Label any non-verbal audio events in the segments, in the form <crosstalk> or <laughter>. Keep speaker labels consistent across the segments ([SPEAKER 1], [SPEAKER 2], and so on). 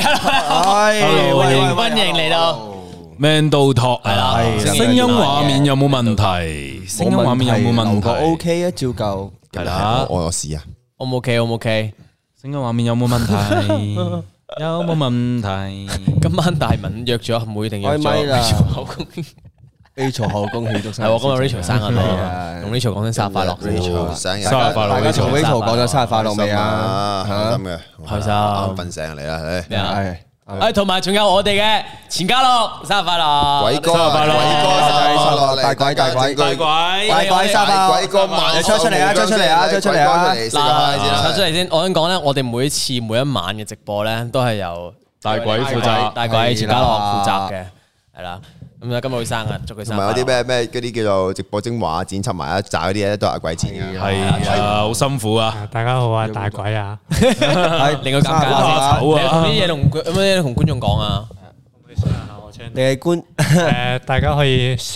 [SPEAKER 1] 唉，
[SPEAKER 2] 歡迎
[SPEAKER 1] 喂
[SPEAKER 2] 歡迎嚟到，
[SPEAKER 3] Man 到托
[SPEAKER 2] 係啦
[SPEAKER 3] 啊！
[SPEAKER 1] 係
[SPEAKER 3] 聲音畫面有冇問題？聲音畫面有冇問題
[SPEAKER 1] ？OK 啊，照舊。
[SPEAKER 3] 係啦，
[SPEAKER 4] 我我試啊，
[SPEAKER 2] 我唔 OK，我唔 OK。
[SPEAKER 3] 聲音畫面有冇問題？有冇問題？
[SPEAKER 2] 今晚大文約咗，妹定約
[SPEAKER 1] 開咪啦
[SPEAKER 2] 咗後宮？
[SPEAKER 1] Rachel 後宮慶祝生
[SPEAKER 2] 係
[SPEAKER 1] 日，
[SPEAKER 2] 喎，今日 Rachel 生日
[SPEAKER 1] 啊
[SPEAKER 2] 啊，同 Rachel 講聲生日快樂。哦
[SPEAKER 4] Rachel 生日，
[SPEAKER 3] 生日快樂
[SPEAKER 1] 大家同
[SPEAKER 2] Rachel
[SPEAKER 1] Rachel 講咗生日快樂未啊？
[SPEAKER 4] 開
[SPEAKER 1] 嚇
[SPEAKER 4] 心嘅，
[SPEAKER 2] 開心
[SPEAKER 4] 啱瞓醒嚟啦，
[SPEAKER 2] 咩啊？
[SPEAKER 1] 係
[SPEAKER 2] 誒，同埋仲有我哋嘅錢嘉樂，生日快樂！
[SPEAKER 4] 鬼哥，
[SPEAKER 3] 生日快樂
[SPEAKER 4] 鬼哥生日快樂，
[SPEAKER 1] 大鬼
[SPEAKER 3] 大鬼，
[SPEAKER 1] 大鬼生日快樂
[SPEAKER 4] 鬼哥萬
[SPEAKER 1] 出出嚟啊出出嚟啊出出嚟啊
[SPEAKER 2] 嗱，
[SPEAKER 4] 出
[SPEAKER 2] 抽出嚟先。我想講咧，我哋每次每一晚嘅直播咧，都係由
[SPEAKER 3] 大鬼負責
[SPEAKER 2] 大鬼錢嘉樂負責
[SPEAKER 1] 係
[SPEAKER 2] 嘅，係啦。咁啊，今日佢生日，祝佢生
[SPEAKER 4] 同
[SPEAKER 2] 日快
[SPEAKER 4] 埋
[SPEAKER 2] 樂。
[SPEAKER 4] 嗰啲咩咩嗰啲叫做直播精華剪輯埋一扎嗰啲嘢都係鬼錢嘅，
[SPEAKER 3] 係啊，好辛苦啊！
[SPEAKER 5] 大家好啊，大鬼啊，
[SPEAKER 1] 係
[SPEAKER 2] 令佢尷
[SPEAKER 1] 生日快樂
[SPEAKER 2] 尬
[SPEAKER 1] 啊
[SPEAKER 3] 好啊
[SPEAKER 2] 你有啲嘢同佢有咩同觀眾講啊？
[SPEAKER 1] 你係官
[SPEAKER 5] 啊誒，大家可以誒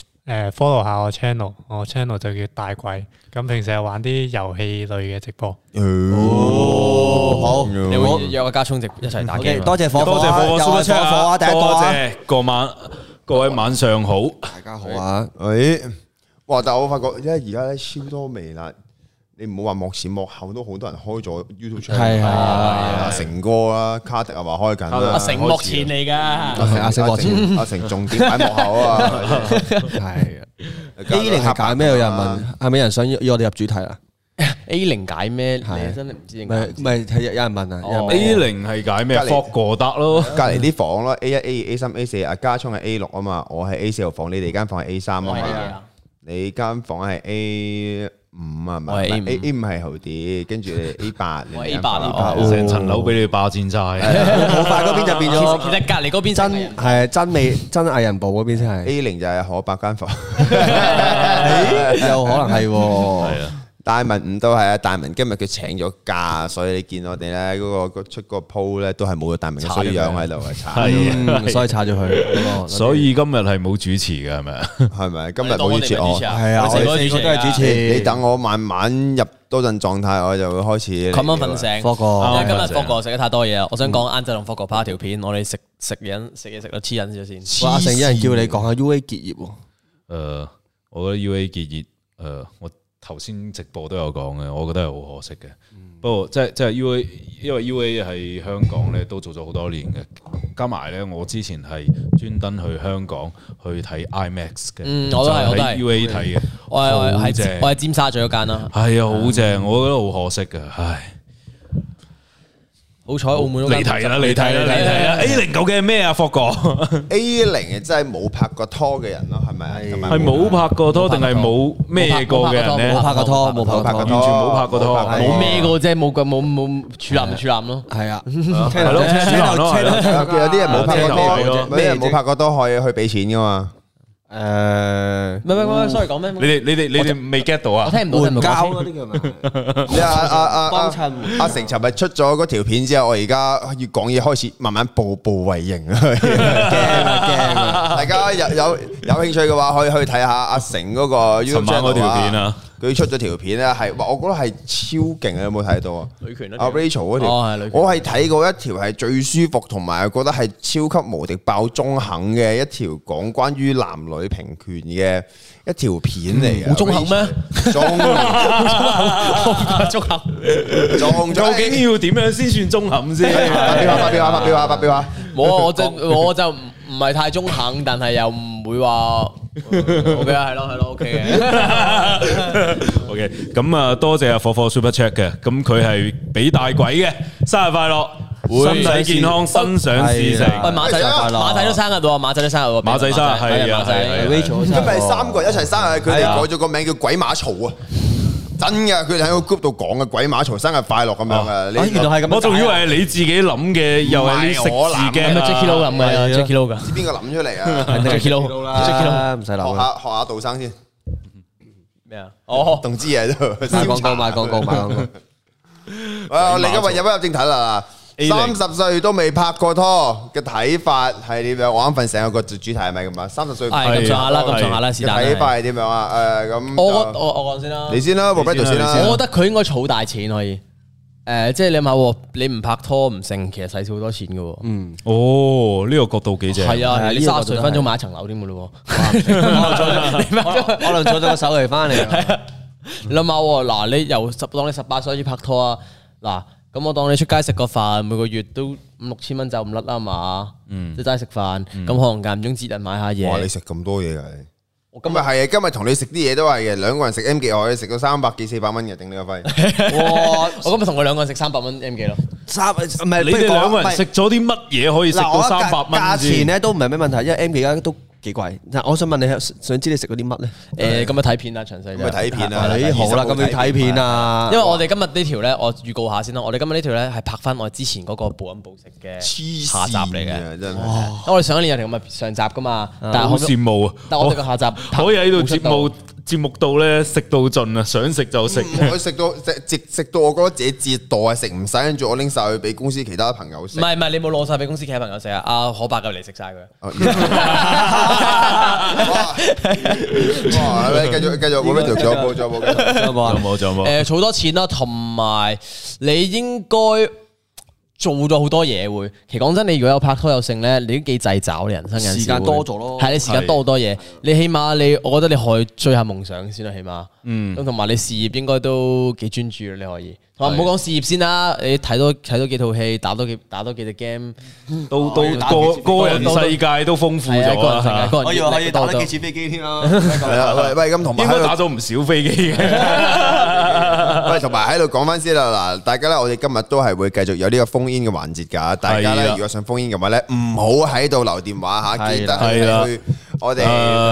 [SPEAKER 5] follow 下我 channel，我 channel 就叫大鬼。咁平時係玩啲遊戲類嘅直播，
[SPEAKER 1] 好，
[SPEAKER 2] 你會約阿家聰直一齊打機啊
[SPEAKER 1] ，OK，
[SPEAKER 2] 嘛？
[SPEAKER 1] 多謝火火，
[SPEAKER 3] 多謝火火 Super
[SPEAKER 1] 火
[SPEAKER 3] Chat à.
[SPEAKER 1] 火啊，
[SPEAKER 3] 啊！
[SPEAKER 1] 第一個
[SPEAKER 3] 多
[SPEAKER 1] 啊，
[SPEAKER 3] 謝各晚各位晚上好，
[SPEAKER 1] 大家好啊，
[SPEAKER 4] 誒，哇！但係我發覺，因為而家咧超多微辣，你唔好話幕前幕後都好多人開咗 YouTube channel，
[SPEAKER 1] 係係
[SPEAKER 4] 啊，成哥啦，卡迪啊話開緊啦，
[SPEAKER 2] 阿成幕前嚟㗎，
[SPEAKER 1] 係阿成幕前
[SPEAKER 4] 阿成重點喺幕後
[SPEAKER 2] <laughs>
[SPEAKER 4] 啊，
[SPEAKER 1] 係啊，A 零係解咩？有人問係咪有人想要我哋入主題啊？
[SPEAKER 2] A 零解咩？
[SPEAKER 1] 係
[SPEAKER 2] 你真係唔知點
[SPEAKER 1] 咪
[SPEAKER 2] 解。
[SPEAKER 1] 咪係有人問啊，有人問
[SPEAKER 3] A 零係解咩？
[SPEAKER 4] 隔離
[SPEAKER 3] 霍哥達咯，
[SPEAKER 4] 隔離啲房咯，A 一、A 二、A 三、A 四，阿家聰係 A 六啊嘛，我係 A 四號房，你哋間房係 A 三啊
[SPEAKER 2] 我係 A 幾
[SPEAKER 4] 嘛
[SPEAKER 2] 啊，
[SPEAKER 4] 你間房係 A 五啊嘛
[SPEAKER 2] 我係 A 五
[SPEAKER 4] ，A A 五係好啲，跟住你 A 八，
[SPEAKER 2] <laughs> 我係 A 八啊
[SPEAKER 4] 啊
[SPEAKER 2] 我哦
[SPEAKER 3] 成層樓俾你霸佔晒。
[SPEAKER 1] 好快嗰邊就變
[SPEAKER 2] 其實
[SPEAKER 1] 咗
[SPEAKER 2] 其實隔離嗰邊
[SPEAKER 1] 真
[SPEAKER 2] 真係啊
[SPEAKER 1] 係真美真藝人部嗰邊先係，
[SPEAKER 4] A 零就係可伯間房。 <laughs>
[SPEAKER 1] 有可能係喎。
[SPEAKER 4] 大文唔到係啊，大文今日佢請咗假，所以你見我哋咧嗰個出個 po 咧都係冇咗大文嘅衰樣喺度嘅，慘
[SPEAKER 1] 嗯，所以拆咗佢。
[SPEAKER 3] 所以今日係冇主持嘅係咪啊？
[SPEAKER 4] 係咪？今日冇主持
[SPEAKER 2] 當我哋唔係
[SPEAKER 4] 我
[SPEAKER 2] 主持，啊
[SPEAKER 1] 係啊，
[SPEAKER 2] 我哋四個
[SPEAKER 1] 我哋四個都係主
[SPEAKER 4] 你
[SPEAKER 1] 持。
[SPEAKER 4] 你等我慢慢入多陣狀態，我就會開始。啊
[SPEAKER 2] 琴晚瞓醒，
[SPEAKER 1] 啊科
[SPEAKER 2] 因
[SPEAKER 1] 哥
[SPEAKER 2] 為今日科哥食得太多嘢啦。啊我想講晏晝同科哥拍一條片，我哋食食嘢食嘢食到黐人咗先。
[SPEAKER 1] 哇阿成有人叫你講下 U A 結業喎，
[SPEAKER 3] 誒、呃我覺得 UA 結業，誒、呃我頭先直播都有講嘅，我覺得係好可惜嘅。不過即係即係 UA，因為 UA 喺香港咧都做咗好多年嘅，加埋咧我之前係專登去香港去睇 IMAX 嘅，
[SPEAKER 2] 嗯我都係
[SPEAKER 3] 就
[SPEAKER 2] 我都係
[SPEAKER 3] 喺 UA 睇嘅，
[SPEAKER 2] 我係我
[SPEAKER 3] 好
[SPEAKER 2] 係嗯
[SPEAKER 3] 正
[SPEAKER 2] 喺我喺尖沙咀嗰間啦，
[SPEAKER 3] 係啊，好正，我覺得好可惜嘅，唉。
[SPEAKER 2] 好彩澳門
[SPEAKER 3] 你
[SPEAKER 2] 嗰間
[SPEAKER 3] 睇啦，你睇啦，你睇啦！A 零究竟係咩啊？霍哥係
[SPEAKER 4] A 零真係冇拍過拖嘅人咯，啊係咪？係
[SPEAKER 3] 冇拍過拖定係冇咩過嘅人咧？
[SPEAKER 1] 冇拍過拖，冇
[SPEAKER 4] 冇
[SPEAKER 1] 拍
[SPEAKER 4] 拍過
[SPEAKER 1] 過拖。
[SPEAKER 4] 拖，
[SPEAKER 3] 完全冇拍過拖
[SPEAKER 2] 冇咩個啫，冇冇冇處男處男咯。
[SPEAKER 1] 係啊，
[SPEAKER 3] 係咯，車輪咯，係咯
[SPEAKER 4] 有有啲人冇拍
[SPEAKER 3] 即係有
[SPEAKER 4] 過拖，有啲人冇拍過拖可以去俾錢噶嘛？
[SPEAKER 1] 誒，
[SPEAKER 2] 唔係唔係 sorry 講咩？
[SPEAKER 3] 你哋你哋你哋未 get à? 到啊
[SPEAKER 2] 我？聽唔到，聽
[SPEAKER 1] 援
[SPEAKER 2] 唔
[SPEAKER 1] 交
[SPEAKER 2] 到。
[SPEAKER 1] 嗰啲叫咩？
[SPEAKER 4] 你阿阿阿
[SPEAKER 1] 幫
[SPEAKER 4] 阿
[SPEAKER 1] 襯
[SPEAKER 4] 啊阿成尋日出咗嗰條片之後，我而家越講嘢開始慢慢步步為營啊！驚啊驚
[SPEAKER 3] <laughs>
[SPEAKER 4] 啊！大家有有有興趣嘅話，可以去睇下阿成嗰個 YouTube
[SPEAKER 3] 尋晚嗰條片啊
[SPEAKER 4] channel，佢出咗條片咧係，哇我覺得係超勁啊！有冇睇到啊？
[SPEAKER 2] 女權嗰條
[SPEAKER 4] 阿 Rachel 嗰條，
[SPEAKER 2] 哦係女權
[SPEAKER 4] 我係睇過一條係最舒服同埋覺得係超級無敵爆中肯嘅一條講關於男女平權嘅一條片嚟嘅。
[SPEAKER 3] 嗯
[SPEAKER 2] 好中肯咩？
[SPEAKER 4] 中
[SPEAKER 2] 中肯，
[SPEAKER 3] 究
[SPEAKER 4] 中中
[SPEAKER 3] 竟要點樣先算中肯先？
[SPEAKER 4] 發表下，發表下，發表下，發表下。
[SPEAKER 2] 冇啊！我就我就唔唔係太中肯，但係又唔會話 OK 啊，係咯係咯 OK 嘅。
[SPEAKER 3] <laughs> OK，咁 ờ, 啊，多謝阿火火 Super Chat 嘅，咁佢係俾大鬼嘅，生日快樂，身體健康，心想事成
[SPEAKER 1] 係。啊
[SPEAKER 2] 喂，馬仔
[SPEAKER 4] 生日快樂
[SPEAKER 2] 馬仔都生日喎，馬仔都生日喎，
[SPEAKER 3] 馬仔生日係啊
[SPEAKER 2] 馬仔
[SPEAKER 3] 係啊
[SPEAKER 1] Rachel
[SPEAKER 4] 今日三個人一齊生日，佢哋
[SPEAKER 1] 啊
[SPEAKER 4] 改咗個名叫鬼馬曹啊！真嘅，佢哋喺個 group 度講嘅鬼馬曹生日快樂咁樣啊！
[SPEAKER 1] 啊原來係咁樣解啊
[SPEAKER 3] 我仲以為係你自己諗嘅，又係你食字
[SPEAKER 2] 係咪
[SPEAKER 3] 嘅。
[SPEAKER 2] Jackie Lou 咁嘅？Jackie Lou 噶
[SPEAKER 4] 唔知邊個諗出嚟
[SPEAKER 1] <laughs>
[SPEAKER 4] 啊？
[SPEAKER 2] ，Jackie Lou
[SPEAKER 1] 啦，唔使
[SPEAKER 4] 學
[SPEAKER 1] 諗啦。
[SPEAKER 4] 下學下杜生先，
[SPEAKER 2] 咩啊？哦，
[SPEAKER 4] 動之嘢都
[SPEAKER 1] 賣
[SPEAKER 4] <laughs>
[SPEAKER 1] 廣告，賣廣告，賣廣告。
[SPEAKER 4] 啊！你今日入一入正題啦嗱，三十歲都未拍過拖嘅睇法係點樣？我啱瞓醒有個主題係咪咁啊？三十歲
[SPEAKER 2] 係咁上下啦，咁上下啦，
[SPEAKER 4] 嘅
[SPEAKER 2] 是但啦
[SPEAKER 4] 睇法係點樣啊？誒咁就，
[SPEAKER 2] 我我我講先啦
[SPEAKER 4] 你，先啦，Roberto 先啦，
[SPEAKER 2] 我覺得佢應該儲大錢可以。诶，即係你諗下喎，你唔拍拖唔成，其實使少好多錢嘅喎。
[SPEAKER 3] 哦，呢個角度幾正，
[SPEAKER 2] 係
[SPEAKER 1] 係啊
[SPEAKER 2] 啊，你
[SPEAKER 1] 呢個
[SPEAKER 2] 三
[SPEAKER 1] 覺
[SPEAKER 2] 十
[SPEAKER 1] 得
[SPEAKER 2] 分鐘
[SPEAKER 1] 係
[SPEAKER 2] 買一層樓添嘅咯喎。
[SPEAKER 1] 可能做咗個手嚟啊翻嚟，
[SPEAKER 2] 你 <laughs> 諗下喎，嗱，你由十當你十八歲開始拍拖啊，嗱，咁我當你出街食個飯，每個月都五六千蚊走唔甩啦嘛，即係齋食飯，咁可能間唔中節日買下
[SPEAKER 4] 哇！你
[SPEAKER 2] <laughs> 嘢。
[SPEAKER 4] 食咁多嘢噶你，
[SPEAKER 2] 我
[SPEAKER 4] 今日係啊，今日同你食啲嘢都係嘅，兩個人食 M 記我食到三百幾四百蚊嘅，頂你個肺！
[SPEAKER 2] 哇！我今日同佢兩個人食三百蚊 M 記咯，
[SPEAKER 1] 三唔係
[SPEAKER 3] 你哋兩個人食咗啲乜嘢可以食到三百蚊
[SPEAKER 1] 價錢
[SPEAKER 3] 先？
[SPEAKER 1] 咧都唔係咩問題，因為 M 記而家都幾貴。但我想問你，想知你食嗰啲乜
[SPEAKER 2] 誒
[SPEAKER 1] 咧？
[SPEAKER 2] 咁咪睇片啦，詳細
[SPEAKER 4] 咁咪睇片啦
[SPEAKER 1] 咦，好啦，咁要睇片啊
[SPEAKER 2] 因。為我哋今日呢條咧，我預告下先啦。我哋今日呢條咧係拍翻我之前嗰個暴飲暴食嘅
[SPEAKER 4] 黐
[SPEAKER 2] 下集
[SPEAKER 4] 線
[SPEAKER 2] 嚟嘅。
[SPEAKER 4] 嘅，真係
[SPEAKER 2] 我哋上一年有條咁嘅上集噶嘛，但係
[SPEAKER 3] 好
[SPEAKER 2] 我
[SPEAKER 3] 羨慕啊！
[SPEAKER 2] 但我哋個下集拍
[SPEAKER 3] 可以喺度節
[SPEAKER 2] 冇
[SPEAKER 3] 目節目度咧食到盡啊，想食就食。
[SPEAKER 4] 我食到食食食到我覺得自己折墮啊，食唔使，跟住我拎晒去俾公司其他朋友
[SPEAKER 2] 唔
[SPEAKER 4] 食。
[SPEAKER 2] 係唔係，你冇攞晒俾公司其他朋友食啊！阿可伯夠嚟食晒
[SPEAKER 1] <laughs>
[SPEAKER 2] 佢。
[SPEAKER 4] 哦哇！哇你繼續繼續，我呢條仲有冇仲有冇？繼續
[SPEAKER 1] 有冇
[SPEAKER 3] 有
[SPEAKER 1] 啊？
[SPEAKER 3] 冇？有冇？
[SPEAKER 2] 誒儲多錢啦，同埋你應該做咗好多嘢會。其實講真，你如果有拍拖有性咧，你都幾掣找你人生有陣時會
[SPEAKER 1] 時間多咗咯
[SPEAKER 2] 係你時間多好多嘢。你起碼你，我覺得你可以追下夢想先啦，起碼。嗯。咁同埋你事業應該都幾專注啦，你可以。同埋唔好講事業先啦，你睇多睇多幾套戲，打多幾打多幾隻 game，
[SPEAKER 3] 到到個個人世界都豐富
[SPEAKER 2] 係啊，
[SPEAKER 3] 咗
[SPEAKER 2] 個人世界
[SPEAKER 3] 啦，
[SPEAKER 2] 個人
[SPEAKER 1] 以為
[SPEAKER 2] 經歷多咗
[SPEAKER 1] 次飛機添啦。
[SPEAKER 4] 係啦，喂喂，咁同埋
[SPEAKER 3] 應
[SPEAKER 4] 喺
[SPEAKER 3] 該
[SPEAKER 4] 度
[SPEAKER 3] 打咗唔少飛機嘅。
[SPEAKER 4] <laughs> 喂，同埋喺度講翻先啦，嗱，大家咧，我哋今日都係會繼續有呢個封煙嘅環節㗎。大家咧，
[SPEAKER 3] 係啦
[SPEAKER 4] 如果想封煙嘅話咧，唔好喺度留電話嚇，記得
[SPEAKER 3] 係啦
[SPEAKER 4] 係去我
[SPEAKER 3] 誒
[SPEAKER 4] 哋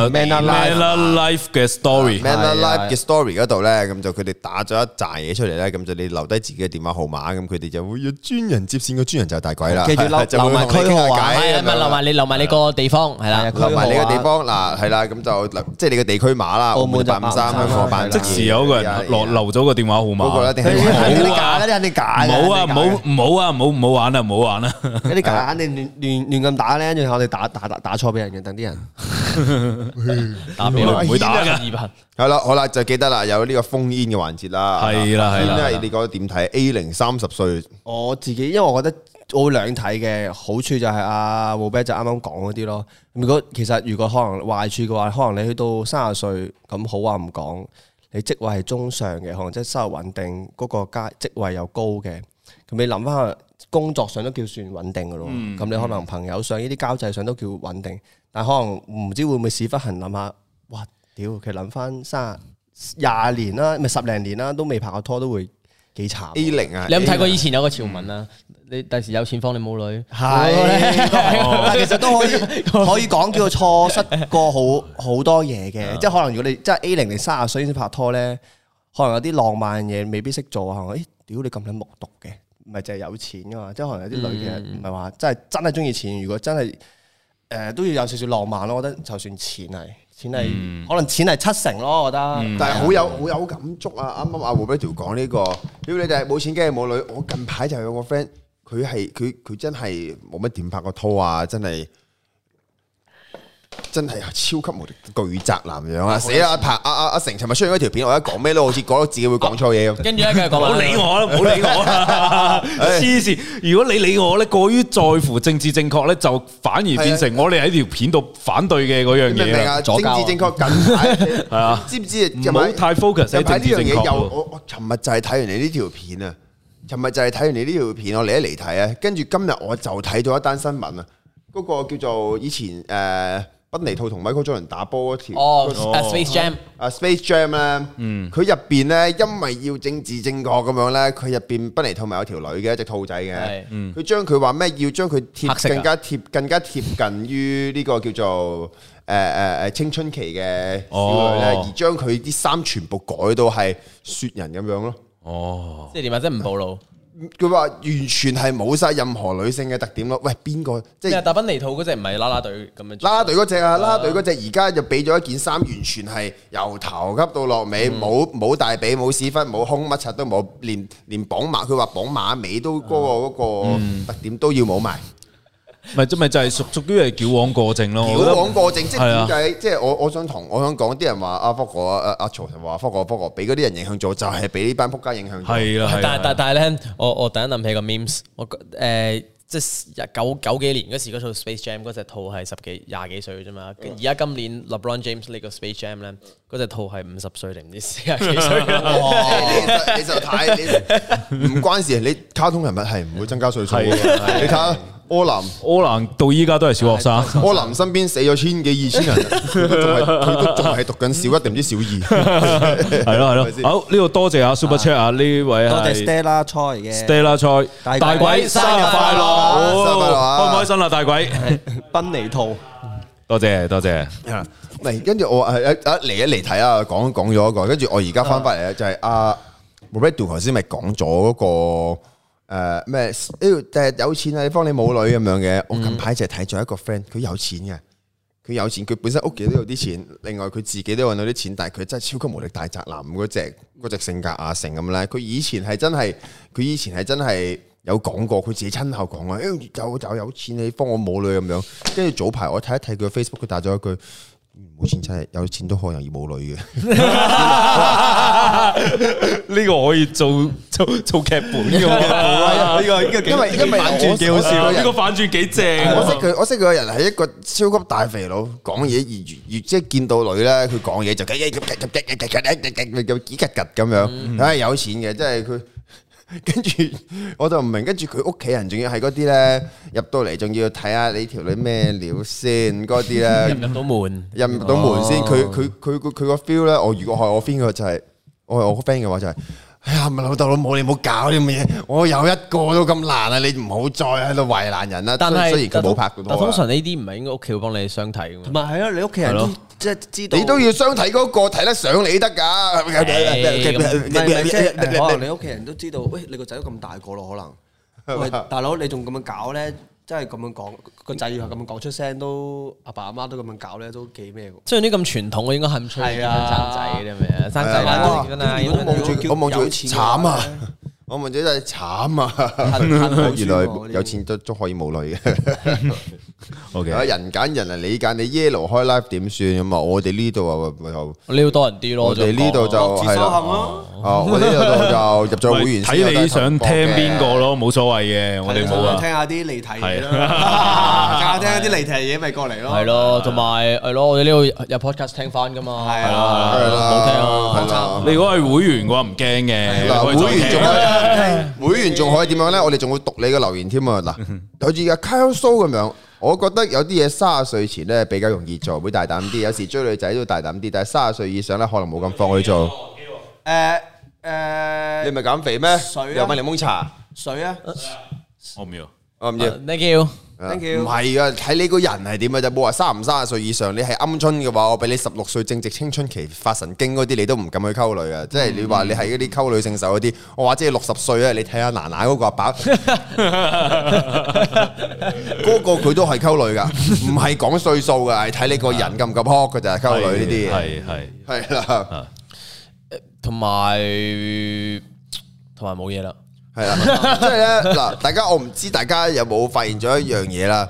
[SPEAKER 1] Man Up
[SPEAKER 3] Man Up Life 嘅 story，
[SPEAKER 4] Man Up
[SPEAKER 1] 係啊
[SPEAKER 4] Live 嘅 story 嗰度咧，咁就佢哋打咗一扎嘢出嚟咧，咁就你留低自己嘅電話號碼，咁佢哋就會有專人接線，個專人就係大鬼啦，
[SPEAKER 1] 記住留
[SPEAKER 4] <laughs> 就會
[SPEAKER 1] 留埋
[SPEAKER 4] 同你傾下
[SPEAKER 1] 區號啊
[SPEAKER 4] 偈
[SPEAKER 2] 係啊，
[SPEAKER 4] 咁
[SPEAKER 2] 咪
[SPEAKER 4] 樣
[SPEAKER 2] 留埋你留埋你個地方係啦
[SPEAKER 1] 係啊。
[SPEAKER 4] 留埋你個地方嗱，係啦，咁就即係你個地區碼啦，
[SPEAKER 1] 澳門就
[SPEAKER 4] 八五
[SPEAKER 1] 853
[SPEAKER 4] 三，香港八五
[SPEAKER 1] 係
[SPEAKER 4] 三
[SPEAKER 1] 啦
[SPEAKER 3] 即時有個人落留咗個電話號
[SPEAKER 4] 嗰個
[SPEAKER 3] 碼
[SPEAKER 4] 一。定係
[SPEAKER 1] 冇
[SPEAKER 3] 冇
[SPEAKER 1] 啊！
[SPEAKER 3] 啊
[SPEAKER 1] 嗰啲肯定假嘅，
[SPEAKER 3] 冇啊，
[SPEAKER 1] 嗰啲假
[SPEAKER 3] 冇
[SPEAKER 1] 嘅
[SPEAKER 3] 冇啊，冇冇
[SPEAKER 4] <laughs>
[SPEAKER 3] 玩啦，唔好玩啦。
[SPEAKER 1] 嗰啲假肯定亂亂亂咁打咧，跟住我哋打打打打錯俾人嘅，等啲人。
[SPEAKER 2] 打俾
[SPEAKER 3] 唔會打㗎
[SPEAKER 2] 二百。
[SPEAKER 4] 係啦，好啦，就記得啦，有呢個封煙嘅環節啦。
[SPEAKER 3] 係啦係啦
[SPEAKER 4] 因為你覺得點睇？A 零三十歲
[SPEAKER 1] 我自己，因為我覺得我會兩睇嘅好處就係阿 w o b e 就啱啱講嗰啲咯。如果其實如果可能壞處嘅話，可能你去到三十歲咁好話唔講，你職位係中上嘅，可能即係收入穩定，嗰、個階職位又高嘅，咁你諗翻工作上都叫算穩定嘅咯。咁、你可能朋友上呢啲交際上都叫穩定，但可能唔知會唔會屎忽痕諗下，哇屌！其實諗翻三廿年啦，咪十零年啦，都未拍過拖都會幾慘。
[SPEAKER 4] A 零啊，
[SPEAKER 2] 你有冇睇過以前有個潮文啊？你第時有錢方你冇女，
[SPEAKER 1] 系，但其實都可以可以講叫錯失過好好多嘢嘅，即係可能如果你即係 A 零你三十歲先拍拖咧，可能有啲浪漫嘢未必識做啊，可能誒屌你咁撚木獨嘅，唔係淨係有錢噶嘛，即係可能有啲女嘅唔係話真係真係中意錢，如果真係誒、呃都要有少少浪漫咯，我覺得就算錢係錢係、可能錢係七成咯，我覺得。
[SPEAKER 4] 但係好有好有感觸啊！啱啱阿胡比條講呢個，屌你哋冇錢梗係冇女。我近排就有個 friend，佢係佢佢真係冇乜點拍過拖啊！真係真係超級無敵巨宅男樣啊！死啦！拍阿阿阿成尋日出咗條片，我一講咩都好似講到自己會講錯嘢咁。
[SPEAKER 2] 跟住咧繼續講
[SPEAKER 3] 唔好
[SPEAKER 2] 啦
[SPEAKER 3] 理我啦，唔好理我
[SPEAKER 4] <laughs>
[SPEAKER 3] 啦，黐線！如果你理我咧，過於在乎政治正確咧，就反而變成我哋喺條片度反對嘅嗰樣
[SPEAKER 4] 你明唔
[SPEAKER 3] 嘢
[SPEAKER 4] 明
[SPEAKER 3] 啦
[SPEAKER 4] 啊？政
[SPEAKER 2] 左
[SPEAKER 4] 治
[SPEAKER 2] 膠啊
[SPEAKER 4] 正確近
[SPEAKER 3] <laughs>
[SPEAKER 4] 排係
[SPEAKER 3] 啊
[SPEAKER 4] 知唔知？
[SPEAKER 3] 唔好太 focus 喺
[SPEAKER 4] 近
[SPEAKER 3] 政
[SPEAKER 4] 排呢
[SPEAKER 3] 治
[SPEAKER 4] 樣
[SPEAKER 3] 正
[SPEAKER 4] 嘢又
[SPEAKER 3] 確。啊
[SPEAKER 4] 我我尋日就係睇完你呢條片啊，尋日就係睇完你呢條片，我嚟一嚟睇啊，跟住今日我就睇咗一單新聞啊，嗰、個叫做以前誒、呃、賓尼兔同 Michael Jordan 打波嗰條。
[SPEAKER 2] 哦
[SPEAKER 4] 嗰個
[SPEAKER 2] 啊，Space Jam
[SPEAKER 4] 啊 Space Jam 咧，
[SPEAKER 2] 嗯
[SPEAKER 4] 佢入邊咧，因為要政治正確咁樣咧，佢入邊不尼兔咪有條女嘅，一隻兔仔嘅
[SPEAKER 2] 係，嗯
[SPEAKER 4] 佢將佢話咩要將佢
[SPEAKER 2] 黑色啊㗎
[SPEAKER 4] 貼更加貼更加貼近於呢個叫做誒誒誒青春期嘅少女咧，
[SPEAKER 3] 哦
[SPEAKER 4] 而將佢啲衫全部改到係雪人咁樣咯。
[SPEAKER 3] 哦，
[SPEAKER 2] 即係點啊？即係唔暴露。
[SPEAKER 4] 佢話完全係冇晒任何女性嘅特點咯。喂，邊個
[SPEAKER 2] 即
[SPEAKER 4] 即係
[SPEAKER 2] 係達芬啊尼兔嗰只唔係啦啦隊咁樣。
[SPEAKER 4] 啦啦隊嗰只啊，啦啦隊嗰只而家就俾咗一件衫，完全係由頭吸到落
[SPEAKER 3] 嗯
[SPEAKER 4] 尾，冇冇大髀，冇屎忽，冇胸，乜柒都冇，
[SPEAKER 3] 啊嗯
[SPEAKER 4] 連連綁馬，佢話綁馬尾都嗰個嗰個特點都要冇埋。
[SPEAKER 3] 咪咪就係屬屬於係矯枉過正咯。我覺
[SPEAKER 4] 矯
[SPEAKER 3] 得
[SPEAKER 4] 枉過正，即
[SPEAKER 3] 係啊
[SPEAKER 4] 係點解？即係我我想同我想講啲人話阿福哥啊阿阿曹就話福哥福哥俾嗰啲人影響咗，就係俾呢班仆街影響咗。
[SPEAKER 3] 係啊啦，係啦
[SPEAKER 2] 但但但係咧，我我突然諗起個 memes，我誒即係九九幾年嗰時嗰套 Space Jam 嗰隻套係十幾廿幾歲啫嘛，而家今年 LeBron James 呢個 Space Jam 咧，嗰隻套係五十歲定唔知四廿幾歲啦。
[SPEAKER 4] 哦你實你就太你唔關事，你卡通人物係唔會增加歲數嘅。你睇下柯南。
[SPEAKER 3] 柯南到依家都係小學生，
[SPEAKER 4] 柯南身邊死咗千幾二千人，佢都仲係佢都仲係讀緊小一定唔知小二。
[SPEAKER 3] <laughs> 係咯係咯。好呢度多謝阿 Super Chat 啊，呢位
[SPEAKER 1] 多謝
[SPEAKER 3] 係
[SPEAKER 1] Stella Choi 嘅
[SPEAKER 3] Stella 蔡
[SPEAKER 1] 大鬼
[SPEAKER 3] 大鬼生
[SPEAKER 1] 生
[SPEAKER 3] 日
[SPEAKER 1] 日
[SPEAKER 3] 快
[SPEAKER 1] 快樂
[SPEAKER 3] 樂，
[SPEAKER 1] 啊
[SPEAKER 4] 生日快樂啊
[SPEAKER 3] 開唔開心啦大鬼？
[SPEAKER 1] 賓尼兔，
[SPEAKER 3] 多謝多
[SPEAKER 4] <laughs>
[SPEAKER 3] 謝，
[SPEAKER 4] 嚟跟住我係一嚟一嚟睇啊，講講咗一個，跟住我而家翻翻嚟咧就係阿 Roberto 頭先咪講咗嗰個。誒咩？哎呢度誒有錢啊！你幫你冇女咁樣嘅。我近排就係睇咗一個 friend，佢有錢嘅，佢有錢，佢本身屋企都有啲錢，另外佢自己都揾到啲錢，但係佢真係超級無力大宅男嗰只嗰只性格啊成咁咧。佢以前係真係，佢以前係真係有講過，佢自己親口講啊，誒就就有錢你幫我冇女咁樣。跟住早排我睇一睇佢 Facebook，佢打咗一句。冇錢真係有錢都可能要冇女嘅，
[SPEAKER 3] 呢個可以做做做劇本嘅喎，
[SPEAKER 4] 啊
[SPEAKER 1] 呢個呢個
[SPEAKER 4] 因為因為
[SPEAKER 1] 反轉幾好笑
[SPEAKER 3] 呢個反轉幾正。
[SPEAKER 4] 我識佢，我識佢個人係一個超級大肥佬，講嘢越越即係見到女咧，佢講嘢就咁幾吉吉咁樣，唉有錢嘅，即係佢。跟住我就唔明，跟住佢屋企人仲要係嗰啲咧，入到嚟仲要睇下你條女咩料先，嗰啲咧
[SPEAKER 2] 入到門，
[SPEAKER 4] 入唔到門先，佢佢佢佢佢個 feel 咧，我如果係我 friend 嘅就係，我係我個 friend 嘅話就係，哎呀，咪老豆老母你唔好搞啲咁嘅嘢，我有一個都咁難啊，你唔好再喺度為難人啦。
[SPEAKER 2] 但
[SPEAKER 4] 雖
[SPEAKER 2] 係
[SPEAKER 4] 雖然佢冇拍到，
[SPEAKER 2] 但通常呢啲唔係應該屋企會幫你相睇嘅
[SPEAKER 1] 同
[SPEAKER 2] 嘛？
[SPEAKER 1] 埋係啊咯，你屋企人
[SPEAKER 3] 係
[SPEAKER 1] 都
[SPEAKER 3] 咯
[SPEAKER 1] 即係知道，
[SPEAKER 4] 你都要相睇嗰個睇得上你得㗎。
[SPEAKER 1] 唔係唔係即係可能你屋企人都知道，喂，你個仔都咁大個咯，可能喂大佬你仲咁樣搞咧，真係咁樣講個仔要係咁樣講出聲，都阿爸阿媽都咁樣搞咧，都幾咩喎？
[SPEAKER 2] 雖然啲咁傳統，我應該係唔出生
[SPEAKER 1] 係啊
[SPEAKER 2] 仔啲咩，生仔
[SPEAKER 4] 係啊
[SPEAKER 2] 啦，真
[SPEAKER 1] 如果
[SPEAKER 2] 係
[SPEAKER 1] 冇
[SPEAKER 4] 望住我望住佢慘啊！我望住真係慘啊！原來有錢都都可以冇
[SPEAKER 2] <laughs>
[SPEAKER 4] 女嘅。
[SPEAKER 3] OK，
[SPEAKER 4] 人揀人啊，你揀你 yellow 開 live 點算咁啊？我哋呢度啊，又
[SPEAKER 2] 你要多人啲咯。
[SPEAKER 4] 我哋呢度就
[SPEAKER 1] 各哦自
[SPEAKER 4] 係
[SPEAKER 1] 修
[SPEAKER 4] 啦。
[SPEAKER 1] 行咯。
[SPEAKER 4] 啊！我呢度
[SPEAKER 1] <laughs>
[SPEAKER 4] 就入咗會員先有
[SPEAKER 3] 睇
[SPEAKER 4] 得
[SPEAKER 3] 你想聽邊個
[SPEAKER 4] 嘅。
[SPEAKER 3] 咯，冇所謂嘅，我哋冇啊
[SPEAKER 1] 聽。下啲離題嘢 <laughs>
[SPEAKER 3] 係
[SPEAKER 1] 啦，聽下啲離題嘢咪過嚟咯。
[SPEAKER 2] 係咯，同埋係咯，我哋呢度有 podcast 聽翻噶嘛。
[SPEAKER 1] 係啊
[SPEAKER 2] 啊
[SPEAKER 4] 係啦
[SPEAKER 2] 好聽啊，
[SPEAKER 4] 係啦
[SPEAKER 3] 你如果係會員嘅話唔驚嘅，
[SPEAKER 4] 嗱，
[SPEAKER 3] 你可以再
[SPEAKER 4] 會員仲
[SPEAKER 3] 聽
[SPEAKER 1] <laughs>
[SPEAKER 4] 可以，會員仲可以點樣咧？我哋仲會讀你嘅留言添啊！嗱，好似阿 k y l e 咁樣，我覺得有啲嘢三十歲前咧比較容易做，會大膽啲。有時追女仔都大膽啲，但係三十歲以上咧可能冇咁放去做。
[SPEAKER 1] 誒
[SPEAKER 4] 你
[SPEAKER 1] 誒，
[SPEAKER 4] 咪減肥咩？
[SPEAKER 1] 水啊
[SPEAKER 4] 又咪檸檬茶？
[SPEAKER 1] 水啊
[SPEAKER 3] 我唔要。
[SPEAKER 4] 我唔知。
[SPEAKER 2] Thank you。 <laughs>
[SPEAKER 1] ，thank
[SPEAKER 4] 唔
[SPEAKER 1] you。
[SPEAKER 4] 係啊，睇你個人係點嘅啫，冇話三唔三十歲以上，你係鵪鶉嘅話，我俾你十六歲正值青春期發神經嗰啲，你都唔敢去溝女啊！即係你話你係嗰啲溝女聖手嗰啲，我話即係六十歲啊，你睇下娜娜嗰個阿爸，嗰個佢都係溝女噶，唔係講歲數噶，係睇你個人哦夠唔夠撲嘅咋溝女呢
[SPEAKER 3] 係係
[SPEAKER 4] 啲嘢，係啦，
[SPEAKER 2] 同埋同埋冇嘢啦。
[SPEAKER 4] 係啦，即係咧嗱，大家我唔知大家有冇發現咗一樣嘢啦。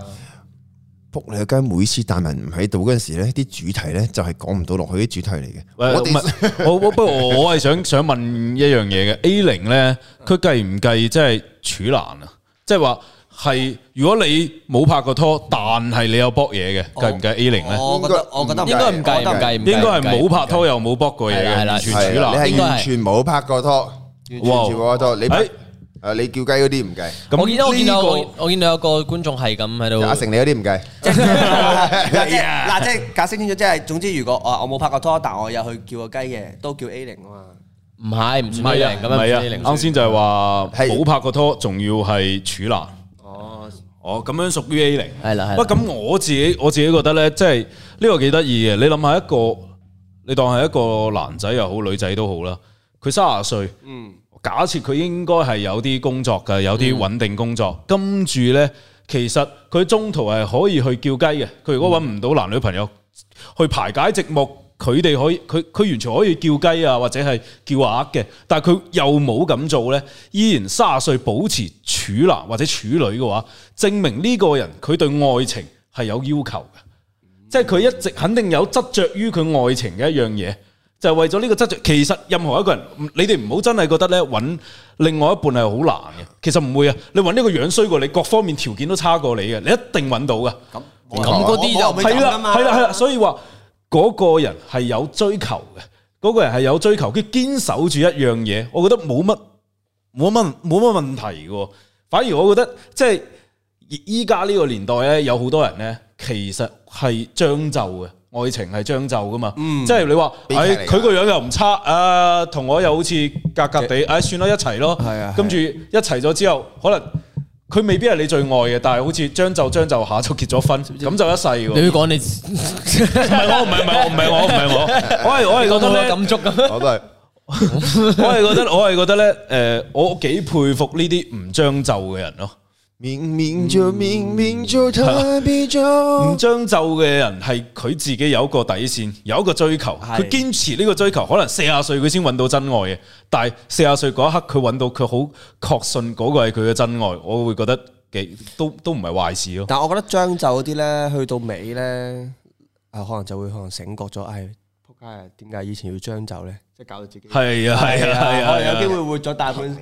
[SPEAKER 4] 仆你個街！每次大文唔喺度嗰陣時咧，啲主題咧就係講唔到落去啲主題嚟嘅。
[SPEAKER 3] 喂，
[SPEAKER 4] 我
[SPEAKER 3] 唔
[SPEAKER 4] 哋
[SPEAKER 3] 係我我不過我係想 <laughs> 想問一樣嘢嘅 A 零咧，佢計唔計即係處男啊？即係話係如果你冇拍過拖，但係你有搏嘢嘅，計唔計 A 零咧？
[SPEAKER 4] 哦
[SPEAKER 1] 我覺得我覺得
[SPEAKER 2] 應該唔計，唔計，唔計
[SPEAKER 3] 應該係冇拍拖
[SPEAKER 2] 唔計
[SPEAKER 3] 又冇搏過嘢
[SPEAKER 2] 係
[SPEAKER 3] 嘅，
[SPEAKER 2] 啦
[SPEAKER 3] 完
[SPEAKER 2] 係
[SPEAKER 3] 全
[SPEAKER 2] 啦
[SPEAKER 3] 處
[SPEAKER 4] 係啊
[SPEAKER 3] 男。
[SPEAKER 4] 你
[SPEAKER 2] 應
[SPEAKER 4] 係
[SPEAKER 2] 該係
[SPEAKER 4] 完全冇拍過拖，完全
[SPEAKER 3] 哇
[SPEAKER 4] 冇拍過拖。你
[SPEAKER 3] 哎
[SPEAKER 4] 誒你叫雞嗰啲唔計，
[SPEAKER 3] 咁
[SPEAKER 2] 我見到我見到
[SPEAKER 3] 呢個
[SPEAKER 2] 我我見到有個觀眾係咁喺
[SPEAKER 4] 阿
[SPEAKER 2] 度，
[SPEAKER 4] 成你嗰啲唔計。
[SPEAKER 1] 嗱即係嗱即係解釋清楚，即係總之，如果我我冇拍過拖，但我有去叫過雞嘅，都叫 A 零啊嘛。
[SPEAKER 2] 唔係唔
[SPEAKER 3] 唔
[SPEAKER 2] 算
[SPEAKER 3] 係啊
[SPEAKER 2] 零，咁
[SPEAKER 3] 唔
[SPEAKER 2] 樣
[SPEAKER 3] 係
[SPEAKER 2] 唔算零
[SPEAKER 3] 啊，啱先就係話
[SPEAKER 4] 係
[SPEAKER 3] 冇拍過拖，仲要係處男。
[SPEAKER 1] 哦，
[SPEAKER 3] 哦，咁樣屬於 A 零。
[SPEAKER 2] 係啦係啦
[SPEAKER 3] 喂，咁我自己我自己覺得咧，即係呢個幾得意嘅。你諗下一個，你當係一個男仔又好，女仔都好啦。佢三十歲，
[SPEAKER 1] 嗯，
[SPEAKER 3] 假設佢應該係有啲工作嘅，有啲穩定工作。跟住咧，其實佢中途係可以去叫雞嘅。佢如果揾唔到男女朋友，去排解寂寞，佢哋可以，佢佢完全可以叫雞啊，或者係叫鴨嘅，但係佢又冇咁做呢，依然三十歲保持處男或者處女嘅話，證明呢個人佢對愛情係有要求嘅。即係佢一直肯定有執着於佢愛情嘅一樣嘢，就係、為咗呢個執着。其實任何一個人，唔你哋唔好真係覺得咧揾另外一半係好難嘅。其實唔會啊，你揾呢個樣衰過你，各方面條件都差過你嘅，你一定揾到噶。
[SPEAKER 2] 咁嗰啲就
[SPEAKER 1] 咪
[SPEAKER 3] 係
[SPEAKER 1] 咁
[SPEAKER 3] 啦
[SPEAKER 1] 㗎，嘛
[SPEAKER 3] 係啦，係啦，所以話嗰、個人係有追求嘅，嗰、個人係有追求，佢堅守住一樣嘢，我覺得冇乜冇乜冇乜問題嘅喎。反而我覺得即係依家呢個年代咧，有好多人咧，其實係將就嘅。愛情係將就噶嘛，
[SPEAKER 1] 嗯
[SPEAKER 3] 即係你話，
[SPEAKER 4] 悲劇嚟
[SPEAKER 3] 誒
[SPEAKER 4] 㗎
[SPEAKER 3] 佢個樣又唔差，啊同我又好似格格地，誒算啦一齊咯
[SPEAKER 1] 係啊，
[SPEAKER 3] 跟住一齊咗之後，可能佢未必係你最愛嘅，但係好似將就將就下就結咗婚，咁就一世喎。
[SPEAKER 2] 你要講你
[SPEAKER 3] <laughs> 唔係我，唔係唔係我，唔係我，唔係我，我係我係覺得咧，
[SPEAKER 2] 哦感觸咁，
[SPEAKER 4] 我都係
[SPEAKER 3] <laughs> 我係覺得我係覺得咧，誒，我幾佩服呢啲唔將就嘅人咯，
[SPEAKER 4] 明明就明明就特別
[SPEAKER 3] 唔
[SPEAKER 4] 就，
[SPEAKER 3] 將就嘅人係佢自己有一個底線，有一個追求，
[SPEAKER 2] 係
[SPEAKER 3] 佢堅持呢個追求，可能四十歲佢先揾到真愛嘅，但係四十歲嗰一刻佢揾到佢好確信嗰個係佢嘅真愛，我會覺得幾都都唔係壞事咯。
[SPEAKER 1] 但我覺得將就嗰啲咧，去到尾咧，啊可能就會可能醒覺咗，唉，仆街啊！點解以前要將就咧？即係搞到自己
[SPEAKER 3] 係啊係啊係
[SPEAKER 1] 我
[SPEAKER 3] 啊，
[SPEAKER 1] 哋有機會活咗大半，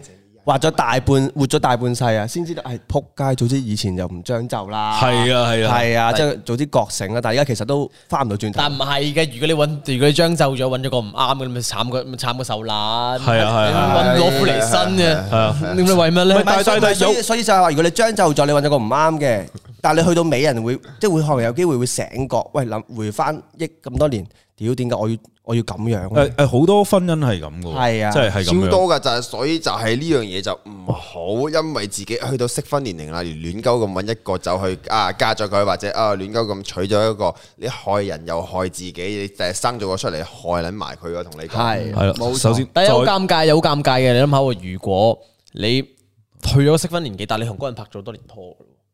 [SPEAKER 1] 活咗大半，活咗大半世啊，先知道係仆街，早知以前就唔將就啦。
[SPEAKER 3] 係啊係啊
[SPEAKER 1] 係啊，即係早啲覺醒啦。但係而家其實都翻唔到轉頭。
[SPEAKER 2] 但唔係嘅。如果你揾，如果你將就咗揾咗個唔啱嘅，你咪慘個咪慘個受難。
[SPEAKER 3] 係啊係啊
[SPEAKER 2] 你揾攞苦嚟辛
[SPEAKER 3] 係啊
[SPEAKER 2] 嘅。你咪為乜
[SPEAKER 1] 唔
[SPEAKER 2] 咧
[SPEAKER 1] 係？
[SPEAKER 3] 但
[SPEAKER 1] 所以
[SPEAKER 3] 但
[SPEAKER 1] 所以
[SPEAKER 3] 有
[SPEAKER 1] 所以就係話，如果你將就咗，你揾咗個唔啱嘅，但係你去到尾人會，即係會可能有機會會醒覺，喂諗回翻億咁多年，屌點解我要我要咁樣呢？
[SPEAKER 3] 誒誒，好多婚姻係咁嘅喎，
[SPEAKER 1] 係啊
[SPEAKER 3] 即係係咁
[SPEAKER 4] 超
[SPEAKER 3] 樣。
[SPEAKER 4] 多噶就係，所以就係呢樣嘢就唔好，因為自己去到適婚年齡啦，而亂鳩咁揾一個就去啊嫁咗佢，或者啊亂鳩咁娶咗一個，你害人又害自己，你就係生咗個出嚟害撚埋佢，我同你講。
[SPEAKER 1] 係
[SPEAKER 3] 係啦，
[SPEAKER 1] 冇錯
[SPEAKER 3] 首先
[SPEAKER 2] 但係好
[SPEAKER 3] 再
[SPEAKER 2] 尷尬，有好尷尬嘅。你諗下喎，如果你去咗適婚年紀，但係你同嗰個人拍咗多年拖，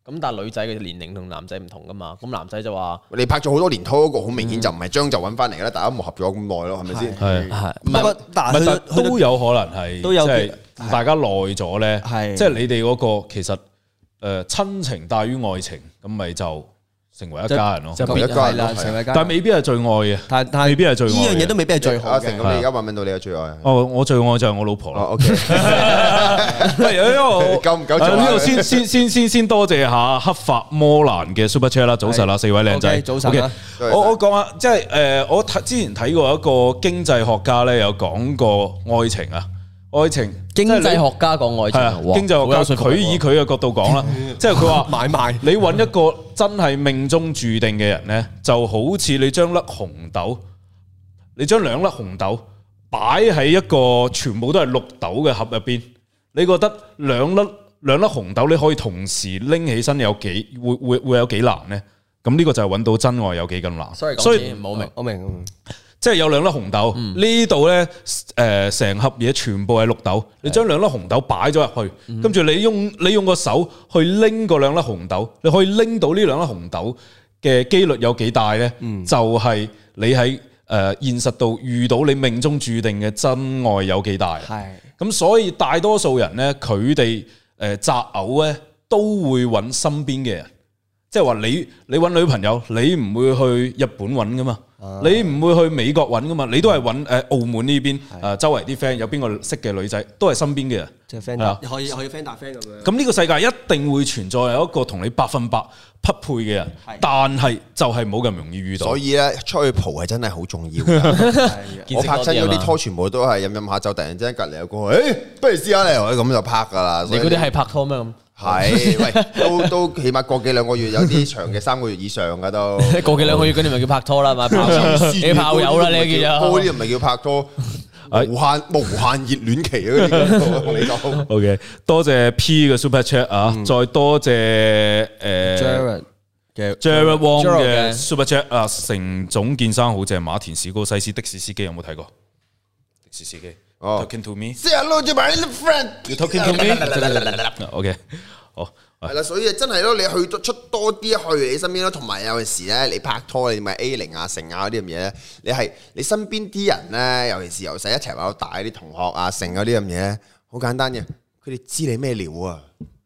[SPEAKER 2] 咁但係女仔嘅年齡同男仔唔同噶嘛。咁男仔就話
[SPEAKER 4] 你拍咗好多年拖嗰個，好明顯就唔係將就揾翻嚟噶啦，大家磨合咗咁耐咯，係咪先？
[SPEAKER 3] 係
[SPEAKER 2] 係
[SPEAKER 1] 不過但
[SPEAKER 3] 唔係
[SPEAKER 1] 啊係去
[SPEAKER 3] 但
[SPEAKER 1] 到去到
[SPEAKER 3] 都有可能係，
[SPEAKER 1] 都有
[SPEAKER 3] 即係
[SPEAKER 1] 嘅
[SPEAKER 3] 大家耐咗咧，
[SPEAKER 1] 係
[SPEAKER 3] 即係你哋嗰個其實誒親情大於愛情，咁咪就成為一家人咯。
[SPEAKER 4] 係同一家
[SPEAKER 1] 係
[SPEAKER 4] 人咯
[SPEAKER 1] 啦，
[SPEAKER 4] 係
[SPEAKER 1] 成為一家人。
[SPEAKER 3] 但未必係最愛嘅，
[SPEAKER 1] 但但
[SPEAKER 3] 未必係最愛
[SPEAKER 1] 呢
[SPEAKER 3] 嘅
[SPEAKER 1] 樣嘢都未必係最好
[SPEAKER 4] 阿成咁，
[SPEAKER 1] 嘅。
[SPEAKER 4] 你而家揾唔揾到你嘅最愛啊？
[SPEAKER 3] 哦，我最愛就係我老婆
[SPEAKER 4] 哦
[SPEAKER 3] <laughs> 啦。
[SPEAKER 4] ，OK，
[SPEAKER 3] 喂，因
[SPEAKER 1] <laughs>
[SPEAKER 3] 為我
[SPEAKER 4] 夠唔夠做啊
[SPEAKER 3] 誒呢度先先先先先多謝下黑髮魔蘭嘅 Super Chat 啦，早晨啊啦，四位靚仔，
[SPEAKER 1] OK，早晨啦
[SPEAKER 3] OK，我我講下，即係誒、呃我睇之前睇過一個經濟學家咧，有講過愛情啊，愛情
[SPEAKER 2] 經濟
[SPEAKER 3] 即係你
[SPEAKER 2] 學家講愛
[SPEAKER 3] 係啊，
[SPEAKER 2] 情，哇
[SPEAKER 3] 經濟
[SPEAKER 2] 好有說
[SPEAKER 3] 學家
[SPEAKER 2] 服力
[SPEAKER 3] 佢以
[SPEAKER 2] 喎
[SPEAKER 3] 佢嘅角度講啦，
[SPEAKER 2] <laughs>
[SPEAKER 3] 即係佢話
[SPEAKER 1] 買賣
[SPEAKER 3] 你揾一個真係命中注定嘅人呢，就好似你將粒紅豆，你將兩粒紅豆擺喺一個全部都係綠豆嘅盒入邊，你覺得兩粒兩粒紅豆你可以同時拎起身有幾會會會有幾難呢？咁呢個就係揾到真愛有幾咁難。
[SPEAKER 2] Sorry，講
[SPEAKER 3] 所以
[SPEAKER 2] 先唔好明。
[SPEAKER 1] 我明我明。
[SPEAKER 3] 即係有兩粒紅豆，呢度呢，誒成盒嘢全部係綠豆，你將兩粒紅豆擺咗入去，跟住你用你用個手去拎嗰兩粒紅豆，你可以拎到呢兩粒紅豆嘅機率有幾大呢？就係你喺誒現實度遇到你命中注定嘅真愛有幾大。啊
[SPEAKER 1] 係
[SPEAKER 3] 咁所以大多數人呢，佢哋誒擇偶呢，都會揾身邊嘅人，即係話你你揾女朋友，你唔會去日本揾噶嘛，
[SPEAKER 4] 啊
[SPEAKER 3] 你唔會去美國揾噶嘛，你都係
[SPEAKER 4] 嗯
[SPEAKER 3] 揾誒澳門呢邊誒周圍啲 friend 有邊個識嘅女仔，都係身邊嘅人。
[SPEAKER 1] 即係 friend
[SPEAKER 3] 係啊
[SPEAKER 1] 搭可以可以 friend 搭 friend 咁樣。
[SPEAKER 3] 咁呢個世界一定會存在有一個同你百分百匹配嘅人
[SPEAKER 1] 係，
[SPEAKER 3] 但係就係冇咁容易遇到
[SPEAKER 4] <laughs> 所。以咧出去蒲係真係好重要㗎。我拍親
[SPEAKER 2] 啊
[SPEAKER 4] 嗰啲拖全部都係飲飲下酒，突然之間隔離有個，誒，不如試下嚟，咁就拍噶啦。
[SPEAKER 2] 你嗰啲係拍拖咩咁？
[SPEAKER 4] 係喂，都都起碼個幾兩個月，有啲長嘅三個月以上噶都。
[SPEAKER 2] <laughs> 過幾兩個月嗰啲咪叫拍拖啦，
[SPEAKER 4] <laughs>
[SPEAKER 2] 咪炮你炮友啦，你叫
[SPEAKER 4] 高
[SPEAKER 2] 做
[SPEAKER 4] 呢啲唔係叫拍拖，
[SPEAKER 3] 哎
[SPEAKER 4] 無限無限熱戀期啊嗰啲叫做，
[SPEAKER 3] <laughs>
[SPEAKER 4] 你講
[SPEAKER 3] OK，多謝 P 嘅 Super Chat 啊，
[SPEAKER 4] 嗯
[SPEAKER 3] 再多謝呃誒。
[SPEAKER 1] Jared 嘅
[SPEAKER 3] Jared Wong
[SPEAKER 2] Jared
[SPEAKER 3] 嘅
[SPEAKER 2] 嘅
[SPEAKER 3] Super Chat 啊，成總健生好正，馬田史高西斯的士司機有冇睇過？的士司機
[SPEAKER 4] 哦
[SPEAKER 3] ，Talking to
[SPEAKER 4] Say hello to my little friend。
[SPEAKER 3] <laughs>
[SPEAKER 4] <laughs>
[SPEAKER 3] me，You talking to me？OK，好，
[SPEAKER 4] 系啦，所以真係咯，你去多出多啲去你身邊咯，同埋有陣時咧，你拍拖你咪 A 零啊、成啊嗰啲咁嘢咧，你係你身邊啲人咧，尤其是由細一齊玩到大啲同學啊、成嗰啲咁嘢咧，好簡單嘅，佢哋知你咩料啊，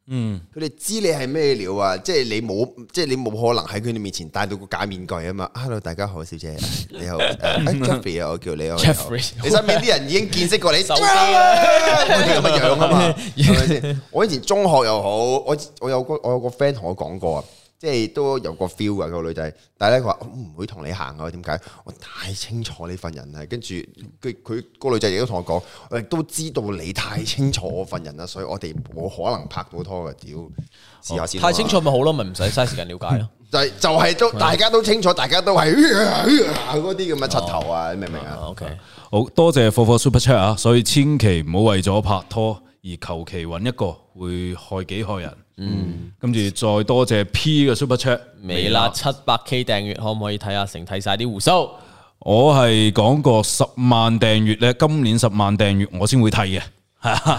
[SPEAKER 3] 嗯，
[SPEAKER 4] 佢哋知你係咩料啊，即係你冇，即係你冇可能喺佢哋面前戴到個假面具啊嘛。Hello，大家好，小姐，你好，Jeffrey 啊，我叫你啊，我叫
[SPEAKER 2] Jeffrey
[SPEAKER 4] 你身邊啲人已經見識過你
[SPEAKER 2] 手機啊
[SPEAKER 4] 嗰啲咁嘅樣啊
[SPEAKER 2] <laughs>
[SPEAKER 4] 嘛，係咪先？我以前中學又好，我我有個我有個 friend 同我講過啊，即係都有個 feel 嘅個女仔，但係咧佢話我唔會同你行啊，點解？我太清楚你份人啦，跟住佢佢個女仔亦都同我講，我亦都知道你太清楚我份人啦，所以我哋冇可能拍到拖嘅，屌試下先
[SPEAKER 2] 哦
[SPEAKER 4] 啊嘛。
[SPEAKER 2] 太清楚咪好咯，咪唔使嘥時間了解咯。
[SPEAKER 4] 就係就係都大家都清楚，大家都係 <laughs> 嗰啲咁嘅柒頭啊，你明唔明
[SPEAKER 2] 啊
[SPEAKER 4] 啊？
[SPEAKER 2] OK，
[SPEAKER 3] 好多謝貨貨 Super Chat 啊！所以千祈唔好為咗拍拖而求其揾一個，會害己害人。嗯，跟住再多謝 P 嘅 Super Chat，
[SPEAKER 2] 微辣七百 K 訂閱，可唔可以睇下成睇晒啲胡
[SPEAKER 4] 哦
[SPEAKER 2] 鬚？
[SPEAKER 3] 我係講過十萬訂閱咧，今年十萬訂閱我先會睇嘅，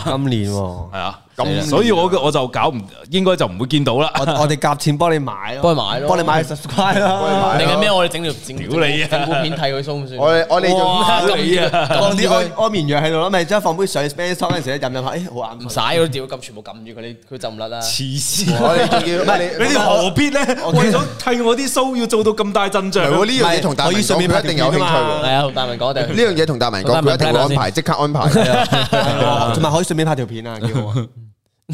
[SPEAKER 1] 今年 <laughs> 喎我
[SPEAKER 3] 係啊，
[SPEAKER 4] 今年啊
[SPEAKER 3] 所以我嘅我就搞唔，應該就唔會見到啦。
[SPEAKER 1] 我哋夾錢幫你買咯，
[SPEAKER 2] 幫你買咯
[SPEAKER 1] 幫你買 subscribe <laughs> 啦。
[SPEAKER 2] 定係咩？我哋整條整
[SPEAKER 3] 屌你啊
[SPEAKER 2] 整部片睇佢鬆唔鬆？
[SPEAKER 4] 我哋我哋
[SPEAKER 2] 哇
[SPEAKER 4] 仲啊
[SPEAKER 2] 咁熱
[SPEAKER 1] 放
[SPEAKER 2] 咁
[SPEAKER 1] 啲
[SPEAKER 2] 熱佢
[SPEAKER 1] 安安眠藥喺度啦，咪即係放杯水 Space Talk 嗰陣時咧飲飲下，誒好眼
[SPEAKER 2] 唔使嗰啲屌咁全部撳住佢，你佢就唔甩啦。
[SPEAKER 3] 黐線，
[SPEAKER 4] 我哋仲要我哋
[SPEAKER 3] 你哋
[SPEAKER 1] 啊
[SPEAKER 3] 何必咧？為咗替我啲 show 要做到咁大陣
[SPEAKER 4] <laughs>
[SPEAKER 3] 仗？
[SPEAKER 4] 我呢樣嘢同大文講，佢一定有興趣
[SPEAKER 2] 係
[SPEAKER 4] 喎。
[SPEAKER 2] 啊，大文講定
[SPEAKER 4] 呢樣嘢同大文講，佢一定會安排，即刻安
[SPEAKER 1] <laughs>
[SPEAKER 4] 排。
[SPEAKER 1] 瞓，同埋可以順便拍條片啊，叫 <laughs> 我。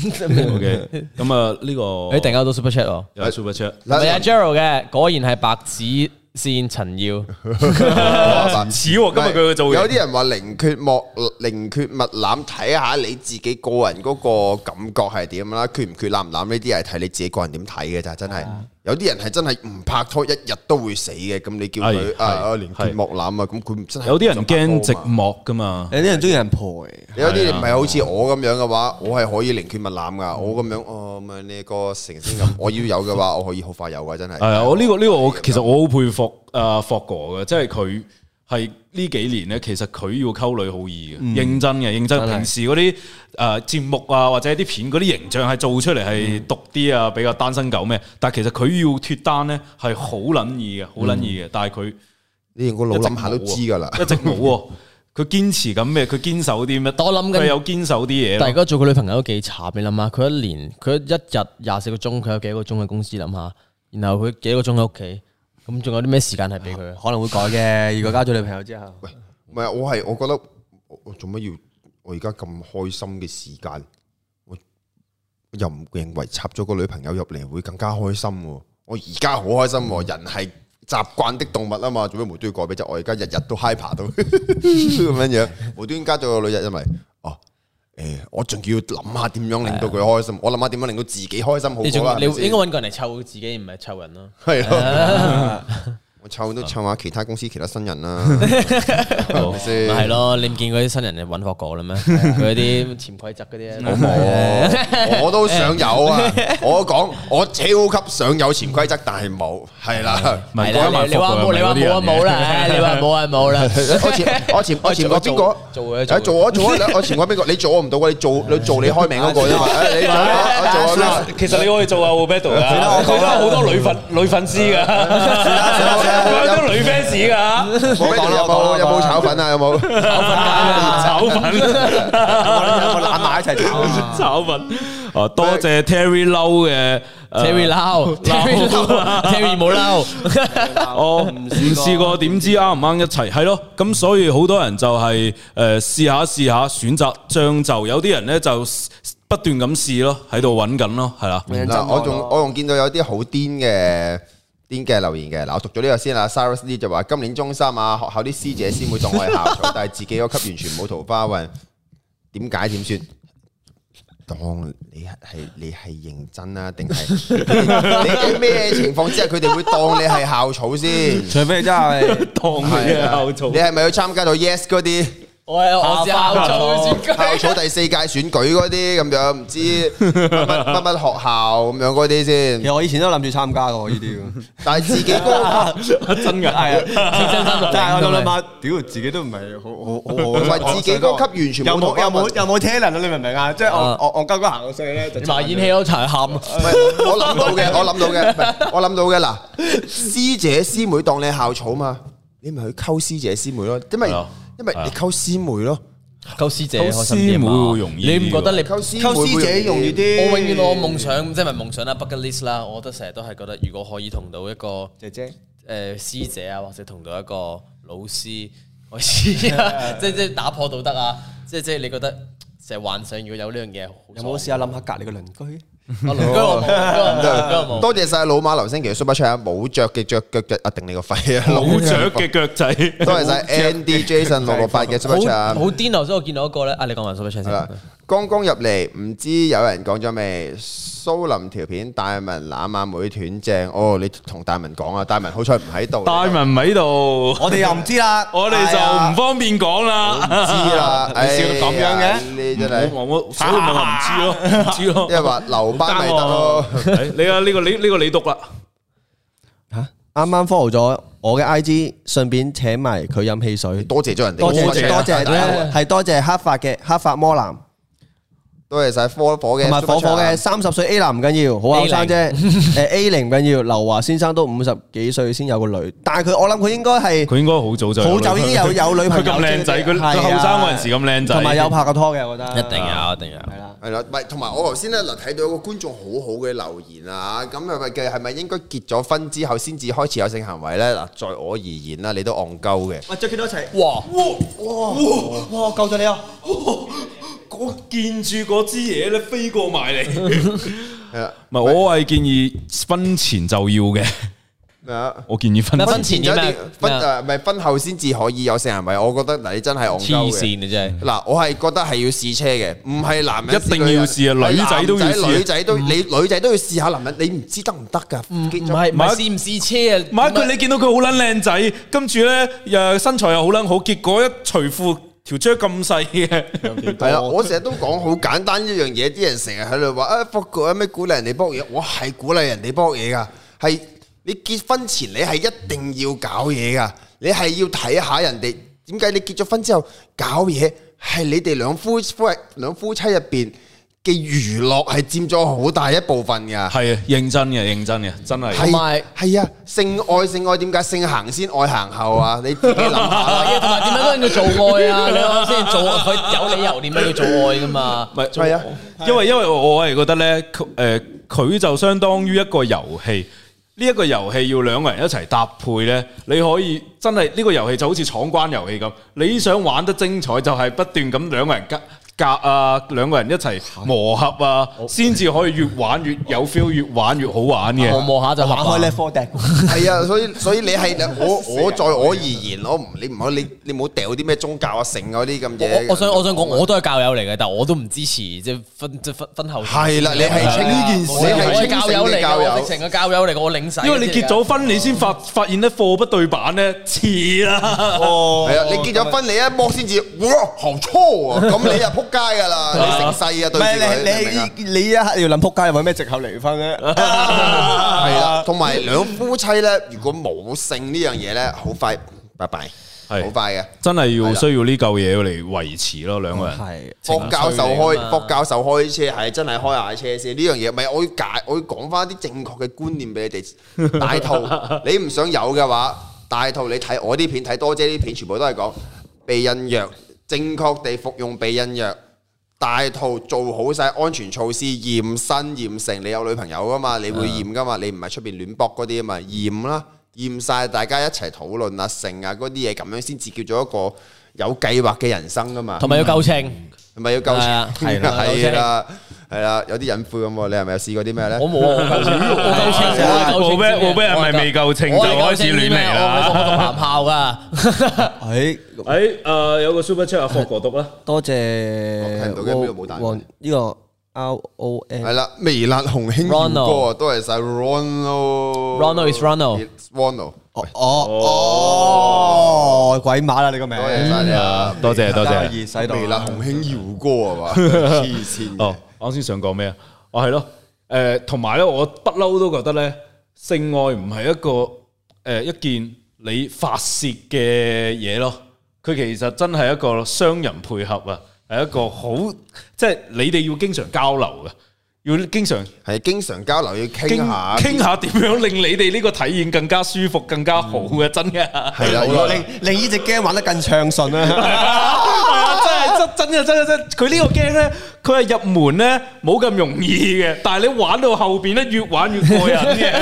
[SPEAKER 3] OK，咁啊呢個
[SPEAKER 2] 誒，突然間到 super chat 喎，
[SPEAKER 3] 又係 Super Chat。
[SPEAKER 2] 唔係啊 Gerald 嘅，果然係白紙線陳耀，
[SPEAKER 4] 唔
[SPEAKER 3] 似喎今日佢嘅造型
[SPEAKER 4] 有啲人話寧缺莫寧缺勿濫，睇下你自己個人嗰個感覺係點啦，缺唔缺濫唔濫呢啲係睇你自己個人點睇嘅咋，真係。有啲人係真係唔拍拖一日都會死嘅，咁你叫
[SPEAKER 3] 係
[SPEAKER 4] 佢
[SPEAKER 3] 係
[SPEAKER 4] 啊啊寧缺
[SPEAKER 3] 係
[SPEAKER 4] 莫濫啊，咁佢真係
[SPEAKER 3] 有啲人
[SPEAKER 4] 唔想拍
[SPEAKER 3] 驚
[SPEAKER 4] 拖嘛
[SPEAKER 3] 寂寞噶嘛，
[SPEAKER 1] 有啲人中意人陪，
[SPEAKER 4] 有啲
[SPEAKER 3] 啊
[SPEAKER 4] 唔係好似我咁樣嘅話，我係可以寧缺勿濫
[SPEAKER 3] 嗯
[SPEAKER 4] 噶。我咁樣，哦咁樣呢個成先咁，我要有嘅話，我可以好快有噶，真係。
[SPEAKER 3] 係啊！我呢個呢個我其實我好佩服啊霍哥嘅，即係佢係呢幾年咧，其實佢要溝女好易
[SPEAKER 2] 嗯
[SPEAKER 3] 嘅，認真嘅認真。
[SPEAKER 1] 真係
[SPEAKER 3] 平時嗰啲誒節目啊，或者啲片嗰啲形象係做出嚟
[SPEAKER 2] 嗯
[SPEAKER 3] 係毒啲啊，比較單身狗咩？但係其實佢要脱單咧係好撚易嘅，好
[SPEAKER 2] 嗯
[SPEAKER 3] 撚易嘅。但係佢
[SPEAKER 4] 你用個腦諗下都知㗎啦。
[SPEAKER 3] 一直冇啊喎，佢堅持緊咩？佢堅守啲咩？
[SPEAKER 2] 我諗緊
[SPEAKER 3] 佢有堅守啲嘢咯。
[SPEAKER 2] 但係而家做佢女朋友都幾慘，你諗下，佢一年佢一日廿四個鐘，佢有幾多個鐘喺公司諗下，然後佢幾多個鐘喺屋企，咁仲有啲咩時間係俾佢啊？
[SPEAKER 1] 可能會改嘅。如果交咗女朋友之後， <laughs>
[SPEAKER 4] 喂，唔係我係我覺得我我做乜要我而家咁開心嘅時間，我又唔認為插咗個女朋友入嚟會更加開心喎。我而家好開心
[SPEAKER 2] 嗯
[SPEAKER 4] 喎，人係習慣的動物啊嘛，做咩無端端改俾啫？我而家日日都 hyper 到 <laughs> 咁樣樣，無端端加咗個女人，因為哦。誒，我仲要諗下點樣令到佢開心，我諗下點樣令到自己開心好
[SPEAKER 2] 啊你仲
[SPEAKER 4] 過啦。
[SPEAKER 2] 你
[SPEAKER 4] 係咪先
[SPEAKER 2] 應該揾個人嚟湊自己，唔係湊人咯。
[SPEAKER 4] 係
[SPEAKER 2] <laughs> 啊
[SPEAKER 4] 咯，我湊都湊下其他公司其他新
[SPEAKER 2] <laughs>
[SPEAKER 4] 人啦，係咪先？
[SPEAKER 2] 咪係咯，你唔見嗰啲新人嚟揾霍哥啦咩？佢啲潛規則嗰啲啊
[SPEAKER 4] 我
[SPEAKER 2] 咧，
[SPEAKER 4] 冇，我都想有
[SPEAKER 2] <laughs>
[SPEAKER 4] 啊！我講我超級想有潛規則，但係冇，係啦。
[SPEAKER 3] 唔係
[SPEAKER 2] 係啦，你你話冇，你話冇啊冇啦，唉你話冇啊冇啦。
[SPEAKER 4] 我潛我潛我潛過邊個？
[SPEAKER 2] 做做嘅
[SPEAKER 4] 誒做我做我我潛過邊個？你做我唔到嘅，你做你做你開名嗰個啫嘛。誒你做我我做
[SPEAKER 2] <laughs>
[SPEAKER 4] 我啦。
[SPEAKER 3] 其實你可以做啊 w b a t t l e 啊，佢都有好多女粉女粉絲噶，佢有好多女 fans 噶，
[SPEAKER 4] 我邊度有冇有冇炒粉啊？有冇？
[SPEAKER 3] 炒粉
[SPEAKER 1] 我攬埋一齊炒啊。
[SPEAKER 3] 炒粉，哦多謝 Terry Low 嘅
[SPEAKER 2] Terry Lau，Terry Lau，Terry 冇 Lau。
[SPEAKER 3] 我哦唔試過點知啱唔啱一齊，係咯，咁所以好多人就係誒試下試下選擇將就，有啲人咧就不斷咁試咯，喺度揾緊咯，係啦。
[SPEAKER 4] 嗱，我仲我仲見到有啲好癲嘅癲嘅留言嘅，嗱，我讀咗呢個先啦。Cyrus Lee 就話：今年中三啊，學校啲師姐師妹當我係校 <laughs> 草，但係自己嗰級完全冇桃花運，點解點算？ <laughs> 當你係你係認真啊，定係 <laughs> 你喺咩情況之下佢哋會當你係校草先？ <laughs>
[SPEAKER 1] 除非真係
[SPEAKER 3] 當你
[SPEAKER 4] 係
[SPEAKER 3] 嘅
[SPEAKER 4] 啊
[SPEAKER 3] 後槽
[SPEAKER 4] <laughs> 你係咪去參加到 Yes 嗰啲？
[SPEAKER 2] 我我知校草先講
[SPEAKER 4] 校草第四屆選舉嗰啲咁樣，唔知乜乜乜乜學校咁樣嗰啲
[SPEAKER 1] <laughs> 其
[SPEAKER 4] <laughs> 先，
[SPEAKER 1] 實我以前都諗住參加嘅呢啲，
[SPEAKER 4] 但係自己嗰個
[SPEAKER 1] 真㗎係啊，
[SPEAKER 2] 真心落嚟
[SPEAKER 1] 但係我諗諗下，屌自己都唔係
[SPEAKER 4] <laughs>
[SPEAKER 1] 好好好好，
[SPEAKER 4] 喂自己嗰級完全
[SPEAKER 1] 有冇
[SPEAKER 4] 冇
[SPEAKER 1] 有冇有冇 talent 啊？你明唔明啊？即係我
[SPEAKER 2] 啊
[SPEAKER 1] 我我鳩鳩行過去咧，就
[SPEAKER 2] 你 <laughs> 埋演戲嗰場喊。
[SPEAKER 4] 唔係我諗到嘅， <laughs> 我諗到嘅，唔係我諗到嘅嗱，師姐師妹當你校草嘛，你咪去溝師姐師妹咯，因為
[SPEAKER 3] 係啊
[SPEAKER 4] 因為你溝師妹咯，
[SPEAKER 2] 溝師姐
[SPEAKER 3] 溝
[SPEAKER 2] 開心啲啊嘛
[SPEAKER 3] 師妹會容易啲喎
[SPEAKER 2] 你唔覺得你
[SPEAKER 4] 溝師妹
[SPEAKER 1] 溝師姐容易啲。
[SPEAKER 2] 我永遠我夢想即係咪夢想啦，bucket list 啦，我覺得成日都係覺得，如果可以同到一個
[SPEAKER 1] 姐姐，
[SPEAKER 2] 誒師姐啊，或者同到一個老師，我知啊， <laughs> 即即打破道德啊，即即你覺得成日幻想如果有呢樣嘢，
[SPEAKER 1] 有冇試下諗下隔離個鄰居？
[SPEAKER 2] 我鄰居我冇，鄰居我冇，
[SPEAKER 4] 多謝晒老馬劉星奇 Super Chat，冇着嘅着腳嘅，一定你個肺啊！
[SPEAKER 3] 老雀嘅腳仔，
[SPEAKER 4] 多謝晒 Andy Jason 六六八嘅 Super
[SPEAKER 2] 好
[SPEAKER 4] Chat。
[SPEAKER 2] 好癲頭先我見到一個咧，啊你講埋 super chat
[SPEAKER 4] 係啦
[SPEAKER 2] 先，，
[SPEAKER 4] 剛剛入嚟，唔知有人講咗未？蘇林條片大文攬阿妹斷正，哦，你同大文講啊，大文好彩唔喺度，
[SPEAKER 3] 大文唔喺度，
[SPEAKER 1] 我哋又唔知啦，
[SPEAKER 3] 我哋就
[SPEAKER 1] 啊
[SPEAKER 3] 唔方便講啦。<laughs>
[SPEAKER 4] 知啦，
[SPEAKER 1] <laughs> 你笑到咁樣嘅
[SPEAKER 4] 哎呀你真係，
[SPEAKER 3] 我我所以咪話唔知咯，唔知
[SPEAKER 4] 因
[SPEAKER 3] 咯。
[SPEAKER 4] 為話留班咪
[SPEAKER 3] <laughs>
[SPEAKER 4] 得咯。
[SPEAKER 3] 哎你啊呢個你呢個你讀啦，
[SPEAKER 1] 吓，啱啱 follow 咗我嘅 IG，順便請埋佢飲汽水。
[SPEAKER 4] 多謝咗人哋，
[SPEAKER 1] 多謝多
[SPEAKER 4] 多謝
[SPEAKER 1] 謝
[SPEAKER 4] 多
[SPEAKER 1] 多
[SPEAKER 4] 謝
[SPEAKER 1] 謝，係多謝黑髮嘅黑髮魔男，
[SPEAKER 4] 多謝晒火火嘅，
[SPEAKER 1] 同埋火火嘅，三十歲 A 男唔緊要，好後生 <laughs> 啫。誒 A 零唔緊要，劉華先生都五十幾歲先有個女，但係佢我諗佢應該係
[SPEAKER 3] 佢應該好早就
[SPEAKER 1] 好早已經有有女朋
[SPEAKER 3] 佢
[SPEAKER 1] 友
[SPEAKER 3] 咁靚仔，佢
[SPEAKER 1] 係啊
[SPEAKER 3] 佢後生嗰陣時咁靚仔，
[SPEAKER 1] 同埋有拍過拖嘅，我覺得
[SPEAKER 2] 一定有，一定有。
[SPEAKER 1] 係啦。
[SPEAKER 4] 係啦，咪同埋我頭先咧嗱睇到一個觀眾好好嘅留言啊，咁係咪嘅係咪應該結咗婚之後先至開始有性行為咧？嗱，在我而言啦，你都戇鳩嘅。
[SPEAKER 1] 喂，着幾多一齊？
[SPEAKER 2] 哇！
[SPEAKER 1] 哇！我救咗你啊！
[SPEAKER 3] 我見住嗰支嘢咧飛過埋嚟，
[SPEAKER 4] 係啦
[SPEAKER 3] 唔係我係建議婚前就要嘅， <laughs>
[SPEAKER 4] 咩啊？
[SPEAKER 3] 我建議婚
[SPEAKER 2] 咪
[SPEAKER 3] 前
[SPEAKER 2] 婚前點啊
[SPEAKER 4] 婚
[SPEAKER 2] 咩
[SPEAKER 4] 誒，呃咪婚後先至可以有性行為。我覺得嗱，你真係戇鳩
[SPEAKER 2] 黐
[SPEAKER 4] 嘅。
[SPEAKER 2] 線你啊真係，
[SPEAKER 4] 嗱，我係覺得係要試車嘅，唔係男人
[SPEAKER 3] 一定要試啊
[SPEAKER 4] 女人
[SPEAKER 3] 女仔都要試啊
[SPEAKER 4] 係男女仔都你女仔都要試下男人，你唔知得唔得㗎？
[SPEAKER 3] 嗯
[SPEAKER 4] 唔
[SPEAKER 2] 唔係唔係試唔試車啊？
[SPEAKER 3] 唔係佢你見到佢好撚靚仔，跟住咧誒身材又好撚好，結果一除褲條雀咁細嘅，
[SPEAKER 4] 係啦，我成日都講好簡單一樣嘢，啲人成日喺度話啊，福哥有咩鼓勵人哋搏嘢？我係鼓勵人哋搏嘢噶，係你結婚前你係一定要搞嘢噶，你係要睇下人哋點解你結咗婚之後搞嘢，係你哋兩夫夫兩夫妻入邊嘅娛樂係佔咗好大一部分噶。
[SPEAKER 3] 係啊，認真嘅，認真嘅，真係
[SPEAKER 2] 同埋
[SPEAKER 4] 係啊，性愛性愛點解性行先愛行後啊？你自己諗下
[SPEAKER 2] 啊
[SPEAKER 4] 啦。
[SPEAKER 2] 嘢 <laughs> 同埋點樣都要做愛啊？你啱先做愛，佢有理由點解要做愛噶嘛？
[SPEAKER 3] 唔係
[SPEAKER 4] 係啊，
[SPEAKER 3] 因為因為我係覺得咧，佢誒佢就相當於一個遊戲。呢一個遊戲要兩個人一齊搭配呢，你可以真係呢個遊戲就好似闖關遊戲咁，你想玩得精彩就係不斷咁兩個人夾夾啊，兩個人一齊磨合啊，先至可以越玩越有 feel，越玩越好玩嘅。
[SPEAKER 2] 望望下就
[SPEAKER 1] 打
[SPEAKER 2] 合
[SPEAKER 1] 開
[SPEAKER 2] 啊
[SPEAKER 1] 咧
[SPEAKER 3] <laughs>
[SPEAKER 1] 科笛，
[SPEAKER 2] <laughs>
[SPEAKER 4] 係啊，所以所以你係我我在我而言，我唔你唔好你你唔好掉啲咩宗教啊、性嗰啲咁嘢。
[SPEAKER 2] 我我想我想講，我都係教友嚟嘅，但我都唔支持即係婚即係婚婚後。
[SPEAKER 4] 係啦，你係清呢件事，
[SPEAKER 2] 我
[SPEAKER 4] 你係
[SPEAKER 2] 係
[SPEAKER 4] 清
[SPEAKER 2] 教
[SPEAKER 4] 醒
[SPEAKER 2] 友嚟
[SPEAKER 4] 嘅
[SPEAKER 2] 嘅，
[SPEAKER 4] 教
[SPEAKER 2] 我直
[SPEAKER 4] 友。
[SPEAKER 2] 情個教友嚟嘅，我領洗。
[SPEAKER 3] 因為你結咗婚，你先發發現咧貨不對版咧，遲啦。
[SPEAKER 1] 哦
[SPEAKER 4] 係啊，你結咗婚，你一摸先至，哇，好粗啊！咁你啊撲
[SPEAKER 2] <laughs>
[SPEAKER 4] 街㗎啦，你成世啊
[SPEAKER 1] 唔
[SPEAKER 4] 對住佢，你明唔
[SPEAKER 1] 係
[SPEAKER 4] 明啊？
[SPEAKER 1] 你你你一刻要諗撲街，揾咩藉口離
[SPEAKER 3] <laughs>
[SPEAKER 1] 婚咧？ <laughs>
[SPEAKER 4] 係
[SPEAKER 1] 係
[SPEAKER 4] 啦，，同埋兩夫妻咧，如果冇性呢樣嘢咧，好快拜拜，
[SPEAKER 3] 係
[SPEAKER 4] 好快嘅。
[SPEAKER 3] 真係要需要呢嚿嘢嚟維持咯，兩個人。
[SPEAKER 1] 係
[SPEAKER 4] 霍教授
[SPEAKER 2] 情緒嚟㗎
[SPEAKER 4] 開
[SPEAKER 2] 啊嘛
[SPEAKER 4] 霍教授開車係真係開下車先呢樣嘢，咪我要解我要講翻啲正確嘅觀念俾你哋。
[SPEAKER 2] <laughs>
[SPEAKER 4] 大套你唔想有嘅話，大套你睇我啲片睇多姐啲片，全部都係講避孕藥，正確地服用避孕藥。大套做好晒安全措施，驗身驗成，你有女朋友噶
[SPEAKER 2] 啊
[SPEAKER 4] 嘛？你會驗噶嘛？你唔係出邊亂搏嗰啲啊嘛？驗啦，驗晒大家一齊討論啊、成啊嗰啲嘢，咁樣先至叫做一個有計劃嘅人生噶嘛。
[SPEAKER 2] 同埋要夠稱，
[SPEAKER 4] 係咪要救
[SPEAKER 2] 係啊
[SPEAKER 4] <laughs>
[SPEAKER 2] 係
[SPEAKER 4] 係
[SPEAKER 2] 啦
[SPEAKER 4] 係啦，係啦，有啲隱晦咁喎。你係咪有試過啲咩咧？
[SPEAKER 2] 我冇啊，我夠稱，我夠稱，
[SPEAKER 3] 我俾我俾人咪未夠稱就開始亂嚟
[SPEAKER 2] 我
[SPEAKER 3] 啦。
[SPEAKER 2] 讀男校噶，
[SPEAKER 1] 誒，
[SPEAKER 3] 誒誒，有個 super chat <laughs> 阿霍哥讀啦，
[SPEAKER 1] 多謝
[SPEAKER 4] 聽唔到嘅邊度冇彈
[SPEAKER 1] 黃呢個 R O
[SPEAKER 4] 係
[SPEAKER 1] N
[SPEAKER 4] 啦，微辣紅興
[SPEAKER 2] Ronald
[SPEAKER 4] 哥，多謝晒 Ronald。
[SPEAKER 2] Ronald is Ronald
[SPEAKER 4] It's Ronald。
[SPEAKER 1] 哦哦哦，鬼馬啦你個名，
[SPEAKER 4] 多謝晒你啊！
[SPEAKER 3] 多謝多謝。
[SPEAKER 1] 易洗到
[SPEAKER 4] 微辣洪興姚哥啊嘛，黐線嘅
[SPEAKER 3] 哦，啱先想講咩啊？哦，係咯，诶、同埋咧，我不嬲都覺得咧，性愛唔係一個诶、誒一件你發泄嘅嘢咯，佢其實真係一個雙人配合啊，係一個好即係你哋要經常交流嘅，要經常
[SPEAKER 4] 係經常交流要傾
[SPEAKER 3] 傾
[SPEAKER 4] 下，
[SPEAKER 3] 傾下點樣令你哋呢個體驗更加舒服、更加好嘅，真嘅
[SPEAKER 4] 係啦，
[SPEAKER 1] 令令呢只 game 玩得更暢順啦。
[SPEAKER 3] Ờ, 係啊，真係真真嘅真嘅真，佢呢個 game 咧，佢係入門咧冇咁容易嘅，但係你玩到後邊咧，越玩越過癮嘅。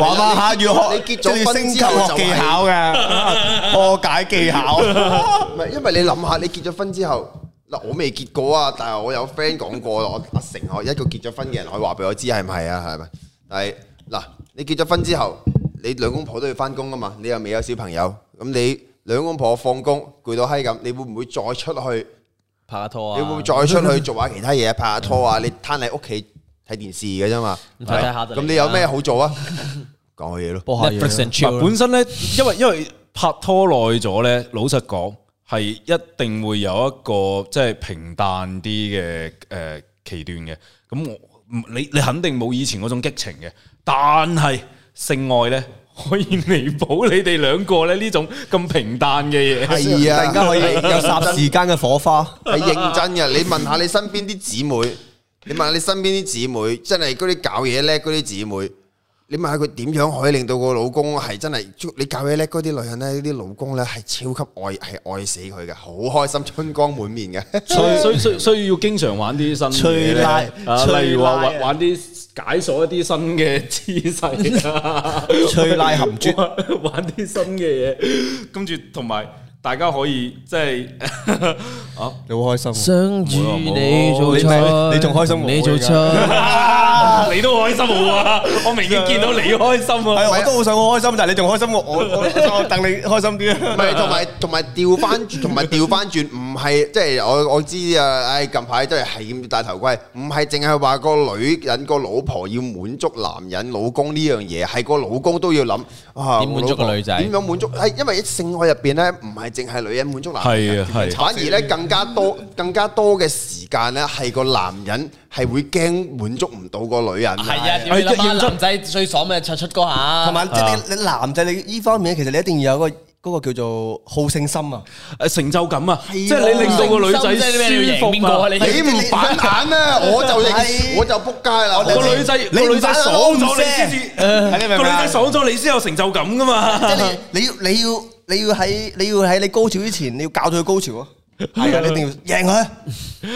[SPEAKER 1] 玩玩下要學，
[SPEAKER 4] 你結咗婚之後
[SPEAKER 1] 要升級學技巧嘅，破解技巧。
[SPEAKER 4] 唔係因為你諗下，你結咗婚之後。嗱，我未結過啊，但係我有 friend 講過，我阿成我一個結咗婚嘅人可以話俾我知係唔係啊，係咪？但係嗱，你結咗婚之後，你兩公婆都要翻工啊嘛，你又未有小朋友，咁你兩公婆放工攰到閪咁，你會唔會再出去？
[SPEAKER 2] 拍下拖啊，
[SPEAKER 4] 你會唔會再出去做下其他嘢，拍下拖啊？你攤喺屋企睇電視嘅啫嘛，
[SPEAKER 2] 咁睇睇下就嚟啦
[SPEAKER 4] 咁你有咩好做啊？講下
[SPEAKER 2] <laughs>
[SPEAKER 4] 嘢咯，
[SPEAKER 2] 播下嘢 Netflix and
[SPEAKER 3] 嗱
[SPEAKER 2] chill
[SPEAKER 3] 本身咧，因為因為拍拖耐咗咧，老實講係一定會有一個即係平淡啲嘅誒期段嘅。咁我唔你你肯定冇以前嗰種激情嘅，但係性愛咧可以彌補你哋兩個咧呢種咁平淡嘅嘢。
[SPEAKER 4] 係
[SPEAKER 1] 突
[SPEAKER 4] 啊，
[SPEAKER 1] 然間可以有霎時間嘅火花。
[SPEAKER 4] 係認真嘅。你問下你身邊啲姊妹，你問下你身邊啲姊妹，真係嗰啲搞嘢叻嗰啲姊妹，你問下佢點樣可以令到個老公係真係，你搞嘢叻嗰啲女人咧，啲老公咧係超級愛，係愛死佢嘅，好開心，春光滿面嘅。
[SPEAKER 3] 所以需需需要經常玩啲新
[SPEAKER 1] 吹
[SPEAKER 3] 嘅
[SPEAKER 1] 拉
[SPEAKER 3] 啊，
[SPEAKER 1] 吹
[SPEAKER 3] 例如話
[SPEAKER 1] 拉啊
[SPEAKER 3] 玩玩啲解鎖一啲新嘅姿勢啊，
[SPEAKER 1] 吹拉含珠
[SPEAKER 3] 玩 <laughs> 玩啲新嘅嘢，跟住同埋大家可以即 <laughs> 係啊，
[SPEAKER 1] 你好開心喎，
[SPEAKER 2] 相遇你做
[SPEAKER 1] 你咪
[SPEAKER 2] 菜，
[SPEAKER 1] 你仲開心過我
[SPEAKER 2] 你做
[SPEAKER 1] 而家
[SPEAKER 2] 菜，
[SPEAKER 3] 你都開心好啊！我明顯見到你開心啊！
[SPEAKER 1] 係我都好想好開心，但係你仲開心過我，我我等你開心啲
[SPEAKER 4] 唔係，同埋同埋調翻轉，同埋調翻轉，唔係即 <laughs> 係我我知啊！唉，近排都係係咁戴頭盔，唔係淨係話個女人個老婆要滿足男人老公呢樣嘢，係個老公都要諗啊
[SPEAKER 2] 點滿足個女仔
[SPEAKER 4] 我老婆點樣滿足？係因為性愛入邊咧，唔係淨係女人滿足男
[SPEAKER 3] 係
[SPEAKER 4] 人
[SPEAKER 3] 啊係
[SPEAKER 4] 嘅，反而咧更加多更加多嘅時間咧，係個男人係會驚滿足唔到個女
[SPEAKER 2] <laughs> 係
[SPEAKER 4] 人。
[SPEAKER 2] 啊，屌你諗下男仔最爽咪出出歌下，
[SPEAKER 1] 同埋即係你你男仔你呢方面咧，其實你一定要有嗰個嗰個叫做好勝心啊。
[SPEAKER 3] 誒成就感啊，即係你令到個女仔舒服啊！
[SPEAKER 4] 你唔反眼啊，我就
[SPEAKER 1] 係
[SPEAKER 4] 認我就撲街啦！
[SPEAKER 3] 個女仔個女仔爽咗你先至，個
[SPEAKER 1] 你明唔
[SPEAKER 3] 女
[SPEAKER 1] 明啊
[SPEAKER 3] 仔爽咗你先有成就感噶嘛？
[SPEAKER 1] 即係你你要你要你要喺你要喺你高潮之前，你要搞到佢高潮 <laughs> 啊！係啊，你一定要贏佢。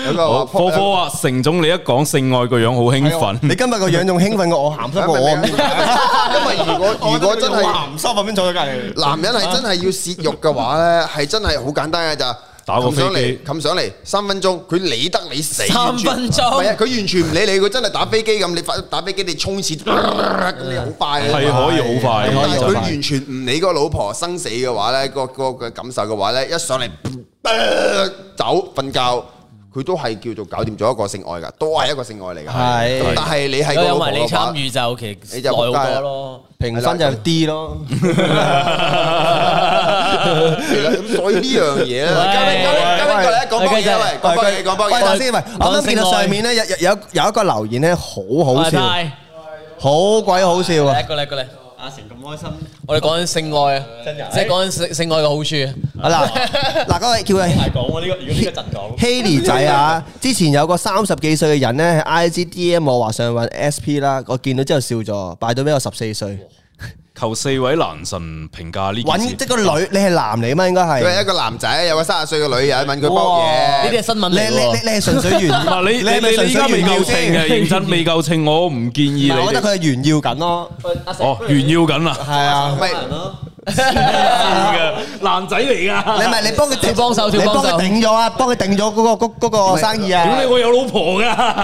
[SPEAKER 4] 有個話
[SPEAKER 3] 好科科啊，成總你一講性愛個樣好興奮。
[SPEAKER 1] 你今日個樣仲興奮過我，鹹濕過 <laughs>
[SPEAKER 4] <laughs>
[SPEAKER 1] 我。
[SPEAKER 4] 因為如果如果真係
[SPEAKER 1] 鹹濕啊，邊坐咗隔離？
[SPEAKER 4] 男人係真係要泄欲嘅話咧，係真係好簡單嘅咋。
[SPEAKER 3] 打個
[SPEAKER 4] 擒上
[SPEAKER 3] 飛機
[SPEAKER 4] 嚟，擒上嚟，三分鐘，佢理得你死。
[SPEAKER 2] 三
[SPEAKER 4] 完全
[SPEAKER 2] 分鐘
[SPEAKER 4] 唔係啊，佢完全唔理你，佢真係打飛機咁，你發打飛機，你衝刺，咁你好快嘅。
[SPEAKER 3] 係可以好快
[SPEAKER 4] 但係
[SPEAKER 3] 可以
[SPEAKER 4] 佢
[SPEAKER 3] 好快
[SPEAKER 4] 完全唔理個老婆生死嘅話咧，個個嘅感受嘅話咧，一上嚟 <laughs> 走瞓覺。佢都係叫做搞掂咗一個性愛㗎，都係一個性愛嚟㗎。
[SPEAKER 1] 係
[SPEAKER 4] 咁但係你係個
[SPEAKER 2] 有
[SPEAKER 4] 老婆
[SPEAKER 2] 埋你
[SPEAKER 4] 嘅話
[SPEAKER 2] 參，與就其實
[SPEAKER 4] 你
[SPEAKER 2] 耐
[SPEAKER 4] 就
[SPEAKER 2] 好
[SPEAKER 4] 仆街
[SPEAKER 2] 多
[SPEAKER 4] 啦
[SPEAKER 2] 咯。
[SPEAKER 1] 評分就 D 咯。
[SPEAKER 4] 咁所以呢樣嘢咧，嘉賓嘉賓嘉賓過嚟講波嘢喂，講波嘢講
[SPEAKER 1] <laughs>
[SPEAKER 4] 波
[SPEAKER 1] 喂，
[SPEAKER 4] 嘢
[SPEAKER 1] 等。先，喂，我啱啱見到上面咧有有有有一個留言咧，好好笑，
[SPEAKER 2] 拜
[SPEAKER 1] 好鬼好笑啊
[SPEAKER 2] 拜嚟！一個嚟一個嚟。阿成咁開心，我哋講緊性愛啊，即係講緊性性愛嘅好處。
[SPEAKER 1] 啊嗱嗱，嗰位叫佢。
[SPEAKER 6] 講喎呢個，如果呢個陣講，
[SPEAKER 1] Haley 仔啊，之前有個三十幾歲嘅人咧喺 IG DM 我話想揾 SP 啦，我見到之後笑咗，拜到俾我十四歲。
[SPEAKER 3] 求四位男神評價呢件
[SPEAKER 1] 揾即
[SPEAKER 3] 事。
[SPEAKER 1] 個女，你係男嚟嘛？應該
[SPEAKER 4] 佢係
[SPEAKER 1] 係
[SPEAKER 4] 一。個男仔，有個三十歲嘅女人問佢波
[SPEAKER 2] 呢啲係
[SPEAKER 4] 嘢，
[SPEAKER 2] 新聞
[SPEAKER 1] 你
[SPEAKER 2] 嚟
[SPEAKER 1] 你
[SPEAKER 2] 喎。
[SPEAKER 1] 你你係純粹炫
[SPEAKER 3] <laughs> 唔係你你
[SPEAKER 1] 係咪純
[SPEAKER 3] 你你
[SPEAKER 1] 粹
[SPEAKER 3] 而家未
[SPEAKER 1] 炫耀
[SPEAKER 3] 夠稱嘅，
[SPEAKER 1] 先？
[SPEAKER 3] 認真未夠稱，我唔建議你
[SPEAKER 1] 嗱，我覺得
[SPEAKER 3] 哋。
[SPEAKER 1] 佢係炫耀緊咯，
[SPEAKER 3] 哦，炫耀緊啦，
[SPEAKER 1] 係啊
[SPEAKER 4] 唔。係
[SPEAKER 3] 嘅 <laughs> 男仔嚟噶。
[SPEAKER 1] 你咪你幫佢
[SPEAKER 2] 跳幫手
[SPEAKER 1] 你
[SPEAKER 2] 跳幫手
[SPEAKER 1] 幫佢頂咗啊，幫佢頂咗嗰個嗰嗰個生意啊
[SPEAKER 3] 屌。你，我有老婆噶。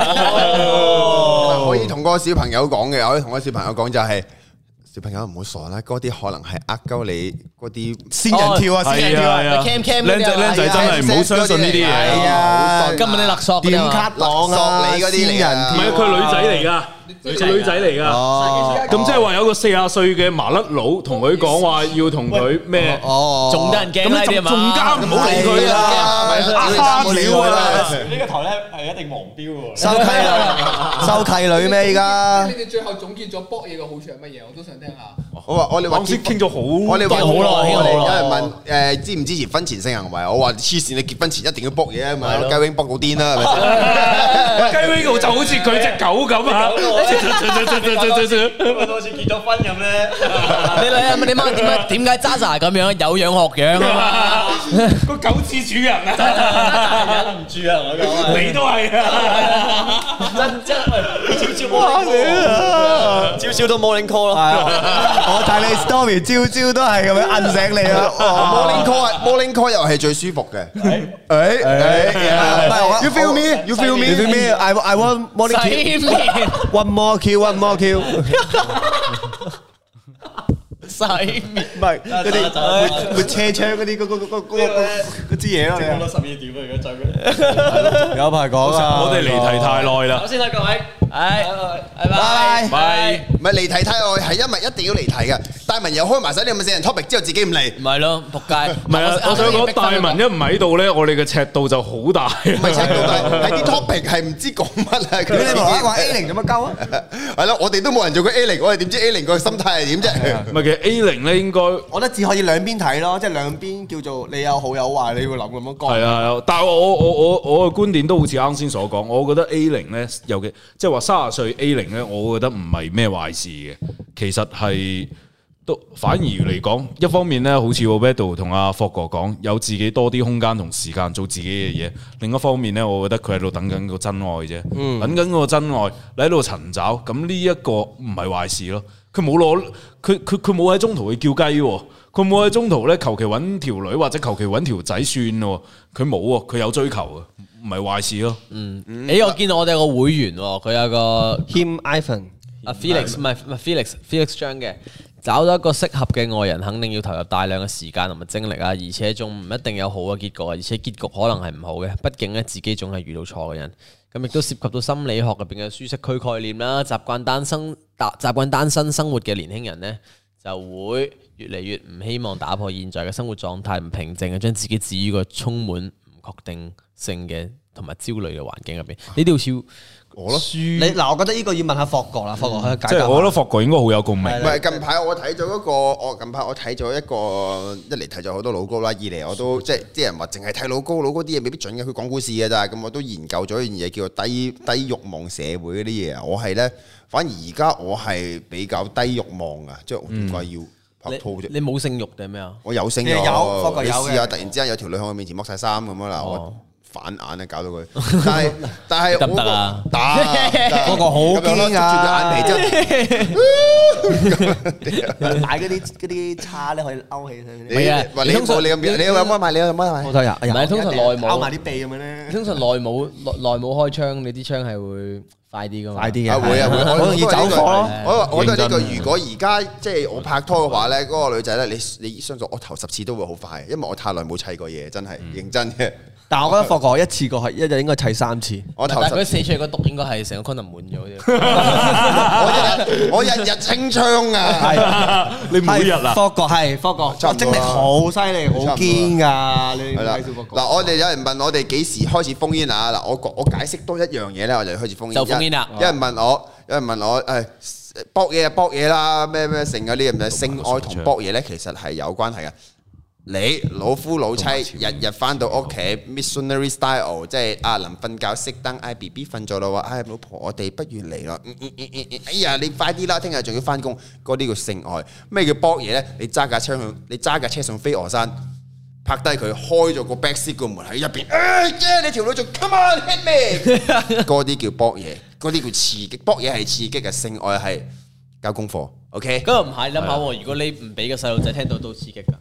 [SPEAKER 4] 可以同個小朋友講嘅，可以同個小朋友講就係小朋友唔好傻啦，嗰啲可能係呃鳩你嗰啲
[SPEAKER 1] 仙人跳啊，仙人跳啊，
[SPEAKER 3] 係啊
[SPEAKER 2] cam cam
[SPEAKER 3] 僆仔僆仔真係唔好相信呢啲嘢。
[SPEAKER 1] 係啊
[SPEAKER 2] 今日你勒索嗰啲啊
[SPEAKER 1] 點卡朗啊，
[SPEAKER 4] 索你嗰啲嚟㗎
[SPEAKER 1] 仙人
[SPEAKER 3] 唔
[SPEAKER 1] 跳
[SPEAKER 3] 係
[SPEAKER 1] 啊
[SPEAKER 3] 佢女仔嚟噶，佢女仔嚟噶。咁即係話有個四廿歲嘅麻甩佬同佢講話要同佢咩？
[SPEAKER 1] 哦，
[SPEAKER 2] 仲得人驚呢啲啊嘛，
[SPEAKER 3] 仲加唔好理佢啦
[SPEAKER 4] 係啊
[SPEAKER 3] 啊蝦條啊！
[SPEAKER 5] 呢個頭咧係一定黃標喎。
[SPEAKER 1] 收契女，收契女咩？而家
[SPEAKER 6] 你哋最後總結咗搏嘢嘅好處係乜嘢？我都想聽下。
[SPEAKER 4] 我話我哋話
[SPEAKER 3] 啱先傾咗好
[SPEAKER 4] 我哋話
[SPEAKER 2] 好耐
[SPEAKER 4] 我哋
[SPEAKER 2] 好耐
[SPEAKER 4] 有人問诶支唔支持婚前性行為？我話黐線，你結婚前一定要 book 嘢啊嘛，雞 wing book 到癲啦，係咪先？
[SPEAKER 3] 雞 wing 就好似佢只狗咁啊！
[SPEAKER 5] 我好似結咗婚咁咧，
[SPEAKER 2] 你你啊你媽點解點解渣渣咁樣有樣學樣啊嘛？
[SPEAKER 3] 個狗似主人啊！
[SPEAKER 5] 忍唔住啊！我講啊
[SPEAKER 3] 你都係啊！
[SPEAKER 5] 真真係朝朝冇領 call，朝朝都冇領
[SPEAKER 1] 係
[SPEAKER 5] call 咯。
[SPEAKER 1] 啊我睇你 story 朝朝都係咁樣摁醒你啊！
[SPEAKER 4] Morning call，morning call 又係最舒服嘅。誒誒，you feel me，you feel
[SPEAKER 1] You feel
[SPEAKER 4] me。
[SPEAKER 1] me? I I want morning cue.
[SPEAKER 2] 洗面
[SPEAKER 1] One more cue, one more cue。唔
[SPEAKER 2] 洗面，
[SPEAKER 1] 係嗰啲會車窗嗰啲嗰嗰嗰嗰嗰支嘢咯，你
[SPEAKER 5] 十二點啊！而家再
[SPEAKER 1] 有排講啊！
[SPEAKER 3] 我哋離題太耐啦
[SPEAKER 5] 咁。先啦，各位，
[SPEAKER 2] 唉，拜拜
[SPEAKER 1] 拜
[SPEAKER 2] 拜，
[SPEAKER 4] 唔係離題太外，係因為一定要離題嘅。大文又開埋晒啲咁嘅死人 topic 之後，自己唔嚟，
[SPEAKER 2] 唔係咯，仆街，
[SPEAKER 3] 唔係啊！我想講大文一唔喺度咧，我哋嘅尺度就好大。
[SPEAKER 4] 唔係尺度大，係啲 topic 係唔知講乜啊。佢
[SPEAKER 1] 你哋無啦啦
[SPEAKER 4] 哋
[SPEAKER 1] 話 A 零做乜鳩啊？
[SPEAKER 4] 係咯，我哋都冇人做過 A 零，我哋點知 A 零個心態係點啫？
[SPEAKER 3] 唔係其實 A 零咧應該係
[SPEAKER 1] 我覺得只可以兩邊睇咯，即係兩邊叫做你有好有壞，你會諗咁樣講。
[SPEAKER 3] 啊，但係我我我我嘅觀點都好似啱先所講，我覺得 A 零咧，尤其即係話三十歲 A 零咧，我覺得唔係咩壞事嘅，其實係。都反而嚟講，一方面咧，好似 Roberto 同阿霍哥講，有自己多啲空間同時間做自己嘅嘢；另一方面咧，我覺得佢喺度等緊個真愛啫，等緊個真愛，你喺度尋找。咁呢一個唔係壞事咯。佢冇攞，佢佢佢冇喺中途去叫雞喎，佢冇喺中途咧求其揾條女或者求其揾條仔算喎，佢冇喎，佢有追求嘅，唔係壞事咯。
[SPEAKER 2] 誒，我見到我哋有個會員喎，佢有個
[SPEAKER 1] Him Ivan，
[SPEAKER 2] 阿 Felix 唔係唔係 Felix，Felix 張嘅找到一個適合嘅愛人，肯定要投入大量嘅時間同埋精力啊，而且仲唔一定有好嘅結果，而且結局可能係唔好嘅，畢竟咧自己總係遇到錯嘅人，咁亦都涉及到心理學入邊嘅舒適區概念啦，習慣單身習習慣單身生活嘅年輕人呢，就會越嚟越唔希望打破現在嘅生活狀態，唔平靜嘅將自己置於個充滿唔確定性嘅同埋焦慮嘅環境入邊，呢啲好似
[SPEAKER 4] 我咯。
[SPEAKER 1] 你嗱，我覺得呢個要問下霍國啦，霍國可以解
[SPEAKER 3] 即
[SPEAKER 1] 答
[SPEAKER 3] 係
[SPEAKER 2] 啊
[SPEAKER 1] 下。
[SPEAKER 3] 我覺得霍哥應該好有共鳴。
[SPEAKER 4] 唔係近排我睇咗嗰個，我近排我睇咗一個，一嚟睇咗好多老高啦，二嚟我都即係啲人話淨係睇老高，老高啲嘢未必準嘅，佢講故事嘅咋，咁我都研究咗一樣嘢叫做低低欲望社會嗰啲嘢啊，我係咧，反而而家我係比較低欲望啊，即係我點解要拍拖啫？
[SPEAKER 2] 你你冇性欲定係咩啊？
[SPEAKER 4] 我有性
[SPEAKER 1] 嗯你有發覺有
[SPEAKER 4] 你
[SPEAKER 1] 嘅哦
[SPEAKER 4] 試下突然之間有條女喺我面前剝晒衫咁樣啦，我反眼啊，搞到
[SPEAKER 1] <laughs>
[SPEAKER 4] 佢。但係 <laughs> 但係
[SPEAKER 2] 得唔得啊
[SPEAKER 4] 我個得得
[SPEAKER 1] 嗰個好
[SPEAKER 4] 咁樣
[SPEAKER 1] 堅啊
[SPEAKER 4] 咯捉住佢眼皮之後
[SPEAKER 1] 買嗰啲嗰啲叉咧，可以勾起
[SPEAKER 4] 你
[SPEAKER 1] 佢。
[SPEAKER 2] 係啊
[SPEAKER 4] 話你
[SPEAKER 2] 你通常
[SPEAKER 4] 你有冇你有冇買？你有冇買？
[SPEAKER 1] 睇下，
[SPEAKER 2] 唔係通常內
[SPEAKER 1] 勾埋
[SPEAKER 2] 冇，
[SPEAKER 1] 啲鼻咁樣咧。
[SPEAKER 2] 通常內冇內內冇開槍，你啲槍係會快啲噶嘛？
[SPEAKER 1] 快啲
[SPEAKER 4] 啊
[SPEAKER 1] 嘅，
[SPEAKER 4] 會啊會，
[SPEAKER 1] 好容易走火咯。
[SPEAKER 4] 我我覺得呢個
[SPEAKER 3] 認真
[SPEAKER 4] 如果而家即係我拍拖嘅話咧，嗰個女仔咧，你你相信我頭十次都會好快，因為我太耐冇砌過嘢，真係
[SPEAKER 2] 嗯
[SPEAKER 4] 認真嘅。
[SPEAKER 1] 但我覺得霍國一次過係一日應該砌三次。
[SPEAKER 4] 我
[SPEAKER 2] 但
[SPEAKER 4] 頭
[SPEAKER 2] 係
[SPEAKER 4] 十
[SPEAKER 2] 佢四出嚟個毒應該係成個 condom 滿咗啫。
[SPEAKER 4] 我日日我日日清
[SPEAKER 2] <laughs>
[SPEAKER 4] 槍啊！
[SPEAKER 1] 係，
[SPEAKER 3] 你每日啊？
[SPEAKER 1] 霍國係霍國，
[SPEAKER 4] 差
[SPEAKER 1] 我
[SPEAKER 4] 唔多
[SPEAKER 1] 精力
[SPEAKER 4] 啦
[SPEAKER 1] 好犀利，好堅㗎。你
[SPEAKER 4] 係啦
[SPEAKER 1] 睇小霍，國
[SPEAKER 4] 嗱，我哋有人問我哋幾時開始封煙啊？嗱，我講我解釋多一樣嘢咧，我就開始封煙。
[SPEAKER 2] 就封煙啦
[SPEAKER 4] 有人問我，有人問我，誒搏嘢就啊搏嘢啦，咩咩性嗰啲咁嘅性愛同搏嘢咧，其實係有關係嘅。你老夫老妻日日翻到屋企，missionary style，即係啊臨瞓覺熄燈，唉 B B 瞓咗啦喎，唉老婆我哋不如嚟啦，嗯嗯嗯嗯嗯哎呀你快啲啦，聽日仲要翻工，嗰啲叫性愛。咩叫搏嘢咧？你揸架車上，你揸架車上飛鵝山。拍低佢，開咗個 back seat 個門喺入邊，哎耶！你條女仲 come on hit
[SPEAKER 2] <laughs>
[SPEAKER 4] me，嗰啲叫搏嘢，嗰啲叫刺激，搏嘢係刺激嘅，性愛係交功課，OK？
[SPEAKER 2] 咁又唔係，諗下喎，如果你唔俾個細路仔聽到都刺激㗎。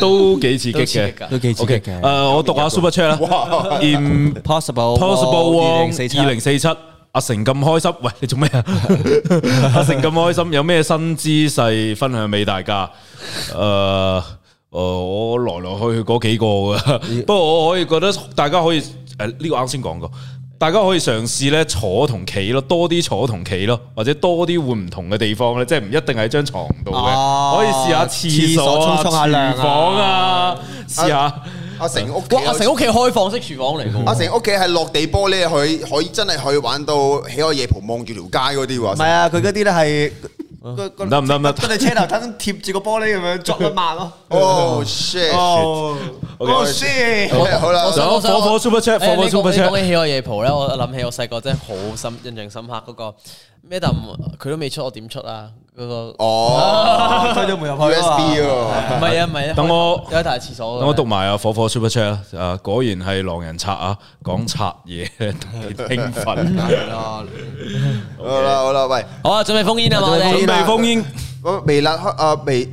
[SPEAKER 3] 都幾刺激
[SPEAKER 2] 都刺激
[SPEAKER 3] 嘅
[SPEAKER 2] 㗎，
[SPEAKER 1] 都幾刺激
[SPEAKER 3] OK，
[SPEAKER 1] 嘅
[SPEAKER 3] 誒，我讀下 Super Chat 啦。
[SPEAKER 4] 哇
[SPEAKER 3] Impossible
[SPEAKER 1] Possible
[SPEAKER 3] Wong
[SPEAKER 1] 2047
[SPEAKER 3] 二零四七，阿成咁開心，喂，你做咩
[SPEAKER 1] <laughs>
[SPEAKER 3] 啊？阿成咁開心，有咩新姿勢分享俾大家？诶、呃，我來來去去嗰幾個
[SPEAKER 1] <laughs>
[SPEAKER 3] 噶，不過我可以覺得大家可以诶呢、個啱先講過，大家可以嘗試咧坐同企咯，多啲坐同企咯，或者多啲換唔同嘅地方咧，即係唔一定喺張床度嘅，
[SPEAKER 1] 哦
[SPEAKER 3] 可以試下廁所
[SPEAKER 1] 廁所沖沖下
[SPEAKER 3] 啊、
[SPEAKER 1] 涼啊
[SPEAKER 3] 廚房啊，試下。
[SPEAKER 4] 阿成屋企
[SPEAKER 2] 哇！阿成屋企開放式廚房嚟
[SPEAKER 4] 阿
[SPEAKER 2] 嘅，
[SPEAKER 4] 成屋企係落地玻璃，佢可以真係去玩到起開夜蒲望住條街嗰啲喎。
[SPEAKER 1] 系啊，佢嗰啲咧係個個
[SPEAKER 3] 唔得唔得唔得
[SPEAKER 1] 真係車頭燈貼住個玻璃咁樣作一抹咯。
[SPEAKER 4] 哦 Oh, shit！
[SPEAKER 1] 哦
[SPEAKER 3] OK
[SPEAKER 1] 哦 shit！
[SPEAKER 4] 好啦好啦
[SPEAKER 2] 我想
[SPEAKER 3] 火
[SPEAKER 2] 我想
[SPEAKER 3] 火火 super chat，
[SPEAKER 2] 誒
[SPEAKER 3] 火火
[SPEAKER 2] 呢個
[SPEAKER 3] super
[SPEAKER 2] 呢
[SPEAKER 3] chat
[SPEAKER 2] 講起起我夜蒲咧，我諗起我細個真係好深印象深刻嗰個 Madam，佢都未出，我點出啊？嗰個
[SPEAKER 4] 哦
[SPEAKER 1] <laughs> 推咗門入去啊嘛
[SPEAKER 4] ，USB 喎。
[SPEAKER 2] 唔係啊，唔係啊，
[SPEAKER 3] 等我
[SPEAKER 2] 有一大廁所嘅。
[SPEAKER 3] 等我讀埋啊，火火 super chat 啊，誒果然係狼人賊啊，講賊嘢特別興 <laughs> 奮，啊
[SPEAKER 4] 好啦好啦，喂，
[SPEAKER 2] 好啊，準備封煙啊嘛，我
[SPEAKER 3] 準
[SPEAKER 2] 哋
[SPEAKER 3] 備封煙，
[SPEAKER 4] 我微辣開啊微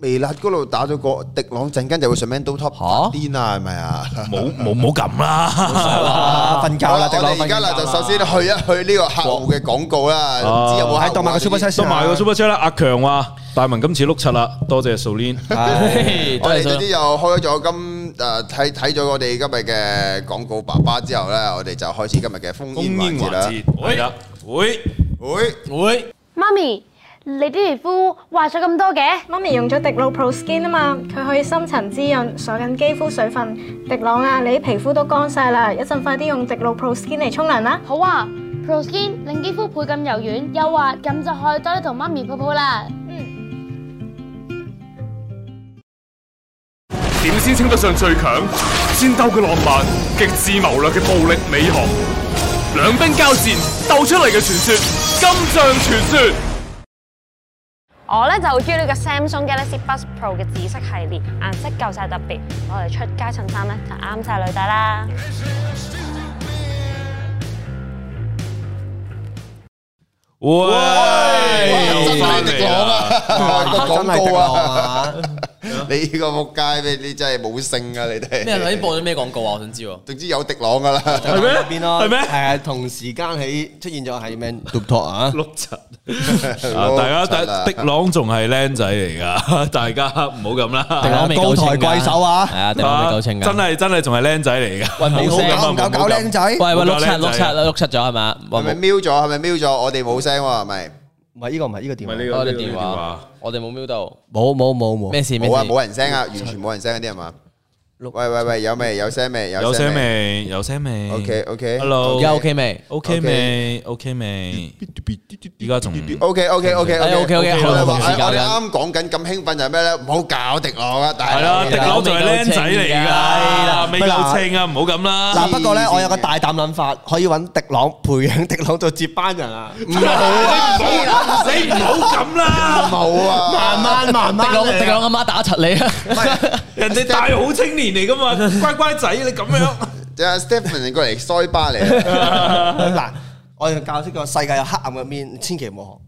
[SPEAKER 4] 微辣嗰度打咗個迪朗，陣間就會上 Man Do Top
[SPEAKER 2] 嚇
[SPEAKER 4] 癲啊，係咪啊？
[SPEAKER 3] 冇冇冇撳啦，
[SPEAKER 1] À, 啊瞓覺
[SPEAKER 4] 好
[SPEAKER 1] 啦，
[SPEAKER 4] 啦，
[SPEAKER 1] 迪
[SPEAKER 4] 我
[SPEAKER 1] 朗
[SPEAKER 4] 哋而家嗱就首先去一去呢個客户嘅廣告啦，唔知有冇
[SPEAKER 1] 喺當買個 super à? set
[SPEAKER 3] 都
[SPEAKER 1] 先啊
[SPEAKER 3] 埋個 super chat 啦，阿強話大文今次碌柒啦，多謝 Solin，
[SPEAKER 1] 啊
[SPEAKER 2] 唉
[SPEAKER 4] 我
[SPEAKER 2] <laughs> 多
[SPEAKER 4] 哋
[SPEAKER 2] 謝
[SPEAKER 4] 總
[SPEAKER 2] 晒
[SPEAKER 4] 之又開咗今誒睇睇咗我哋今日嘅廣告爸爸之後咧，我哋就開始今日嘅封
[SPEAKER 3] 封
[SPEAKER 4] 煙環
[SPEAKER 3] 煙
[SPEAKER 4] 節
[SPEAKER 3] 環
[SPEAKER 4] 啦。
[SPEAKER 3] 節，係啦，會
[SPEAKER 4] 會
[SPEAKER 2] 會。
[SPEAKER 7] 媽咪，你啲皮膚壞咗咁多嘅，
[SPEAKER 8] 媽咪用咗迪露 Pro Skin 啊嘛，佢可以深層滋潤，鎖緊肌膚水分。迪朗啊，你啲皮膚都乾晒啦，一陣快啲用迪露 Pro Skin 嚟沖涼啦。
[SPEAKER 7] 好啊，Pro Skin 令肌膚倍咁柔軟又滑，咁就可以多啲同媽咪抱抱啦。
[SPEAKER 9] 點先稱得上最強？戰鬥嘅浪漫，極致謀略嘅暴力美學，兩兵交戰鬥出嚟嘅傳說，金像傳說。
[SPEAKER 10] 我咧就好中意呢個 Samsung Galaxy Buds Pro 嘅紫色系列，顏色夠晒特別，我哋出街襯衫咧就啱晒女仔啦。
[SPEAKER 3] 喂，
[SPEAKER 4] 真
[SPEAKER 3] 又
[SPEAKER 4] 係
[SPEAKER 3] 翻
[SPEAKER 4] 迪
[SPEAKER 3] 嚟
[SPEAKER 4] 朗
[SPEAKER 3] 啦，
[SPEAKER 4] 啊！個
[SPEAKER 1] 真
[SPEAKER 4] 廣
[SPEAKER 1] 係迪
[SPEAKER 4] 告
[SPEAKER 1] 朗
[SPEAKER 4] 啊！
[SPEAKER 1] 啊！
[SPEAKER 4] 你個仆街，你你真係冇性啊！你
[SPEAKER 2] 咩？頭先
[SPEAKER 4] 哋。
[SPEAKER 2] 播咗咩廣告啊？我想知喎。
[SPEAKER 4] 總之有迪朗噶啦，
[SPEAKER 1] 係咩？邊咯？
[SPEAKER 3] 係咩
[SPEAKER 1] 係啊，同時間喺出現咗喺 Man Do Top 啊！
[SPEAKER 3] 碌柒啊！大家
[SPEAKER 4] 碌柒
[SPEAKER 3] 大
[SPEAKER 4] 啦
[SPEAKER 3] 迪朗仲係僆仔嚟噶，大家唔好咁啦，
[SPEAKER 2] 迪朗未夠稱㗎
[SPEAKER 1] 高抬貴手啊
[SPEAKER 2] 係啊，迪朗未夠稱㗎。
[SPEAKER 3] 真係真係仲係僆仔嚟噶，
[SPEAKER 2] 喂冇聲
[SPEAKER 3] 咁啊
[SPEAKER 1] 搞唔搞搞靚仔？
[SPEAKER 2] 喂喂，
[SPEAKER 3] 冇
[SPEAKER 2] 六七
[SPEAKER 3] 夠靚
[SPEAKER 2] 六七
[SPEAKER 3] 仔啊
[SPEAKER 2] 六七咗係嘛？喂
[SPEAKER 4] 係咪瞄咗？係咪瞄咗？我哋冇聲喎，係咪？
[SPEAKER 1] 唔係呢個唔係呢個電
[SPEAKER 3] 唔係
[SPEAKER 1] 話，
[SPEAKER 3] 呢個
[SPEAKER 2] 我
[SPEAKER 3] 呢
[SPEAKER 2] 哋
[SPEAKER 3] 個
[SPEAKER 2] 電
[SPEAKER 3] 電
[SPEAKER 2] 話
[SPEAKER 3] 話，
[SPEAKER 2] 我哋冇瞄到。
[SPEAKER 1] 冇冇冇冇
[SPEAKER 2] 咩事咩事？
[SPEAKER 4] 冇啊，冇人聲啊，完全冇人聲嗰啲係嘛？喂喂喂，有未？有聲未？
[SPEAKER 3] 有聲
[SPEAKER 4] 聲？
[SPEAKER 3] 未？有聲未
[SPEAKER 4] OK，OK
[SPEAKER 3] Hello，
[SPEAKER 2] 而家 OK 未？
[SPEAKER 3] OK 未？OK 未？而家仲
[SPEAKER 4] OK OK OK
[SPEAKER 2] 哎 OK OK，
[SPEAKER 4] 我哋
[SPEAKER 2] 好
[SPEAKER 4] 話
[SPEAKER 2] 同時
[SPEAKER 4] 我
[SPEAKER 2] 搞
[SPEAKER 4] 哋
[SPEAKER 2] 緊。
[SPEAKER 4] 啱講緊咁興奮就係咩咧？唔好搞迪朗啊！大
[SPEAKER 3] 係啦，
[SPEAKER 4] 佬
[SPEAKER 3] 迪
[SPEAKER 2] 佬
[SPEAKER 3] 朗仲係僆仔嚟㗎，未夠稱啊，唔好咁啦。
[SPEAKER 1] 嗱，不過咧，我有個大膽諗法，可以揾迪朗培養迪朗做接班人啊！唔好啊，
[SPEAKER 3] 你唔好咁啦，
[SPEAKER 4] 冇啊！
[SPEAKER 1] 慢慢慢慢
[SPEAKER 2] 迪朗
[SPEAKER 1] 嚟啊
[SPEAKER 2] 迪朗阿媽打柒你啊！ <laughs>
[SPEAKER 3] 人哋大好青年嚟㗎嘛，乖乖仔，你咁樣
[SPEAKER 4] 即係 Stephen 過嚟腮巴嚟，
[SPEAKER 1] 嗱，我哋教識個世界有黑暗嘅面，千祈唔好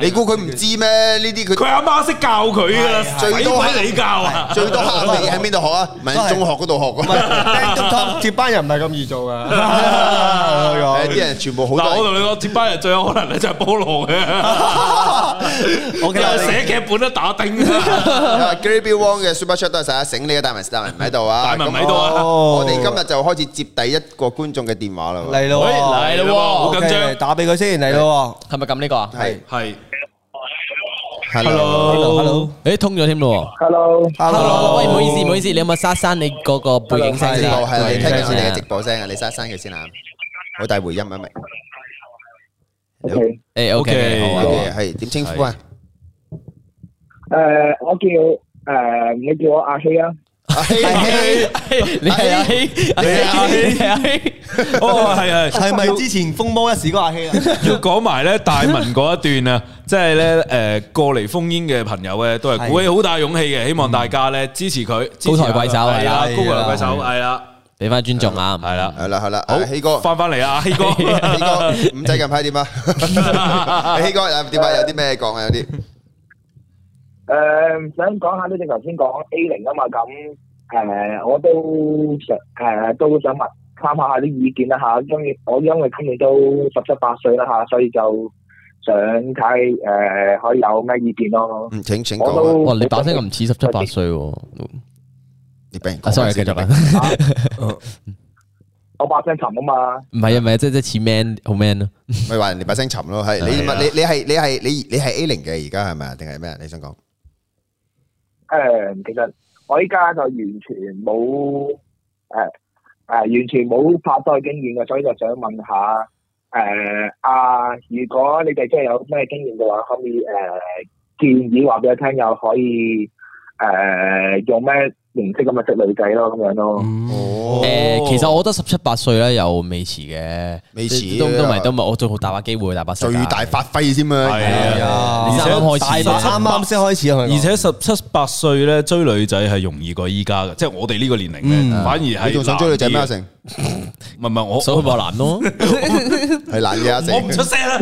[SPEAKER 4] 你估佢唔知咩？呢啲
[SPEAKER 3] 佢
[SPEAKER 4] 佢
[SPEAKER 3] 阿媽識教佢㗎，
[SPEAKER 4] 最
[SPEAKER 3] 鬼
[SPEAKER 4] 多
[SPEAKER 3] 鬼你教啊！
[SPEAKER 4] 最多黑暗嘅嘢喺邊度學啊？唔係中學嗰度學
[SPEAKER 1] 學。
[SPEAKER 4] 噶
[SPEAKER 1] 唔
[SPEAKER 4] 嘛？
[SPEAKER 1] 係，接班人唔係咁易做噶。
[SPEAKER 4] 誒啲人全部好
[SPEAKER 3] 嗱，我
[SPEAKER 4] 多
[SPEAKER 3] 同你講，接班人最有可能咧就係菠蘿 <laughs> 嘅，
[SPEAKER 1] OK 啦
[SPEAKER 3] 又寫劇本都打丁 <laughs> 啊，
[SPEAKER 4] 啊，Gary Bill Wong 嘅 Super Chat 都係晒醒你嘅大文，大文唔喺度啊！
[SPEAKER 3] 大文唔喺度啊
[SPEAKER 4] 咁我我哋今日就開始接第一個觀眾嘅電話啦喎。
[SPEAKER 1] 嚟咯
[SPEAKER 3] 喂
[SPEAKER 1] 喎，
[SPEAKER 3] 嚟咯喎好緊張
[SPEAKER 1] OK，打俾佢先，嚟咯
[SPEAKER 2] 係咪撳呢個啊？
[SPEAKER 4] 係
[SPEAKER 3] 係
[SPEAKER 4] Hello，
[SPEAKER 3] ，hello，hello。
[SPEAKER 2] <laughs> 誒通咗添咯
[SPEAKER 11] Hello，
[SPEAKER 2] 喎！
[SPEAKER 1] ，hello，
[SPEAKER 2] 喂，唔好意思，唔好意思，你有冇閂閂你嗰個背景聲
[SPEAKER 4] 係
[SPEAKER 2] 先？
[SPEAKER 4] 啦你聽緊我哋嘅直
[SPEAKER 2] 誒
[SPEAKER 4] 播聲啊！你閂一閂佢先啊，好大回音啊，咪
[SPEAKER 11] OK，
[SPEAKER 2] <laughs> OK，好啊
[SPEAKER 4] OK 哦係點稱呼啊？
[SPEAKER 12] 呃
[SPEAKER 11] 誒，我叫誒，你叫我阿希啊，
[SPEAKER 4] 阿希
[SPEAKER 1] 阿希
[SPEAKER 2] 你 <laughs> 係阿希，阿希，
[SPEAKER 3] 啊
[SPEAKER 2] 阿希，你係阿希。
[SPEAKER 3] <laughs> 哦，係係。
[SPEAKER 1] 係咪之前風魔一時嗰個阿希啊？
[SPEAKER 3] 要講埋咧大文嗰一段啊， <laughs> 即係咧誒過嚟封煙嘅朋友咧，都係鼓起好大勇氣嘅，希望大家咧支持佢，支
[SPEAKER 2] 高
[SPEAKER 3] 持
[SPEAKER 2] 抬貴手
[SPEAKER 1] 係
[SPEAKER 3] 係啦，
[SPEAKER 1] 啦
[SPEAKER 3] 高抬貴手係啦，
[SPEAKER 2] 俾翻尊重啊，
[SPEAKER 3] 係啦，
[SPEAKER 4] 係啦係啦，
[SPEAKER 3] 好
[SPEAKER 4] 阿
[SPEAKER 3] <laughs>
[SPEAKER 4] 希哥，
[SPEAKER 3] 翻翻嚟啊，希哥，
[SPEAKER 4] 希哥，五仔近排點啊？ <laughs> 阿希哥啊點啊？有啲咩講啊？有啲
[SPEAKER 12] 呃
[SPEAKER 11] 誒，想講下呢，
[SPEAKER 12] 呃
[SPEAKER 11] 你頭先講 A 零啊嘛，咁誒，我都想誒，都想問
[SPEAKER 12] 參考下啲意見啦嚇。因為我因為今年都十七八歲啦嚇，所以就想睇誒、呃可以有咩意見咯。
[SPEAKER 4] 嗯請請
[SPEAKER 12] 我都
[SPEAKER 4] 講
[SPEAKER 2] 哇！你把聲咁唔似十七八歲喎，
[SPEAKER 4] 你俾人
[SPEAKER 2] 啊，sorry，繼續啦。
[SPEAKER 12] 我把聲沉啊嘛，
[SPEAKER 2] 唔係啊，唔係啊即係即係似 man 好 man 啊咯。
[SPEAKER 4] 咪話人哋把聲沉咯，係你
[SPEAKER 2] 係啊
[SPEAKER 4] 你你係你係你你係 A 零嘅而家係咪啊？定係咩啊？你想講？
[SPEAKER 12] 誒、其實我依家就完全冇誒誒完全冇拍拖嘅經驗嘅，啊所以就想問下誒啊，如果你哋真係有咩經驗嘅話，可唔可以誒、建議話俾我聽，又可以誒、用咩形式咁去識女仔咯，咁樣咯。
[SPEAKER 4] 嗯哦
[SPEAKER 2] 诶，其實我覺得十七八歲咧又未遲嘅，
[SPEAKER 4] 未遲
[SPEAKER 2] 都都唔係都唔係，我仲好大把機會，大把世界
[SPEAKER 4] 最大發揮先嘛，
[SPEAKER 3] 係啊
[SPEAKER 2] 你啱啱開始
[SPEAKER 3] 大把
[SPEAKER 1] 啱啱先開始啊，
[SPEAKER 3] 而且十七八歲咧追女仔係容易過依家嘅，即係我哋呢個年齡
[SPEAKER 4] 嗯
[SPEAKER 3] 咧，反而係
[SPEAKER 4] 你仲想追女仔咩？阿成
[SPEAKER 3] 難啲嘅唔係唔係，我
[SPEAKER 2] 所以咪話難咯。
[SPEAKER 4] 係難嘅阿成。
[SPEAKER 3] 我唔出聲啦。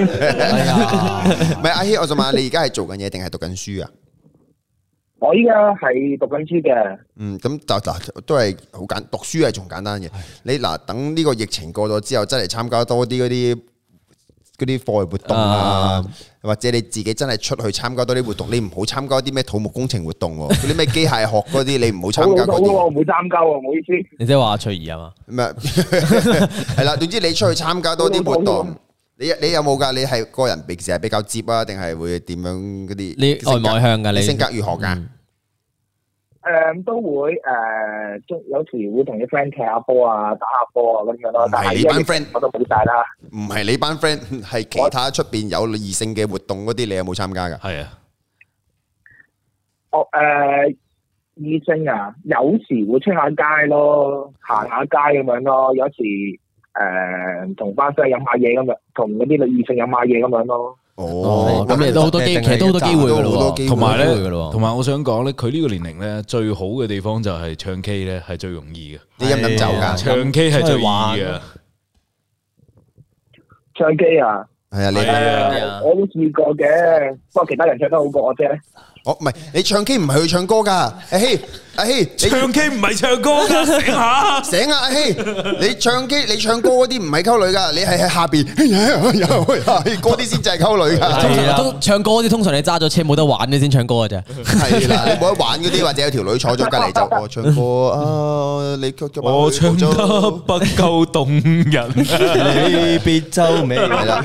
[SPEAKER 4] 唔係阿希，我想問下你而家係做緊嘢定係讀緊書啊？
[SPEAKER 12] 我依家係讀緊書嘅，
[SPEAKER 4] 嗯，咁就嗱都係好簡，讀書係仲簡單嘅。你嗱等呢個疫情過咗之後，真係參加多啲嗰啲嗰啲課外活動啊
[SPEAKER 2] 啊，
[SPEAKER 4] 或者你自己真係出去參加多啲活動，你唔好參加啲咩土木工程活動
[SPEAKER 2] <laughs>
[SPEAKER 4] 喎，嗰啲咩機械學嗰啲你唔好參加
[SPEAKER 12] 好
[SPEAKER 4] 嗰
[SPEAKER 12] 老
[SPEAKER 4] 啲
[SPEAKER 12] 土。喎，冇參加喎，唔好意思。
[SPEAKER 2] 你即係話翠兒啊嘛？
[SPEAKER 4] 咩？ <laughs> 係啦，總之你出去參加多啲活動。你你有冇㗎？你係個人平時係比較接啊，定係會點樣嗰啲？
[SPEAKER 2] 你
[SPEAKER 4] 性格
[SPEAKER 2] 外唔外向㗎你
[SPEAKER 4] 性格如何㗎？
[SPEAKER 12] 誒、都會誒，即、有時會同啲 friend 踢下波啊，打下波啊咁樣咯。但
[SPEAKER 4] 係
[SPEAKER 12] 係
[SPEAKER 4] 你
[SPEAKER 12] 依家
[SPEAKER 4] 班
[SPEAKER 12] 疫情
[SPEAKER 4] friend
[SPEAKER 12] 我都冇晒啦。
[SPEAKER 4] 唔係你班 friend，係其他出邊有異性嘅活動嗰啲，你有冇參加㗎？
[SPEAKER 3] 係啊，
[SPEAKER 12] 我誒、哦呃醫生啊，有時會出下街咯，行下街咁樣咯，有時誒同班 friend 飲下嘢咁樣，同嗰啲女異性飲下嘢咁樣咯。
[SPEAKER 2] 哦，咁你都好多機，其實都好多機會㗎咯喎，
[SPEAKER 3] 同埋
[SPEAKER 2] 好多機會㗎咯
[SPEAKER 3] 咧，
[SPEAKER 2] 喎
[SPEAKER 3] 同埋我想講咧，佢呢個年齡咧最好嘅地方就係唱 K 咧係最容易嘅，
[SPEAKER 4] 你飲唔飲酒㗎？
[SPEAKER 3] 唱 K 係最易嘅，
[SPEAKER 12] 唱 K 啊，
[SPEAKER 4] 係啊，你
[SPEAKER 3] 係啊，
[SPEAKER 12] 我都試過嘅，不過其他人唱得好過我啫。
[SPEAKER 4] 我哦唔係你唱 K 唔係去唱歌㗎，阿希阿希，你
[SPEAKER 3] 唱 K 唔係唱歌㗎，醒
[SPEAKER 4] <laughs>
[SPEAKER 3] 下。
[SPEAKER 4] 醒啊阿希，你唱 K 你唱歌嗰啲唔係溝女㗎，你係喺下邊，哎呀哎呀哎呀嗰啲先就係溝女㗎。
[SPEAKER 2] 通常都唱歌嗰啲，通常你揸咗車冇得玩你先唱歌嘅啫。
[SPEAKER 4] 係啦，你冇得玩嗰啲，或者有條女坐咗隔離就我唱歌啊，你腳腳
[SPEAKER 3] 我唱得不夠動人，
[SPEAKER 1] 你別皺眉。
[SPEAKER 4] 係啦，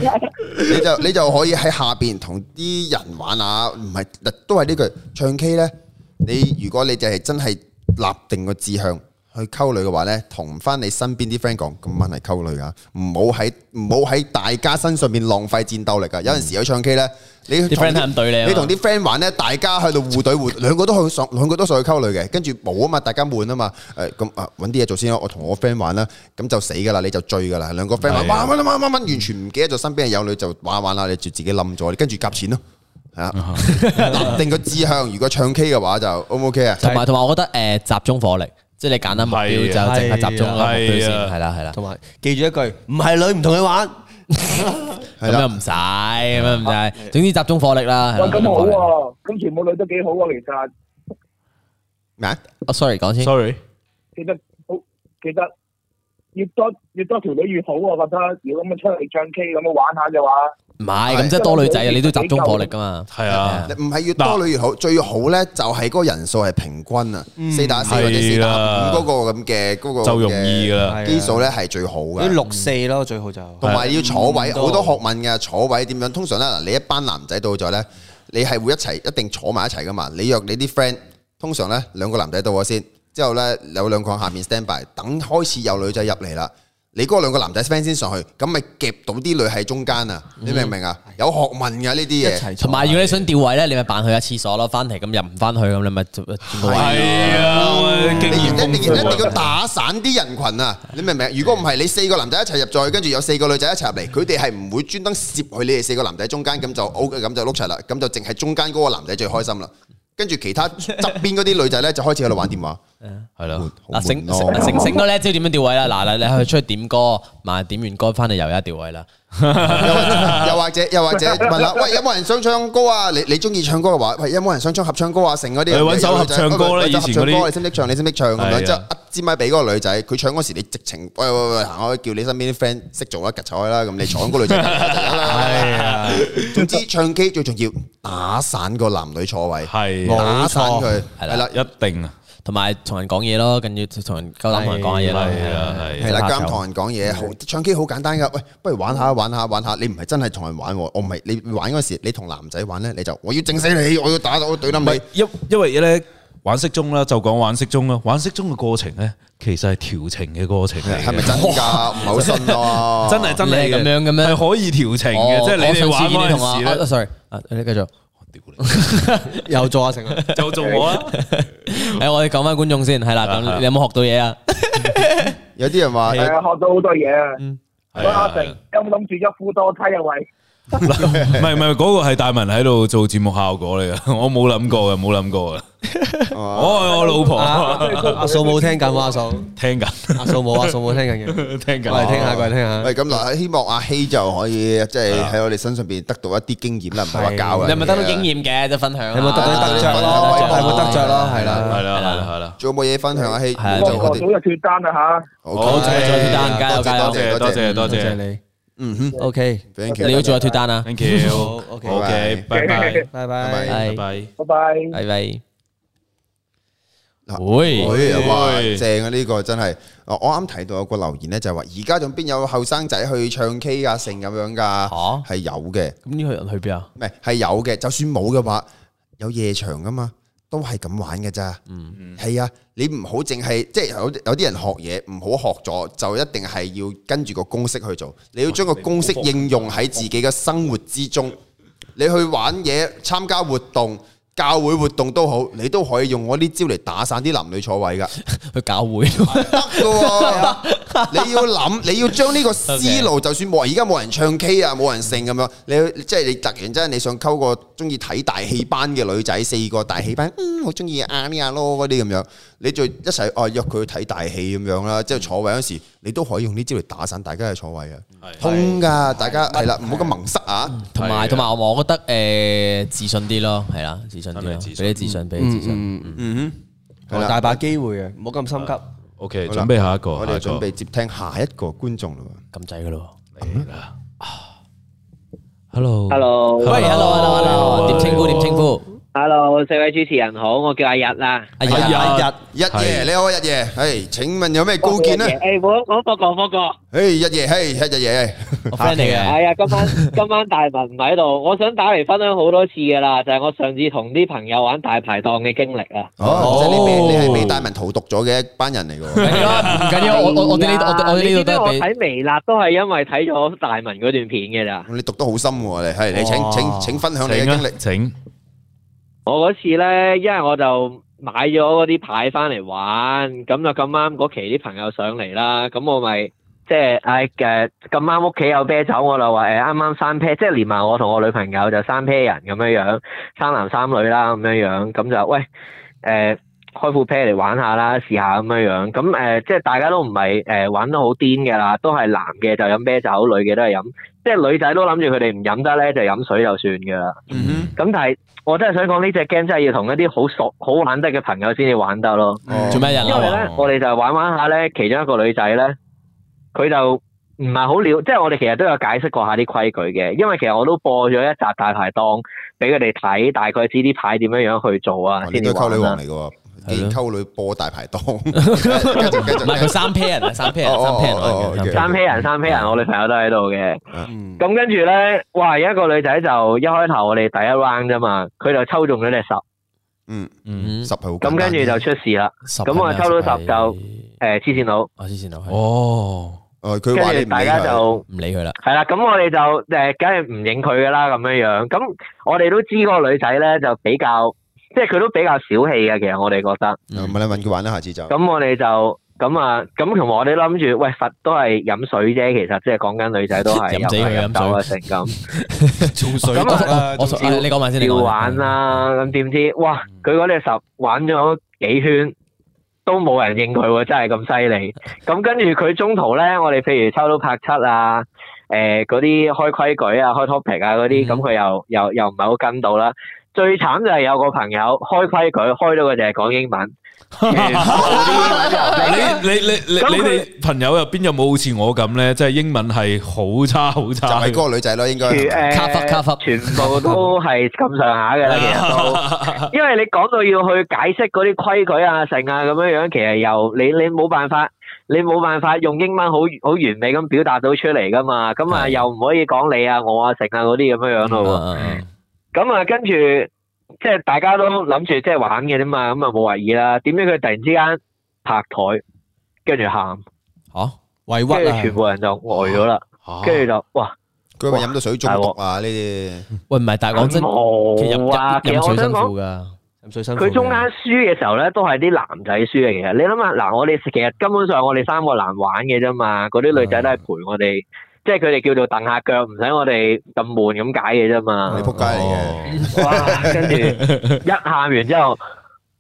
[SPEAKER 4] 你就你就可以喺下邊同啲人玩下，唔係都係呢句唱 K 咧。你如果你就係真係立定個志向去溝女嘅話咧，同翻你身邊啲 friend 講，今晚係溝女啊，唔好喺唔好喺大家身上面浪費戰鬥力啊！有陣時去唱 K 咧，你
[SPEAKER 2] 啲 friend 係咁對你啊嘛
[SPEAKER 4] 你同啲 friend 玩咧，大家喺度互對互，兩個都去上，兩個都上去溝女嘅，跟住冇啊嘛，大家悶啊嘛，誒咁啊揾啲嘢做先咯，我同我 friend 玩啦，咁就死㗎啦，你就醉㗎啦，兩個 friend 玩
[SPEAKER 3] 係啊
[SPEAKER 4] 玩玩玩玩玩，完全唔記得咗身邊有女就玩玩啦，你就自己冧咗，你跟住夾錢咯，係啊，立定個志向，如果唱 K 嘅話就 O
[SPEAKER 3] <laughs>
[SPEAKER 4] 唔 OK 啊？
[SPEAKER 2] 同埋同埋，我覺得誒集中火力，即係你揀得目標就
[SPEAKER 3] 係啊
[SPEAKER 2] 淨係集中嗰個目標先，
[SPEAKER 3] 係啊
[SPEAKER 2] 係啦係啦。
[SPEAKER 1] 同埋記住一句，唔係女唔同佢玩。
[SPEAKER 2] 咁又唔使，咁又唔使。總之集中火力啦。係啦
[SPEAKER 12] 喂，
[SPEAKER 2] 集
[SPEAKER 12] 咁
[SPEAKER 2] 中
[SPEAKER 12] 好
[SPEAKER 2] 火
[SPEAKER 12] 啊
[SPEAKER 2] 力
[SPEAKER 12] 喎、咁全部女都幾好喎、其實。
[SPEAKER 4] 咩啊？
[SPEAKER 2] 哦，sorry，講先。
[SPEAKER 3] sorry，
[SPEAKER 12] 其實好，其實越多越多條女越好，我覺得。如果咁樣出嚟唱 K 咁樣玩下嘅話，
[SPEAKER 2] 唔係，咁即係多女仔啊，你都集中火力噶嘛。
[SPEAKER 3] 係啊，
[SPEAKER 4] 唔係越多女越好，最好咧就係嗰個人數係平均啊，四打四或者四
[SPEAKER 3] 係
[SPEAKER 4] 打
[SPEAKER 3] 啦
[SPEAKER 4] 五嗰個咁嘅嗰個
[SPEAKER 3] 嗯就容易㗎啦。
[SPEAKER 1] 係啊
[SPEAKER 4] 基數咧係最好嘅
[SPEAKER 1] 啲。六四咯，最好就
[SPEAKER 4] 同埋要坐位，
[SPEAKER 1] 嗯
[SPEAKER 4] 好多學問嘅坐位點樣？通常咧，嗱，你一班男仔到咗咧，你係會一齊一定坐埋一齊噶嘛？你約你啲 friend，通常咧兩個男仔到咗先，之後咧有兩個喺下面 stand by，等開始有女仔入嚟啦。你嗰兩個男仔 friend 先上去，咁咪夾到啲女喺中間啊！你明唔明啊？有學問嘅呢
[SPEAKER 1] 一
[SPEAKER 4] 啲嘢，
[SPEAKER 1] 齊坐
[SPEAKER 2] 同埋如果你想調位咧，你咪扮去下廁所咯，翻嚟咁又唔翻去咁，你咪轉個位。
[SPEAKER 3] 係啊，喂經
[SPEAKER 4] 你一
[SPEAKER 3] 驗豐
[SPEAKER 4] 定一定要
[SPEAKER 3] 富啊。
[SPEAKER 4] 打散啲人群啊！你明唔明？如果唔係，你四個男仔一齊入咗去，跟住有四個女仔一齊入嚟，佢哋係唔會專登攝去你哋四個男仔中間，咁就 O 咁就碌柒啦，咁就淨係中間嗰個男仔最開心啦。跟住其他側邊嗰啲女仔咧，就開始喺度玩電話。
[SPEAKER 3] 係啦，
[SPEAKER 2] 嗱，
[SPEAKER 4] 好悶
[SPEAKER 2] 啊醒
[SPEAKER 4] 咯
[SPEAKER 2] 醒醒醒咗咧，知道點樣調位啦。嗱，你你去出去點歌，埋點完歌翻嚟又有一調位啦。
[SPEAKER 4] 又或者又或者問下，喂有冇人想唱歌啊？你你中意唱歌嘅話，喂有冇人想唱合唱歌啊？成嗰啲
[SPEAKER 3] 你揾首合唱歌啦
[SPEAKER 4] 有女仔
[SPEAKER 3] 以前嗰啲
[SPEAKER 4] 合唱歌你識唔識唱？你識唔識唱咁
[SPEAKER 3] 係啊
[SPEAKER 4] 樣？即係一支咪俾嗰個女仔，佢唱嗰時你直情喂喂喂行開，叫你身邊啲 friend 識做啦，趌走開啦，咁你坐喺嗰
[SPEAKER 3] <laughs>
[SPEAKER 4] 女仔隔離就得啦。係啊，總之唱 K 最重要打散個男女坐位，
[SPEAKER 3] 係啊
[SPEAKER 4] 打散佢
[SPEAKER 2] 係啦，
[SPEAKER 3] 一定啊，
[SPEAKER 2] 同埋同人講嘢咯，跟住同人夠膽同人講下嘢啦，
[SPEAKER 3] 係啊係
[SPEAKER 4] 係啦，監同人講嘢，好唱 K 好簡單噶。喂，不如玩下玩下玩下，你唔係真係同人玩喎，我唔係你玩嗰時，你同男仔玩咧，你就我要整死你，我要打到我對冧
[SPEAKER 3] 唔係
[SPEAKER 4] 你。
[SPEAKER 3] 因因為咧玩骰盅啦，就講玩骰盅啦。玩骰盅嘅過程咧，其實係調情嘅過程嚟嘅。
[SPEAKER 4] 係咪真㗎？唔係好信啊咯。
[SPEAKER 3] <laughs> 真係真係嘅
[SPEAKER 2] 你係咁樣嘅咩
[SPEAKER 3] 係可以調情
[SPEAKER 2] 哦
[SPEAKER 3] 嘅，即係你哋玩嗰
[SPEAKER 2] 我上
[SPEAKER 3] 陣時
[SPEAKER 2] 次見你同我啊
[SPEAKER 3] 咧，
[SPEAKER 2] ，sorry，啊你繼續。又做阿成啊，
[SPEAKER 3] 就做我啊！
[SPEAKER 2] 诶，我哋講翻觀眾先，係啦，咁你有冇學到嘢啊？
[SPEAKER 4] 有啲人話
[SPEAKER 11] 係啊，學到好多嘢啊。喂，阿成，有冇諗住一夫多妻啊？喂，
[SPEAKER 3] 唔係唔係，嗰個係大文喺度做節目效果嚟嘅， <laughs> 我冇諗過嘅，冇諗過嘅。我愛我老婆，
[SPEAKER 1] 阿嫂冇聽緊喎，阿嫂
[SPEAKER 3] 聽緊， <laughs>
[SPEAKER 1] 阿嫂冇，阿嫂冇聽緊嘅，
[SPEAKER 3] 聽緊
[SPEAKER 1] 過嚟聽下，過嚟聽下。
[SPEAKER 4] 喂，咁嗱，希望阿希就可以即係喺我哋身上邊得到一啲經驗啦，唔係話教人。啊
[SPEAKER 2] 你係咪得到經驗嘅，即係分享啊。
[SPEAKER 1] 有冇得到得着咯？係冇得着咯？係啦，
[SPEAKER 3] 係啦係啦係啦，
[SPEAKER 4] 仲有冇嘢分享啊阿希？
[SPEAKER 2] 係
[SPEAKER 4] 就
[SPEAKER 11] 我
[SPEAKER 4] 我
[SPEAKER 11] 早
[SPEAKER 4] 哋
[SPEAKER 11] 就脱單啦吓。
[SPEAKER 2] 好，
[SPEAKER 4] 好
[SPEAKER 2] 再再脱單，加油加油
[SPEAKER 4] 多謝多
[SPEAKER 3] 多
[SPEAKER 4] 謝
[SPEAKER 3] 謝多
[SPEAKER 1] 多謝
[SPEAKER 3] 謝
[SPEAKER 1] 你。
[SPEAKER 4] 嗯哼
[SPEAKER 1] ，OK，
[SPEAKER 4] ，thank you，
[SPEAKER 2] 你要做下脱單啊？
[SPEAKER 3] ，thank you。
[SPEAKER 1] 好，OK，
[SPEAKER 3] OK，拜拜，
[SPEAKER 1] 拜拜。
[SPEAKER 4] 拜拜
[SPEAKER 2] 係，
[SPEAKER 3] 拜。
[SPEAKER 11] 拜拜。
[SPEAKER 2] 拜拜。
[SPEAKER 4] 嗱
[SPEAKER 2] 喂，
[SPEAKER 4] 哎哇，
[SPEAKER 3] 哎
[SPEAKER 4] 正啊！呢個真係，我我啱睇到有個留言咧，就係話而家仲邊有後生仔去唱 K 啊，成咁樣噶，
[SPEAKER 2] 嚇
[SPEAKER 4] 係有嘅，
[SPEAKER 2] 咁呢個人去邊啊？
[SPEAKER 4] 唔係係有嘅。就算冇嘅話，有夜場噶嘛，都係咁玩嘅咋。嗯，係啊，你唔好淨係即係有有啲人學嘢，唔好學咗就一定係要跟住個公式去做，你要將個公式應用喺自己嘅生活之中。你去玩嘢、參加活動、教會活動都好，你都可以用我呢招嚟打散啲男女坐位噶。
[SPEAKER 2] 去教會。
[SPEAKER 4] <laughs> 得嘅喎，你要諗，你要將呢 <laughs> 個思路，就算冇而家冇人唱 K 啊，冇人性咁樣，你即係你突然之間你想溝個中意睇大戲班嘅女仔，四個大戲班，嗯，我中意阿呢阿咯嗰啲咁樣，你就一齊哦約佢去睇大戲咁樣啦，即係坐位嗰時，你都可以用呢招嚟打散大家嘅坐位啊，通㗎，大家係啦，唔好咁蒙塞啊，
[SPEAKER 2] 同埋同埋，我我覺得誒自信啲咯，係啦，自信啲
[SPEAKER 3] 真
[SPEAKER 2] 咯
[SPEAKER 3] 係自，信
[SPEAKER 2] 俾啲自信，俾啲自信。
[SPEAKER 4] 嗯
[SPEAKER 1] 同埋大把機會嘅，唔好咁心急。
[SPEAKER 3] OK，
[SPEAKER 4] 哼，
[SPEAKER 3] 準備下一個，
[SPEAKER 4] 我
[SPEAKER 3] 下
[SPEAKER 4] 哋
[SPEAKER 3] 一個
[SPEAKER 4] 準備接聽下一個觀眾啦喎。
[SPEAKER 2] 咁滯噶咯
[SPEAKER 3] 嚟啦。Hello，
[SPEAKER 12] Hello，
[SPEAKER 2] 喎。喂，hello，hello，hello，點稱呼？點稱呼？
[SPEAKER 12] Hello，四位主持人好，我叫阿日啦。
[SPEAKER 2] 阿
[SPEAKER 1] Dạ, À,
[SPEAKER 4] 哎
[SPEAKER 2] 日，
[SPEAKER 4] 呀
[SPEAKER 2] 阿
[SPEAKER 4] 日夜你好，日夜，係請問有咩高見呢？
[SPEAKER 12] 诶，我我科哥科哥，
[SPEAKER 4] 誒日夜，嘿日夜，
[SPEAKER 2] 我 friend 嚟嘅。
[SPEAKER 12] 系啊，今晚今晚大文唔喺度，我想打嚟分享好多次噶啦，就係我上次同啲朋友玩大排檔嘅經歷啊。
[SPEAKER 4] 哦，即係你俾你係俾大文荼毒咗嘅一班人
[SPEAKER 12] <laughs>
[SPEAKER 4] 嚟
[SPEAKER 2] 唔
[SPEAKER 4] 㗎
[SPEAKER 2] 緊要啦，唔緊要，我我我哋呢度我哋我哋呢度都係
[SPEAKER 12] 係啊你知唔知我
[SPEAKER 2] 俾
[SPEAKER 12] 睇微辣都係因為睇咗大文嗰段片嘅咋。
[SPEAKER 4] 喎，你讀得好深喎，你係你請請請分享你
[SPEAKER 3] 請
[SPEAKER 4] 嘅經
[SPEAKER 3] 啊
[SPEAKER 4] 歷，
[SPEAKER 3] 請
[SPEAKER 12] 我嗰次咧，因為我就買咗嗰啲牌翻嚟玩，咁就咁啱嗰期啲朋友上嚟啦，咁我咪即係唉誒咁啱屋企有啤酒，我就話誒啱啱三 pair，即係連埋我同我女朋友就三 pair 人咁樣樣，三男三女啦咁樣樣，咁就喂誒、呃、開副 pair 嚟玩下啦，試下咁樣樣，咁誒、呃即係大家都唔係誒玩得好癲嘅啦，都係男嘅就飲啤酒，女嘅都係飲，即係女仔都諗住佢哋唔飲得咧就飲水就算㗎啦。
[SPEAKER 4] 嗯
[SPEAKER 12] 咁但係我真係想講呢只 game 真係要同一啲好熟、好玩得嘅朋友先至玩得咯。
[SPEAKER 4] 哼，
[SPEAKER 2] 做咩人
[SPEAKER 12] 因為
[SPEAKER 2] 啊？
[SPEAKER 12] 咧，我哋就玩玩下咧，其中一個女仔咧，佢就唔係好了，即係我哋其實都有解釋過下啲規矩嘅。因為其實我都播咗一集大排檔俾佢哋睇，大概知啲牌點樣樣去做啊，
[SPEAKER 4] 哦
[SPEAKER 12] 先
[SPEAKER 4] 你
[SPEAKER 12] 至
[SPEAKER 4] 都係溝女
[SPEAKER 12] 玩
[SPEAKER 4] 王
[SPEAKER 12] 啦。
[SPEAKER 4] 嚟㗎喎，
[SPEAKER 2] 係咯
[SPEAKER 4] 既然溝女播大
[SPEAKER 12] <laughs>
[SPEAKER 4] 排檔， <laughs> 繼續繼
[SPEAKER 2] 唔
[SPEAKER 4] 續
[SPEAKER 2] 係佢三 pair 人啊，三 pair 人，
[SPEAKER 4] 哦
[SPEAKER 2] 三 pair 人
[SPEAKER 4] 哦哦
[SPEAKER 2] 我係
[SPEAKER 4] OK
[SPEAKER 2] 三 pair 人。
[SPEAKER 12] 三批人，三批人，我女朋友都喺度嘅。
[SPEAKER 1] 嗯，
[SPEAKER 12] 咁跟住咧，哇！有一個女仔就一開頭我哋第一 round 啫嘛，佢就抽中咗隻十，
[SPEAKER 4] 嗯，
[SPEAKER 2] 嗯
[SPEAKER 4] 十係好簡單
[SPEAKER 12] 咁
[SPEAKER 4] 嘅
[SPEAKER 12] 跟住就出事啦。
[SPEAKER 2] 十
[SPEAKER 12] 咁我
[SPEAKER 2] 人啊
[SPEAKER 12] 抽到十就
[SPEAKER 2] 係
[SPEAKER 12] 誒黐線佬。
[SPEAKER 2] 我之前就係
[SPEAKER 3] 哦，
[SPEAKER 4] 哦
[SPEAKER 12] 跟
[SPEAKER 4] 佢話你
[SPEAKER 12] 住
[SPEAKER 4] 唔
[SPEAKER 12] 大
[SPEAKER 4] 理
[SPEAKER 12] 家
[SPEAKER 4] 佢，
[SPEAKER 12] 就
[SPEAKER 2] 唔理佢啦。
[SPEAKER 12] 係啦，咁我哋就誒，梗係唔影佢噶啦，咁樣樣。咁我哋都知嗰個女仔咧就比較，即係佢都比較小氣嘅。其實我哋覺得，
[SPEAKER 4] 唔係你問佢玩啦，下次就
[SPEAKER 12] 咁我哋就咁啊，咁同埋我哋諗住，喂罰都係飲水啫。其實即係講緊女仔都
[SPEAKER 2] <laughs>
[SPEAKER 12] 係
[SPEAKER 2] 飲死佢
[SPEAKER 12] 有
[SPEAKER 2] 飲水
[SPEAKER 12] 酒啊，成咁
[SPEAKER 1] 做水
[SPEAKER 12] 咁啊
[SPEAKER 2] 我我啊你講埋先，你
[SPEAKER 12] 照
[SPEAKER 2] 講埋先
[SPEAKER 12] 玩。啦。咁點知，哇！佢嗰隻十玩咗幾圈。都冇人應佢喎，真係咁犀利。咁跟住佢中途咧，我哋譬如抽到拍七啊，誒、誒嗰啲開規矩啊、開 topic 啊嗰啲，咁佢又又又唔係好跟到啦。最慘就係有個朋友開規矩，開到佢就係講英文。
[SPEAKER 3] <laughs> 你你你你你哋朋友入边有冇好似我咁咧？即系英文系好差好差，
[SPEAKER 4] 就係嗰個女仔咯，应
[SPEAKER 12] 全誒全部都係咁上下嘅啦，其實都，因為你講到要去解釋嗰啲規矩啊、成啊咁樣樣，其實又你你冇辦法，你冇辦法用英文好好完美咁表達到出嚟噶嘛，咁啊又唔可以講你啊、我啊、成啊嗰啲咁樣樣
[SPEAKER 2] 嗯
[SPEAKER 12] 咯喎，咁啊跟住即係大家都諗住即係玩嘅啫嘛，咁啊冇懷疑啦，點知佢突然之間拍台，跟住喊，
[SPEAKER 2] 吓委
[SPEAKER 12] 跟住全部人就呆咗啦，
[SPEAKER 2] 啊
[SPEAKER 12] 跟住就哇！
[SPEAKER 4] 佢咪飲到水中毒
[SPEAKER 12] 哇
[SPEAKER 4] 啊？呢啲
[SPEAKER 2] 喂，唔係，但係講真，
[SPEAKER 12] 冇
[SPEAKER 2] 其實入
[SPEAKER 12] 啊
[SPEAKER 2] 入
[SPEAKER 12] 其實
[SPEAKER 2] 飲
[SPEAKER 12] 我
[SPEAKER 2] 水
[SPEAKER 12] 想
[SPEAKER 2] 辛
[SPEAKER 12] 講
[SPEAKER 2] 苦㗎，飲水辛苦㗎。
[SPEAKER 12] 佢中間輸嘅時候咧，都係啲男仔輸嘅。其實你諗下，嗱，我哋其實根本上我哋三個男玩嘅啫嘛，嗰啲女仔都係陪我哋，即係佢哋叫做蹬下腳，唔使我哋咁悶咁解嘅啫
[SPEAKER 4] <laughs>
[SPEAKER 12] 嘛。你
[SPEAKER 4] 仆街嚟
[SPEAKER 12] 嘅！哇！跟住一喊完之後，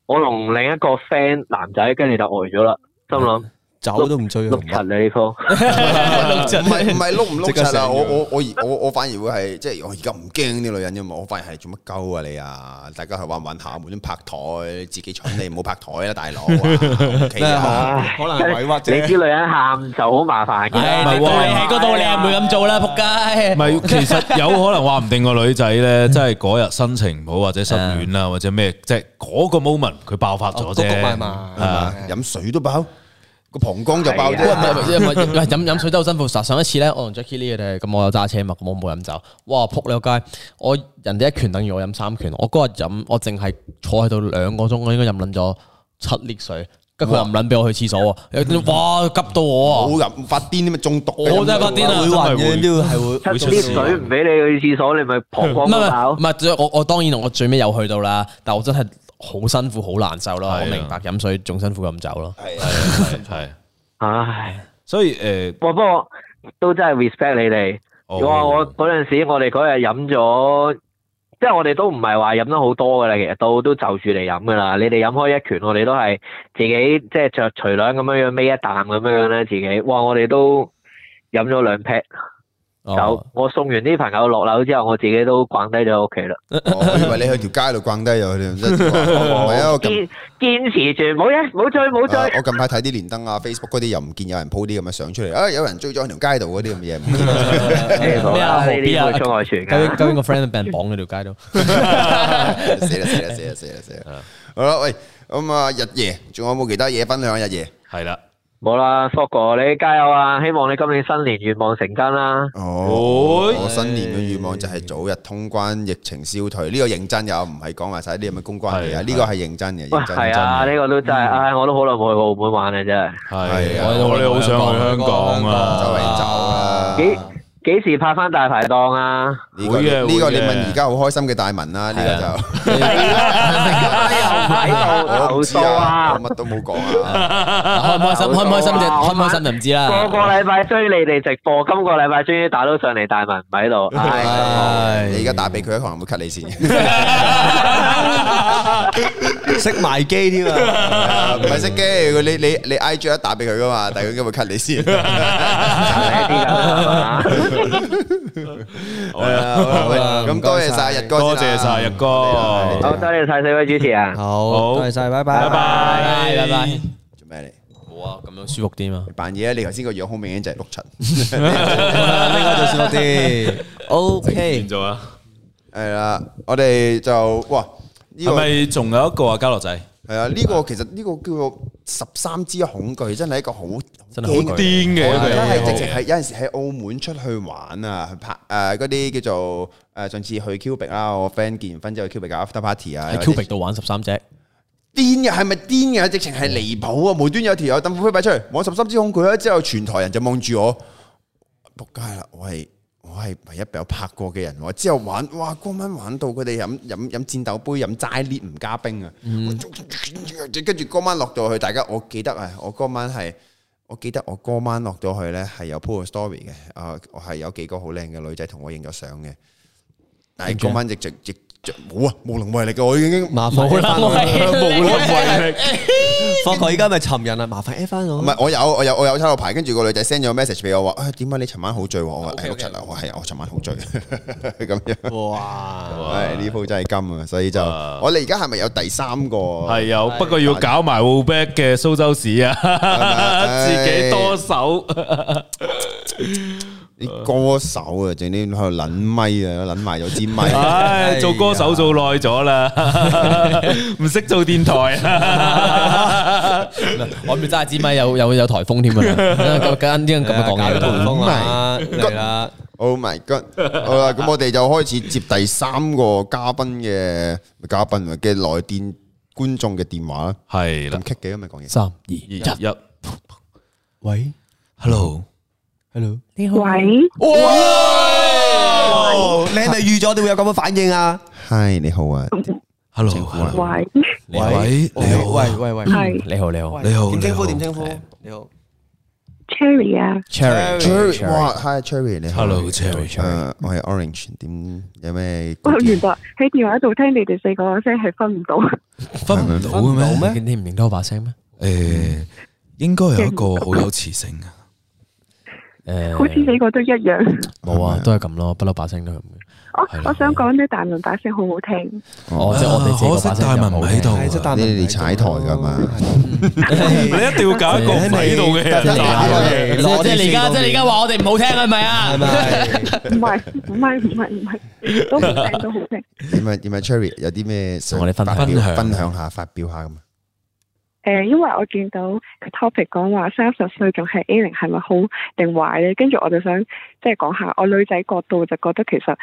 [SPEAKER 12] 我同另一個 friend 男仔跟住就呆咗啦，心諗
[SPEAKER 1] 走都唔追，
[SPEAKER 12] 碌柒你呢科。
[SPEAKER 4] <laughs> 唔係唔係碌唔碌柒啊！我
[SPEAKER 12] 我
[SPEAKER 4] 我我而我我反而會係即係我而家唔驚啲女人啫嘛，我反而係做乜鳩啊你啊！大家係玩玩下，無端拍台，自己蠢你唔好拍台啦，大佬啊
[SPEAKER 2] <laughs>
[SPEAKER 4] 屋企
[SPEAKER 12] <laughs>
[SPEAKER 4] 啊！
[SPEAKER 12] 可能委屈啫。你啲女人喊就好麻煩嘅。
[SPEAKER 2] 唉，你喺嗰度，你係唔會咁做啦，仆街。
[SPEAKER 3] 唔係，其實有可能話唔定個女仔咧，真係嗰日心情唔好，或者失戀啦，或者咩，即係嗰個 moment 佢爆發咗啫。
[SPEAKER 2] 哦谷谷埋埋
[SPEAKER 3] 啊，
[SPEAKER 4] 飲水都爆，個膀胱就爆
[SPEAKER 2] 喂，
[SPEAKER 4] 咗
[SPEAKER 2] 唔。係唔係唔係喂，飲飲水都好辛苦。實上一次咧，我同 Jackie Lee 佢哋咁，我有揸車嘛，咁我冇飲酒。哇，撲你個街！我人哋一拳等於我飲三拳，我嗰日飲，我淨係坐喺度兩個鐘，我應該飲撚咗七 l 水，跟住佢又唔撚俾我去廁所喎。哇，急到我
[SPEAKER 4] 冇
[SPEAKER 2] 啊！
[SPEAKER 4] 飲發癲啲咪中毒嘅，
[SPEAKER 2] 我真係發癲啊！
[SPEAKER 12] 出啲水唔俾你去廁所，你咪膀
[SPEAKER 2] 唔
[SPEAKER 12] 胱
[SPEAKER 2] 係唔
[SPEAKER 12] 都爆
[SPEAKER 2] 係。唔係，我我當然我最尾有去到啦，但我真係好辛苦，好難受咯。我明白飲水仲辛苦過飲酒咯。
[SPEAKER 4] 啊
[SPEAKER 3] 係
[SPEAKER 12] 唉，
[SPEAKER 3] 所以诶，
[SPEAKER 12] 哇，不過都真係 respect 你哋。
[SPEAKER 4] 哦
[SPEAKER 12] 哇！我嗰陣時，我哋嗰日飲咗，即係我哋都唔係話飲得好多噶啦，其實都都就住嚟飲噶啦。你哋飲開一拳，我哋都係自己即係着除兩咁樣樣，孭一啖咁樣樣咧，自己哇！我哋都飲咗兩 pat
[SPEAKER 4] 哦
[SPEAKER 2] 哦
[SPEAKER 12] <laughs> 酒。我送完啲朋友落樓之後，我自己都逛低咗屋企啦。
[SPEAKER 4] 哦我以為你去條街度逛低
[SPEAKER 2] <laughs>
[SPEAKER 4] 咗佢哋，真係唔係啊！我近
[SPEAKER 12] 堅堅持住，冇嘢，冇追，冇追。
[SPEAKER 4] 啊我近排睇啲連登啊、Facebook 嗰啲又唔見有人 po 啲咁嘅相出嚟，啊有人追咗喺條街度嗰啲咁嘅嘢唔見。哦
[SPEAKER 2] 咩啊？何必啊？
[SPEAKER 12] 哎呢啲會出外傳㗎
[SPEAKER 2] 究竟究竟個 friend 俾人綁喺條街度？
[SPEAKER 4] 死啦死啦死啦死啦死啦！好啦，喂，咁啊日夜仲有冇其他嘢分享啊？日夜
[SPEAKER 3] 系啦，
[SPEAKER 12] 冇啦，Fok 哥，你加油啊！希望你今年新年願望成真啦。
[SPEAKER 4] 哦，我新年嘅願望就係早日通關，疫情消退。呢個認真又唔係講埋晒啲咁嘅公關嘢啊，
[SPEAKER 3] 係
[SPEAKER 4] 呢個係認真嘅，
[SPEAKER 12] 喂，
[SPEAKER 4] 認真
[SPEAKER 12] 係啊，呢個都真係，唉，我都好耐冇去澳門玩啦，真係。
[SPEAKER 3] 係啊我哋好想去香港啊，
[SPEAKER 4] 周
[SPEAKER 1] Dạ.
[SPEAKER 4] 圍走啊！
[SPEAKER 12] 幾幾時拍翻大排檔啊？
[SPEAKER 4] 呢個
[SPEAKER 3] 會嘅
[SPEAKER 4] 呢個你
[SPEAKER 3] 會嘅
[SPEAKER 4] 問而家好開心嘅大文啦，呢個就。
[SPEAKER 12] 啊投訴
[SPEAKER 4] à,
[SPEAKER 12] 啊！
[SPEAKER 4] 我乜都冇講
[SPEAKER 2] <laughs> 開
[SPEAKER 4] 啊！
[SPEAKER 2] 唔開心？開唔開心啫？開唔開心就唔知
[SPEAKER 12] 個
[SPEAKER 2] 啦。 <laughs>
[SPEAKER 12] 個禮拜追你哋直播，今個禮拜終於打到上嚟，大文唔
[SPEAKER 1] <laughs>
[SPEAKER 12] 喺度，唉，
[SPEAKER 4] 唉你而家打俾佢，可能會 cut 你先。
[SPEAKER 1] 识埋機添啊！
[SPEAKER 4] 唔係識機，佢你你你 I G 一打俾佢噶嘛，但係佢應該會 cut 你先。
[SPEAKER 1] <laughs>
[SPEAKER 3] 好啦，
[SPEAKER 4] 好啦喂咁多謝晒日哥先啦
[SPEAKER 3] 多謝晒日哥，
[SPEAKER 12] 好多謝晒四位主持啊！
[SPEAKER 1] 好，
[SPEAKER 3] 好
[SPEAKER 1] 多謝晒，拜拜，
[SPEAKER 3] 拜拜
[SPEAKER 2] 拜拜。
[SPEAKER 4] 做咩你？
[SPEAKER 2] 冇啊，咁樣舒服啲嘛。 <laughs>
[SPEAKER 4] 扮嘢啊！你頭先個樣好明顯就係碌 <laughs> 柒。
[SPEAKER 1] 呢個就舒服啲。O K，
[SPEAKER 3] 完咗啊！
[SPEAKER 4] 係啦，我哋就哇呢
[SPEAKER 3] 係
[SPEAKER 4] 個
[SPEAKER 3] 咪仲有一個啊？家樂仔，
[SPEAKER 4] 係啊，呢個其實呢個叫做十三支恐懼，真係一個好
[SPEAKER 2] 真
[SPEAKER 3] 係好癲
[SPEAKER 4] 驚
[SPEAKER 3] 嘅
[SPEAKER 4] 我覺
[SPEAKER 3] 一
[SPEAKER 4] 得
[SPEAKER 3] 個
[SPEAKER 4] 係直情係有陣時喺澳門出去玩啊，去拍誒嗰啲叫做誒上次去 Cubic 啦，我 friend 結完婚之後 Cubic 搞 after party 啊，
[SPEAKER 2] 喺 Cubic 度玩十三隻，
[SPEAKER 4] 癲嘅係咪癲嘅？直情係離譜啊！無端有條友抌副飛幣出嚟，我十三支恐懼啦，之後全台人就望住我，仆街啦！我係我係唯一有拍過嘅人喎。之後玩哇，嗰晚玩到佢哋飲飲飲戰鬥杯，飲齋烈唔加冰啊！跟住嗰晚落到去，大家我記得啊，我嗰晚係。我記得我嗰晚落到去呢，係有 po 個 story 嘅，啊，我係有幾個好靚嘅女仔同我影咗相嘅，但係嗰晚直直直冇啊，無能為力嘅，我已經
[SPEAKER 1] 麻
[SPEAKER 4] 煩
[SPEAKER 1] 冇啦
[SPEAKER 4] 無能為力。
[SPEAKER 1] 霍哥而家咪尋人啊，麻煩 F 翻我。
[SPEAKER 4] 唔係，我有我有我有抄個牌，跟住個女仔 send 咗個 message 俾我話，啊點解你尋晚好醉喎？我話誒碌柒啊，我係我尋晚好醉 <laughs> 咁 <laughs> 樣。
[SPEAKER 1] 哇！
[SPEAKER 4] 係呢鋪真係金啊，所以就我哋而家係咪有第三個？
[SPEAKER 3] 系有，不過要搞埋 w b a c 嘅蘇州市啊，
[SPEAKER 4] <laughs>
[SPEAKER 3] 自己多手。
[SPEAKER 4] 啲歌手啊，整啲喺度撚咪 <laughs> 啊，撚埋咗支咪。
[SPEAKER 3] 唉，做歌手做耐咗啦，唔識做電台。
[SPEAKER 2] 我咪揸支咪有有有台風添啊！咁咁咁樣
[SPEAKER 1] Ờ,
[SPEAKER 2] 講嘢，
[SPEAKER 1] à.
[SPEAKER 4] 啊
[SPEAKER 1] 嚟啦
[SPEAKER 4] ！Oh my god！好啦，咁我哋就開始接第三個嘉賓嘅嘉賓嘅來電觀眾嘅電話啦。
[SPEAKER 3] 係
[SPEAKER 4] 啦，咁 kick 幾啊咪講嘢。
[SPEAKER 2] 三二
[SPEAKER 3] 一
[SPEAKER 4] 一，
[SPEAKER 1] 喂，Hello，Hello，
[SPEAKER 13] 你好，喂，
[SPEAKER 1] 哦，你係咪預咗你會有咁嘅反應啊？
[SPEAKER 4] Hi，你好啊。Hello，
[SPEAKER 13] 喂，
[SPEAKER 1] 喂，你好，喂喂喂，
[SPEAKER 13] 係
[SPEAKER 2] 你好你好
[SPEAKER 1] 你好，點稱呼點稱呼？你好
[SPEAKER 13] Cherry 啊
[SPEAKER 4] Cherry，哇，Hi 啊 Cherry，你好
[SPEAKER 3] Hello Cherry，
[SPEAKER 4] 誒，我係 Orange，點有咩？
[SPEAKER 13] 哇原來喺電話度聽你哋四個嘅聲係分唔到，
[SPEAKER 3] 分唔到嘅
[SPEAKER 2] 咩？你唔認得我把聲咩？
[SPEAKER 3] 诶，应该有一個好有磁性啊。
[SPEAKER 2] 诶，
[SPEAKER 13] 好似四個都一樣。
[SPEAKER 2] 冇啊，都係咁咯，不嬲把聲都係咁嘅。
[SPEAKER 13] 我我想講咧，大倫把聲好好聽，
[SPEAKER 2] 哦，即係我哋四個把聲就冇
[SPEAKER 4] 係即係大文唔喺度，你哋踩台㗎嘛？
[SPEAKER 2] 哦
[SPEAKER 3] 你一定要搞一個唔喺度嘅人
[SPEAKER 2] 即係即係你而家即係你而家話我哋唔好聽係咪啊？
[SPEAKER 13] 唔係唔係唔係唔係，都好聽都好聽。
[SPEAKER 4] 點啊點啊，Cherry 有啲咩想
[SPEAKER 2] 我哋分享
[SPEAKER 4] 發表
[SPEAKER 2] 分享
[SPEAKER 4] 分享下發表下咁啊？
[SPEAKER 13] 誒，呃因為我見到個 topic 講話三十歲仲係 A 零係咪好定壞咧？跟住我就想即係講下，我女仔角度就覺得其實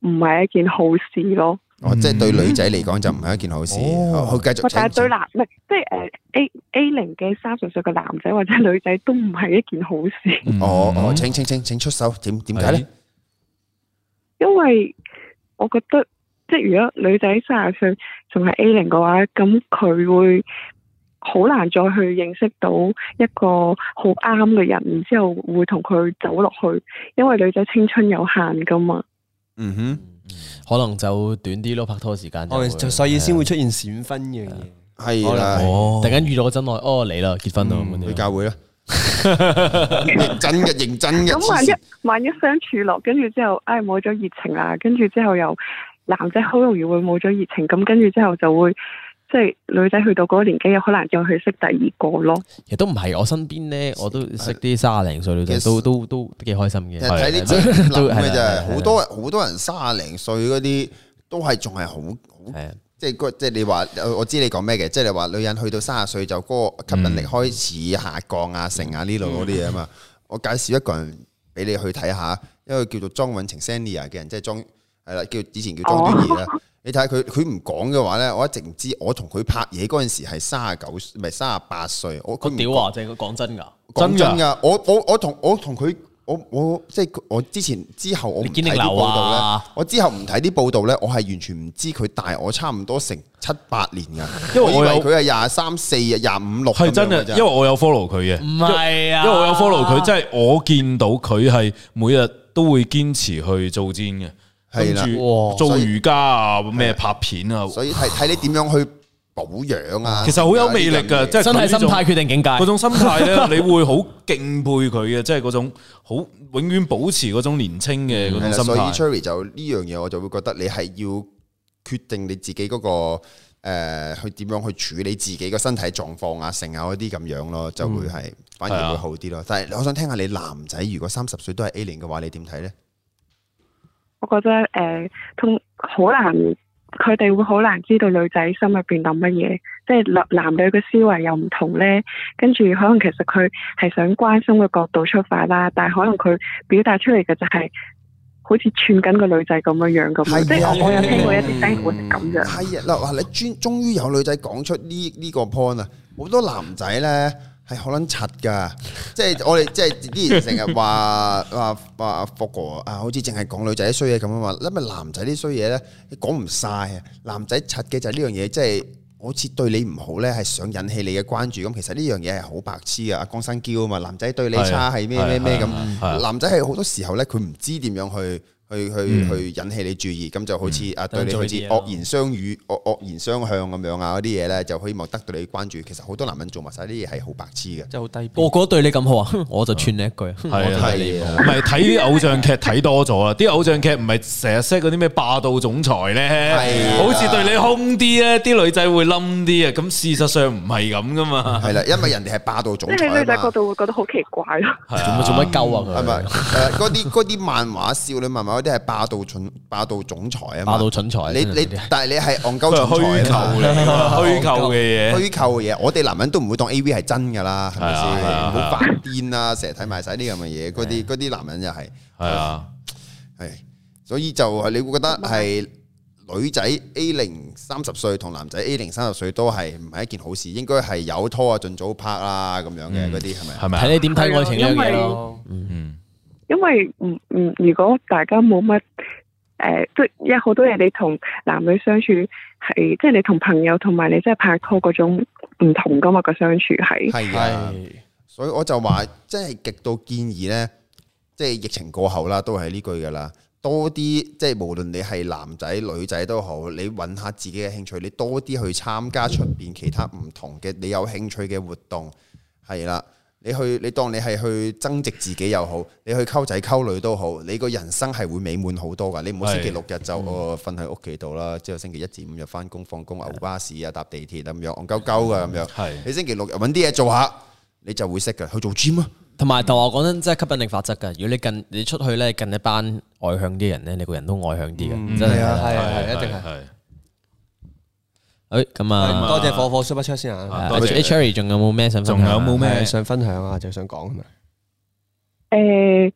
[SPEAKER 13] 唔係一件好事咯。
[SPEAKER 4] 哦，即係對
[SPEAKER 2] 嗯
[SPEAKER 4] 女仔嚟講就唔係一件好事。
[SPEAKER 2] 哦
[SPEAKER 4] 好，好繼續
[SPEAKER 13] 喂但係
[SPEAKER 4] 請。
[SPEAKER 13] 對男唔係即係誒 A A 零嘅三十歲嘅男仔或者女仔都唔係一件好事， <laughs>
[SPEAKER 4] 哦哦，請請請請出手，點點解咧？
[SPEAKER 13] 因為我覺得即係如果女仔三十歲仲係 A 零嘅話，咁佢會好難再去認識到一個好啱嘅人，然之後會同佢走落去，因為女仔青春有限噶嘛。
[SPEAKER 4] 嗯哼，
[SPEAKER 2] 可能就短啲咯，拍拖時間就會。
[SPEAKER 1] 哦就所以先會出現閃婚呢樣嘢。
[SPEAKER 4] 係啦，嗯
[SPEAKER 2] 哦，突然間遇到個真愛，哦嚟啦，結婚啦咁樣。
[SPEAKER 4] 去教
[SPEAKER 2] <laughs>
[SPEAKER 4] 會啦，認真嘅認真嘅。
[SPEAKER 13] 咁萬啊一萬一相處落，跟住之後，唉冇咗熱情啦，跟住之後又男仔好容易會冇咗熱情，咁跟住之後就會即係女仔去到嗰個年紀，又好難再去識第二個咯。
[SPEAKER 2] 其實都唔係，我身邊咧我都識啲三廿零歲女仔，都都都幾開心嘅。
[SPEAKER 4] 睇啲
[SPEAKER 2] <laughs>
[SPEAKER 4] 自己諗嘅
[SPEAKER 2] 係啦
[SPEAKER 4] 啫，好多好多人卅零歲嗰啲都係仲係好好，即係嗰即係你話我知你講咩嘅，即係你話女人去到卅歲就嗰個吸引力
[SPEAKER 2] 嗯
[SPEAKER 4] 開始下降啊、成啊呢度嗰啲嘢啊嘛。我介紹一個人俾你去睇下，一個叫做莊允晴 Senior 嘅人，即係莊係啦，叫以前叫莊端儀啦。你睇下佢，佢唔講嘅話咧，我一直唔知。我同佢拍嘢嗰陣時係三十九，唔係三十八歲。我佢
[SPEAKER 2] 我
[SPEAKER 4] 唔
[SPEAKER 2] 屌啊！正講真㗎，
[SPEAKER 4] 講真㗎，我我我同我同佢，我我即係我之前之後我唔睇
[SPEAKER 2] 堅
[SPEAKER 4] 啲
[SPEAKER 2] 定流
[SPEAKER 4] 報道咧，
[SPEAKER 2] 啊
[SPEAKER 4] 我之後唔睇啲報道咧，我係完全唔知佢大我差唔多成七八年㗎，
[SPEAKER 3] 因為
[SPEAKER 4] 為
[SPEAKER 3] 我有
[SPEAKER 4] 佢係廿三四啊廿五六
[SPEAKER 3] 係真
[SPEAKER 4] 嘅
[SPEAKER 3] 嘅，因為我有 follow 佢嘅，
[SPEAKER 2] 唔係啊
[SPEAKER 3] 因為我有 follow 佢，即係我見到佢係每日都會堅持去做煎嘅，跟
[SPEAKER 4] 係啦
[SPEAKER 3] 住
[SPEAKER 4] 哇
[SPEAKER 3] 做
[SPEAKER 4] 所以
[SPEAKER 3] 瑜伽啊，咩拍片啊，
[SPEAKER 4] 所以睇睇你點樣去保養啊，
[SPEAKER 3] 其實好有魅力㗎，即係佢
[SPEAKER 2] 真係心態
[SPEAKER 3] 呢種
[SPEAKER 2] 決定境界。
[SPEAKER 3] 嗰種心態咧，你會好敬佩佢嘅，即係嗰種好永遠保持嗰種年青嘅嗰
[SPEAKER 4] 係啦
[SPEAKER 3] 種心
[SPEAKER 4] 所以
[SPEAKER 3] 態。
[SPEAKER 4] Cherry 就呢樣嘢，我就會覺得你係要決定你自己嗰、個誒、呃去點樣去處理自己個身體狀況啊、成啊嗰啲咁樣咯，就會係、反
[SPEAKER 3] 係啊
[SPEAKER 4] 而會好啲咯。但係我想聽下你男仔如果三十歲都係 A 零嘅話，你點睇咧？
[SPEAKER 13] 我覺得誒、呃通好難，佢哋會好難知道女仔心入邊諗乜嘢，即係男男女嘅思維又唔同咧。跟住可能其實佢係想關心嘅角度出發啦，但係可能佢表達出嚟嘅就係、好似串緊個女仔咁樣樣咁
[SPEAKER 4] 係啊
[SPEAKER 13] 樣，即係我我有聽過一啲 friend 會係咁樣。
[SPEAKER 4] 係啊，嗱，哇你專終於有女仔講出呢呢個 point 啊！好多男仔咧係好撚柒㗎，即係我哋即係之前成日話 <laughs> 話話阿福哥啊，好似淨係講女仔啲衰嘢咁啊嘛，因為男仔啲衰嘢咧你講唔晒啊，男仔柒嘅就係呢樣嘢，即係。好似對你唔好咧，係想引起你嘅關注。咁其實呢樣嘢係好白痴嘅。阿江生嬌啊嘛，男仔對你
[SPEAKER 3] 係啊
[SPEAKER 4] 差係咩
[SPEAKER 3] 係啊
[SPEAKER 4] 咩咩
[SPEAKER 3] 係啊係
[SPEAKER 4] 咁。
[SPEAKER 3] 啊
[SPEAKER 4] 男仔係好多時候咧，佢唔知點樣去去去
[SPEAKER 3] 嗯
[SPEAKER 4] 去引起你注意，咁就好似啊對你
[SPEAKER 3] 做
[SPEAKER 4] 好
[SPEAKER 3] 呢
[SPEAKER 4] 似
[SPEAKER 3] 啲嘢咯
[SPEAKER 4] 惡言相語、惡惡言相向咁樣啊嗰啲嘢咧，就希望得到你關注。其實好多男人做埋晒呢啲嘢係好白痴嘅，
[SPEAKER 1] 真係好低。
[SPEAKER 2] 個個對你咁好啊， <laughs> 我就串你一句，
[SPEAKER 3] 係啊，
[SPEAKER 2] 我就
[SPEAKER 3] 係啊唔係睇啲偶像劇睇多咗啦，啲偶像劇唔係成日識嗰啲咩霸道總裁
[SPEAKER 4] 啊
[SPEAKER 3] 咧，好似對你兇啲咧，啲女仔會冧啲啊，咁事實上唔係咁噶嘛。
[SPEAKER 4] 係啦，因為人哋係霸道總
[SPEAKER 13] 即係喺女仔角度會覺得好奇怪咯。 <laughs>
[SPEAKER 4] 啊
[SPEAKER 2] 做乜鳩啊佢
[SPEAKER 4] 係咪？誒嗰啲嗰啲漫畫少女漫畫嗰啲係霸道總霸道總裁啊嘛，
[SPEAKER 2] 霸道蠢材。
[SPEAKER 4] 你你
[SPEAKER 2] 真係，
[SPEAKER 4] 但係你係
[SPEAKER 3] <laughs>
[SPEAKER 4] 戇鳩蠢材啊
[SPEAKER 3] 佢係虛構嚟㗎嘛
[SPEAKER 4] 嘛，
[SPEAKER 3] 虛構嘅嘢
[SPEAKER 4] 虛構嘅嘢，我哋男人都唔會當 A V 係真㗎啦，係咪
[SPEAKER 3] 係啊係
[SPEAKER 4] 先？
[SPEAKER 3] 啊
[SPEAKER 4] 唔好發癲啦，成日睇埋晒呢咁嘅嘢，嗰啲嗰啲男人又係
[SPEAKER 3] 係啊，
[SPEAKER 4] 係，所以就係你會覺得係女仔 A 零三十歲同男仔 A 零三十歲都係唔係一件好事，應該係有拖啊，盡早拍啦咁樣嘅嗰啲係咪？
[SPEAKER 3] 係咪啊
[SPEAKER 2] 睇你點睇愛情呢樣嘢
[SPEAKER 13] 因
[SPEAKER 2] 咯。
[SPEAKER 3] 嗯，
[SPEAKER 13] 因為唔唔，如果大家冇乜誒，即係有好多嘢你同男女相處係，即係你同朋友同埋你即係拍拖嗰種唔同噶嘛個相處係。
[SPEAKER 4] 係啊，所以我就話，即係極度建議呢，即係疫情過後啦，都係呢句噶啦，多啲即係無論你係男仔女仔都好，你揾下自己嘅興趣，你多啲去參加出邊其他唔同嘅你有興趣嘅活動，係啦。你去，你當你係去增值自己又好，你去溝仔溝女都好，你個人生係會美滿好多噶。你唔好星期
[SPEAKER 3] 係
[SPEAKER 4] 六日就哦瞓喺屋企度啦，之後星期一至五日翻工放工，牛巴士啊搭地鐵啊咁樣，戇鳩鳩噶咁樣。
[SPEAKER 3] 係
[SPEAKER 4] 你星期六日揾啲嘢做下，你就會識噶。去做 gym 啊，
[SPEAKER 2] 同埋同我講真，真係吸引力法則㗎。如果你近你出去咧，近一班外向啲人咧，你個人都外向啲
[SPEAKER 3] 嗯
[SPEAKER 2] 嘅，嗯真係
[SPEAKER 1] 係啊
[SPEAKER 2] 係
[SPEAKER 1] 係一定係
[SPEAKER 3] 係。
[SPEAKER 2] 誒咁啊，
[SPEAKER 1] 多謝火火 super chat 先啊！
[SPEAKER 2] 多謝 H- Cherry 仲有冇咩想分享啊
[SPEAKER 1] Ờ,
[SPEAKER 3] 仲有冇咩
[SPEAKER 1] 係想分享啊？就想講係咪？
[SPEAKER 13] 誒、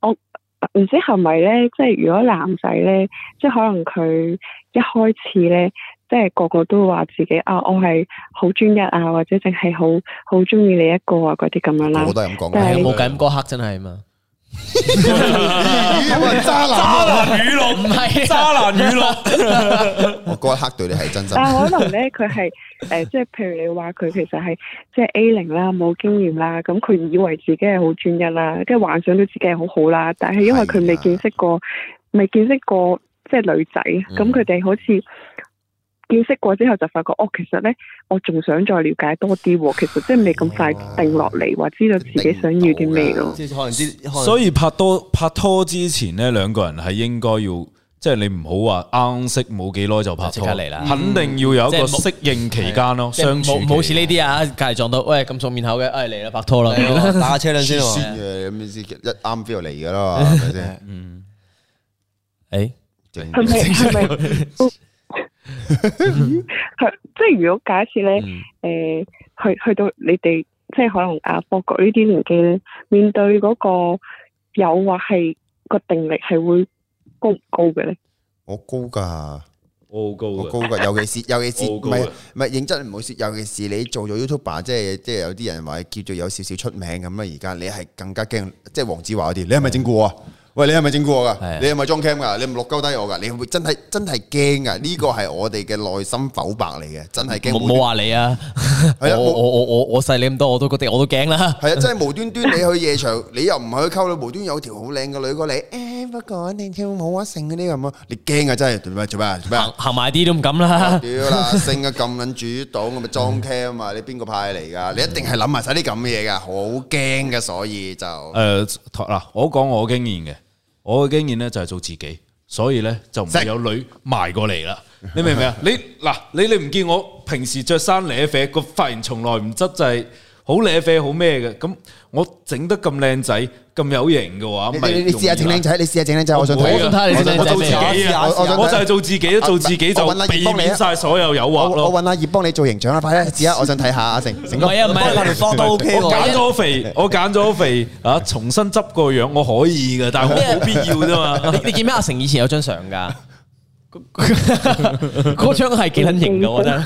[SPEAKER 13] 我唔知係咪咧，即係如果男仔咧，即係可能佢一開始咧，即係個個都話自己啊，我係好專一啊，或者淨係好好中意你一個啊嗰啲咁樣啦。
[SPEAKER 4] 我都係咁講
[SPEAKER 13] 但
[SPEAKER 2] 係
[SPEAKER 13] <laughs> 係
[SPEAKER 2] 冇咁嗰刻真係啊嘛？ <laughs>
[SPEAKER 4] 渣
[SPEAKER 3] 男渣男語錄
[SPEAKER 2] 唔係
[SPEAKER 3] 渣男語錄。
[SPEAKER 4] 我嗰一刻對你係真心。
[SPEAKER 13] 但係可能咧，佢係誒，即係譬如你話佢其實係即係 A 零啦，冇經驗啦，咁佢以為自己係好專一啦，即係幻想到自己係好好啦，但係因為佢未見識過，未見識過即係女仔，咁佢哋好似。見識過之後就發覺，哦，其實咧，我仲想再了解多啲喎。其實即係未咁快定落嚟，話知道自己想要啲咩咯。
[SPEAKER 1] 即係可能啲，
[SPEAKER 3] 所以拍多拍拖之前呢，兩個人係應該要。即係你唔好話啱識冇幾耐就拍拖，
[SPEAKER 2] 即刻嚟啦
[SPEAKER 3] 肯定要有一個
[SPEAKER 2] 嗯即係冇
[SPEAKER 3] 適應期間咯，
[SPEAKER 2] 即係
[SPEAKER 3] 相處
[SPEAKER 2] 冇
[SPEAKER 3] 期
[SPEAKER 2] 冇似呢啲啊，隔離撞到，喂咁熟面口嘅，哎嚟啦拍拖啦，
[SPEAKER 1] 係啊打車輪先喎
[SPEAKER 2] <laughs>
[SPEAKER 4] 先嘅咁先一啱 feel 嚟噶啦嘛，係咪先？
[SPEAKER 3] 嗯，
[SPEAKER 2] 誒，
[SPEAKER 4] 正
[SPEAKER 13] <laughs> 係咪係咪？係即係如果假設咧，誒、去去到你哋即係可能啊，博局呢啲年紀咧，面對嗰個誘惑係個定力係會高唔高嘅咧？
[SPEAKER 4] 我高㗎。
[SPEAKER 3] 我好高
[SPEAKER 4] 我
[SPEAKER 3] 嘅
[SPEAKER 4] 高噶，尤
[SPEAKER 3] <laughs>
[SPEAKER 4] 其是尤其是
[SPEAKER 3] 我
[SPEAKER 4] 唔
[SPEAKER 3] 高嘅
[SPEAKER 4] 係唔係認真唔好意思，尤其是你做咗 YouTuber，即係即係有啲人話叫做有少少出名咁啦。而家你係更加驚，即係黃子華嗰啲，你係咪整蠱我啊？
[SPEAKER 3] 嗯
[SPEAKER 4] 喂，你係咪整蠱我
[SPEAKER 3] 啊
[SPEAKER 4] 噶？你係咪裝 cam 噶？你係咪落鳩低我噶？你會真係真係驚噶？呢個係我哋嘅內心剖白嚟嘅，真係驚。
[SPEAKER 2] 冇冇話你啊，我
[SPEAKER 4] 啊
[SPEAKER 2] 我我我我細你咁多，我都覺得我都驚啦。
[SPEAKER 4] 係啊，真係無端端你去夜場， <laughs> 你又唔係去溝女，無端有條好靚嘅女過嚟，誒不過你跳舞啊剩嗰啲咁啊，你驚啊真係做咩做咩做咩？
[SPEAKER 2] 行埋啲都唔敢
[SPEAKER 3] <laughs>
[SPEAKER 4] <laughs>
[SPEAKER 2] 啦。
[SPEAKER 4] 屌啦，升咗咁撚主動，咁咪裝 cam 啊！你邊個派嚟噶？你一定係諗埋晒啲咁嘅嘢噶，好驚嘅，所以就
[SPEAKER 3] 誒嗱，我講我經驗嘅，我嘅經驗咧就係做自己，所以咧就唔會有女埋過嚟啦。你明唔明啊？你嗱，你你唔見我平時着衫咧啡，個髮型從來唔執就係好咧啡好咩嘅。咁我整得咁靚仔，咁有型嘅話，
[SPEAKER 4] 你
[SPEAKER 3] 咪
[SPEAKER 4] 你你試下整靚仔，你試下整靚仔，我想睇，
[SPEAKER 3] 我想睇你整靚仔咩
[SPEAKER 4] 我我想睇
[SPEAKER 3] 我就係做自己做自己就
[SPEAKER 4] 我搵阿葉幫你啊
[SPEAKER 3] 避免晒所有誘惑咯
[SPEAKER 4] 我我搵阿葉幫你做形象啦，快啲試下，我想睇下阿成成哥，
[SPEAKER 2] 唔係啊唔係啊
[SPEAKER 4] 幫你幫
[SPEAKER 2] 都 OK 喎
[SPEAKER 3] 我減 <laughs> 咗肥，我減咗肥啊，重新執個樣，我可以嘅，但係我冇必要啫嘛。
[SPEAKER 2] 你你見唔見阿成以前有張相㗎？嗰嗰張係幾撚型㗎，我覺得。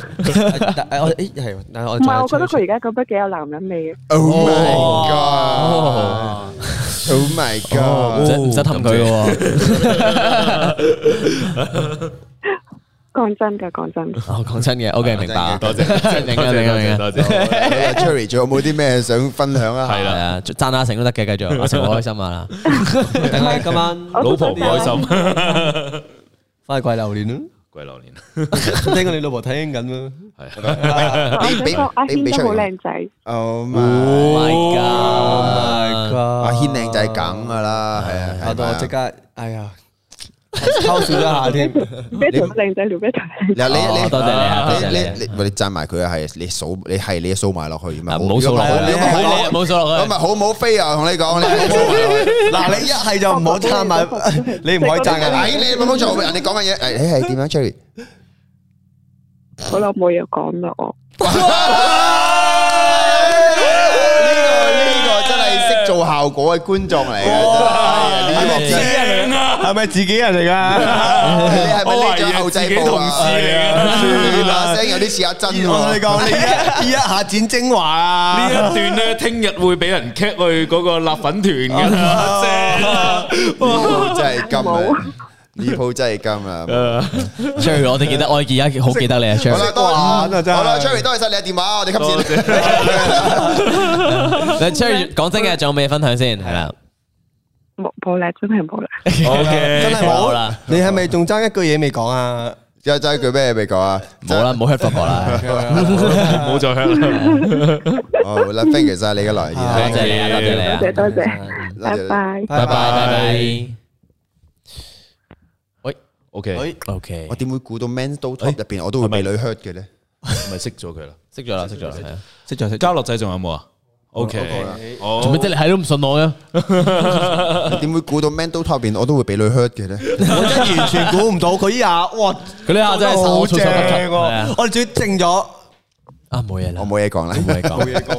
[SPEAKER 1] 但係我誒係，但係
[SPEAKER 13] 唔
[SPEAKER 1] 我
[SPEAKER 13] 係，我覺得佢而家咁都幾有男人味嘅。
[SPEAKER 4] Oh my god！
[SPEAKER 2] 哦
[SPEAKER 4] Oh my
[SPEAKER 2] 唔
[SPEAKER 4] god！
[SPEAKER 2] 使唔使氹佢嘅喎。
[SPEAKER 13] 講真嘅，講真。
[SPEAKER 2] <laughs> 哦，講真嘅，OK，明白，
[SPEAKER 3] 多謝
[SPEAKER 2] <laughs> 明嘅，明嘅，明嘅，多
[SPEAKER 3] 謝。
[SPEAKER 4] Cherry 仲有冇啲咩想分享
[SPEAKER 3] <laughs>
[SPEAKER 4] 啊？
[SPEAKER 2] 係啦，讚阿成都得嘅，繼續，阿成好開心啊！等佢今晚
[SPEAKER 3] 老婆唔開心，
[SPEAKER 2] 翻去跪榴蓮啦，
[SPEAKER 3] 跪榴蓮。
[SPEAKER 2] 聽講你老婆聽緊啦，
[SPEAKER 13] 我想講阿軒都好靚仔，
[SPEAKER 4] Oh my
[SPEAKER 2] god！
[SPEAKER 4] 阿軒靚仔梗噶啦，係啊，
[SPEAKER 1] 搞到我即刻，哎呀，偷笑咗一下添。
[SPEAKER 13] 咩條都靚仔，條咩條靚
[SPEAKER 4] 嗱
[SPEAKER 13] 仔？
[SPEAKER 4] 你你
[SPEAKER 2] 多謝你啊多謝你啊
[SPEAKER 4] 你你你讚埋佢啊，係你數你係你數埋落去，唔係
[SPEAKER 2] 唔好數落去，唔好數落
[SPEAKER 4] 咁
[SPEAKER 2] 去
[SPEAKER 4] 咪。好唔好飛啊？同你講，你數埋落
[SPEAKER 1] 嗱，
[SPEAKER 4] 去
[SPEAKER 1] 你一係就唔好撐埋，你唔可以撐
[SPEAKER 4] 哎，
[SPEAKER 1] 嘅。
[SPEAKER 4] 你唔好做人哋講嘅嘢，誒，你係點樣，Cherry？
[SPEAKER 13] 好啦，冇嘢講啦，我
[SPEAKER 4] 呢個真係識做效果嘅觀眾嚟嘅，真係呢個真係
[SPEAKER 1] 係咪自己人嚟噶？
[SPEAKER 4] 你係咪匿咗後製部啊？把聲有啲似阿珍喎。
[SPEAKER 1] 我同你講，你一一下剪精華啊！
[SPEAKER 3] 呢一段咧，聽日會俾人 cut 去嗰個辣粉團㗎啦，正啊！
[SPEAKER 4] 呢鋪真係金啊！呢鋪真係金啊！
[SPEAKER 2] Jerry，我哋記得，我而家好記得你啊
[SPEAKER 4] 好啦，
[SPEAKER 2] ，Jerry。
[SPEAKER 4] 多
[SPEAKER 1] 玩啊真
[SPEAKER 4] 謝，
[SPEAKER 1] 係
[SPEAKER 4] 好啦，Cherry，多謝晒你嘅電話，我哋今次
[SPEAKER 2] 嗱，Jerry，講真嘅，仲有咩分享先？係啦
[SPEAKER 13] 冇冇啦，真係冇啦。
[SPEAKER 3] OK
[SPEAKER 1] 真係
[SPEAKER 2] 好
[SPEAKER 1] 冇
[SPEAKER 2] 啦，
[SPEAKER 1] 你係咪仲爭一句嘢未講啊？
[SPEAKER 4] 又真係句咩未講啊？
[SPEAKER 2] 冇啦，唔好 hurt 法國啦。
[SPEAKER 3] 冇再 hurt 啦，
[SPEAKER 4] 好啦，thank you 晒你嘅來
[SPEAKER 2] 多
[SPEAKER 4] 電，
[SPEAKER 2] 謝你啊，多謝你啊
[SPEAKER 13] 多，謝多謝，拜拜。
[SPEAKER 2] 拜拜拜拜。
[SPEAKER 3] OK，
[SPEAKER 2] O K，
[SPEAKER 4] 我點會估到 Man Do Top 入邊我都會被女 hurt 嘅咧？
[SPEAKER 3] 咪識咗佢啦。
[SPEAKER 2] 識咗啦，識咗啦，係啊，識咗識咗。
[SPEAKER 3] 交落仔仲有冇啊？OK，好
[SPEAKER 2] 做咩啫？你係都唔信我嘅？
[SPEAKER 4] 點會估到 Man Do Top 入邊我都會被女 hurt 嘅咧？
[SPEAKER 1] 我真係完全估唔到佢呢下，哇！
[SPEAKER 2] 佢呢下真係手
[SPEAKER 1] 好
[SPEAKER 2] 措手
[SPEAKER 1] 正
[SPEAKER 2] 不及係啊
[SPEAKER 1] 喎！我哋最靜咗，
[SPEAKER 2] 啊，冇嘢啦
[SPEAKER 4] 我，冇嘢講啦，
[SPEAKER 2] 冇嘢講。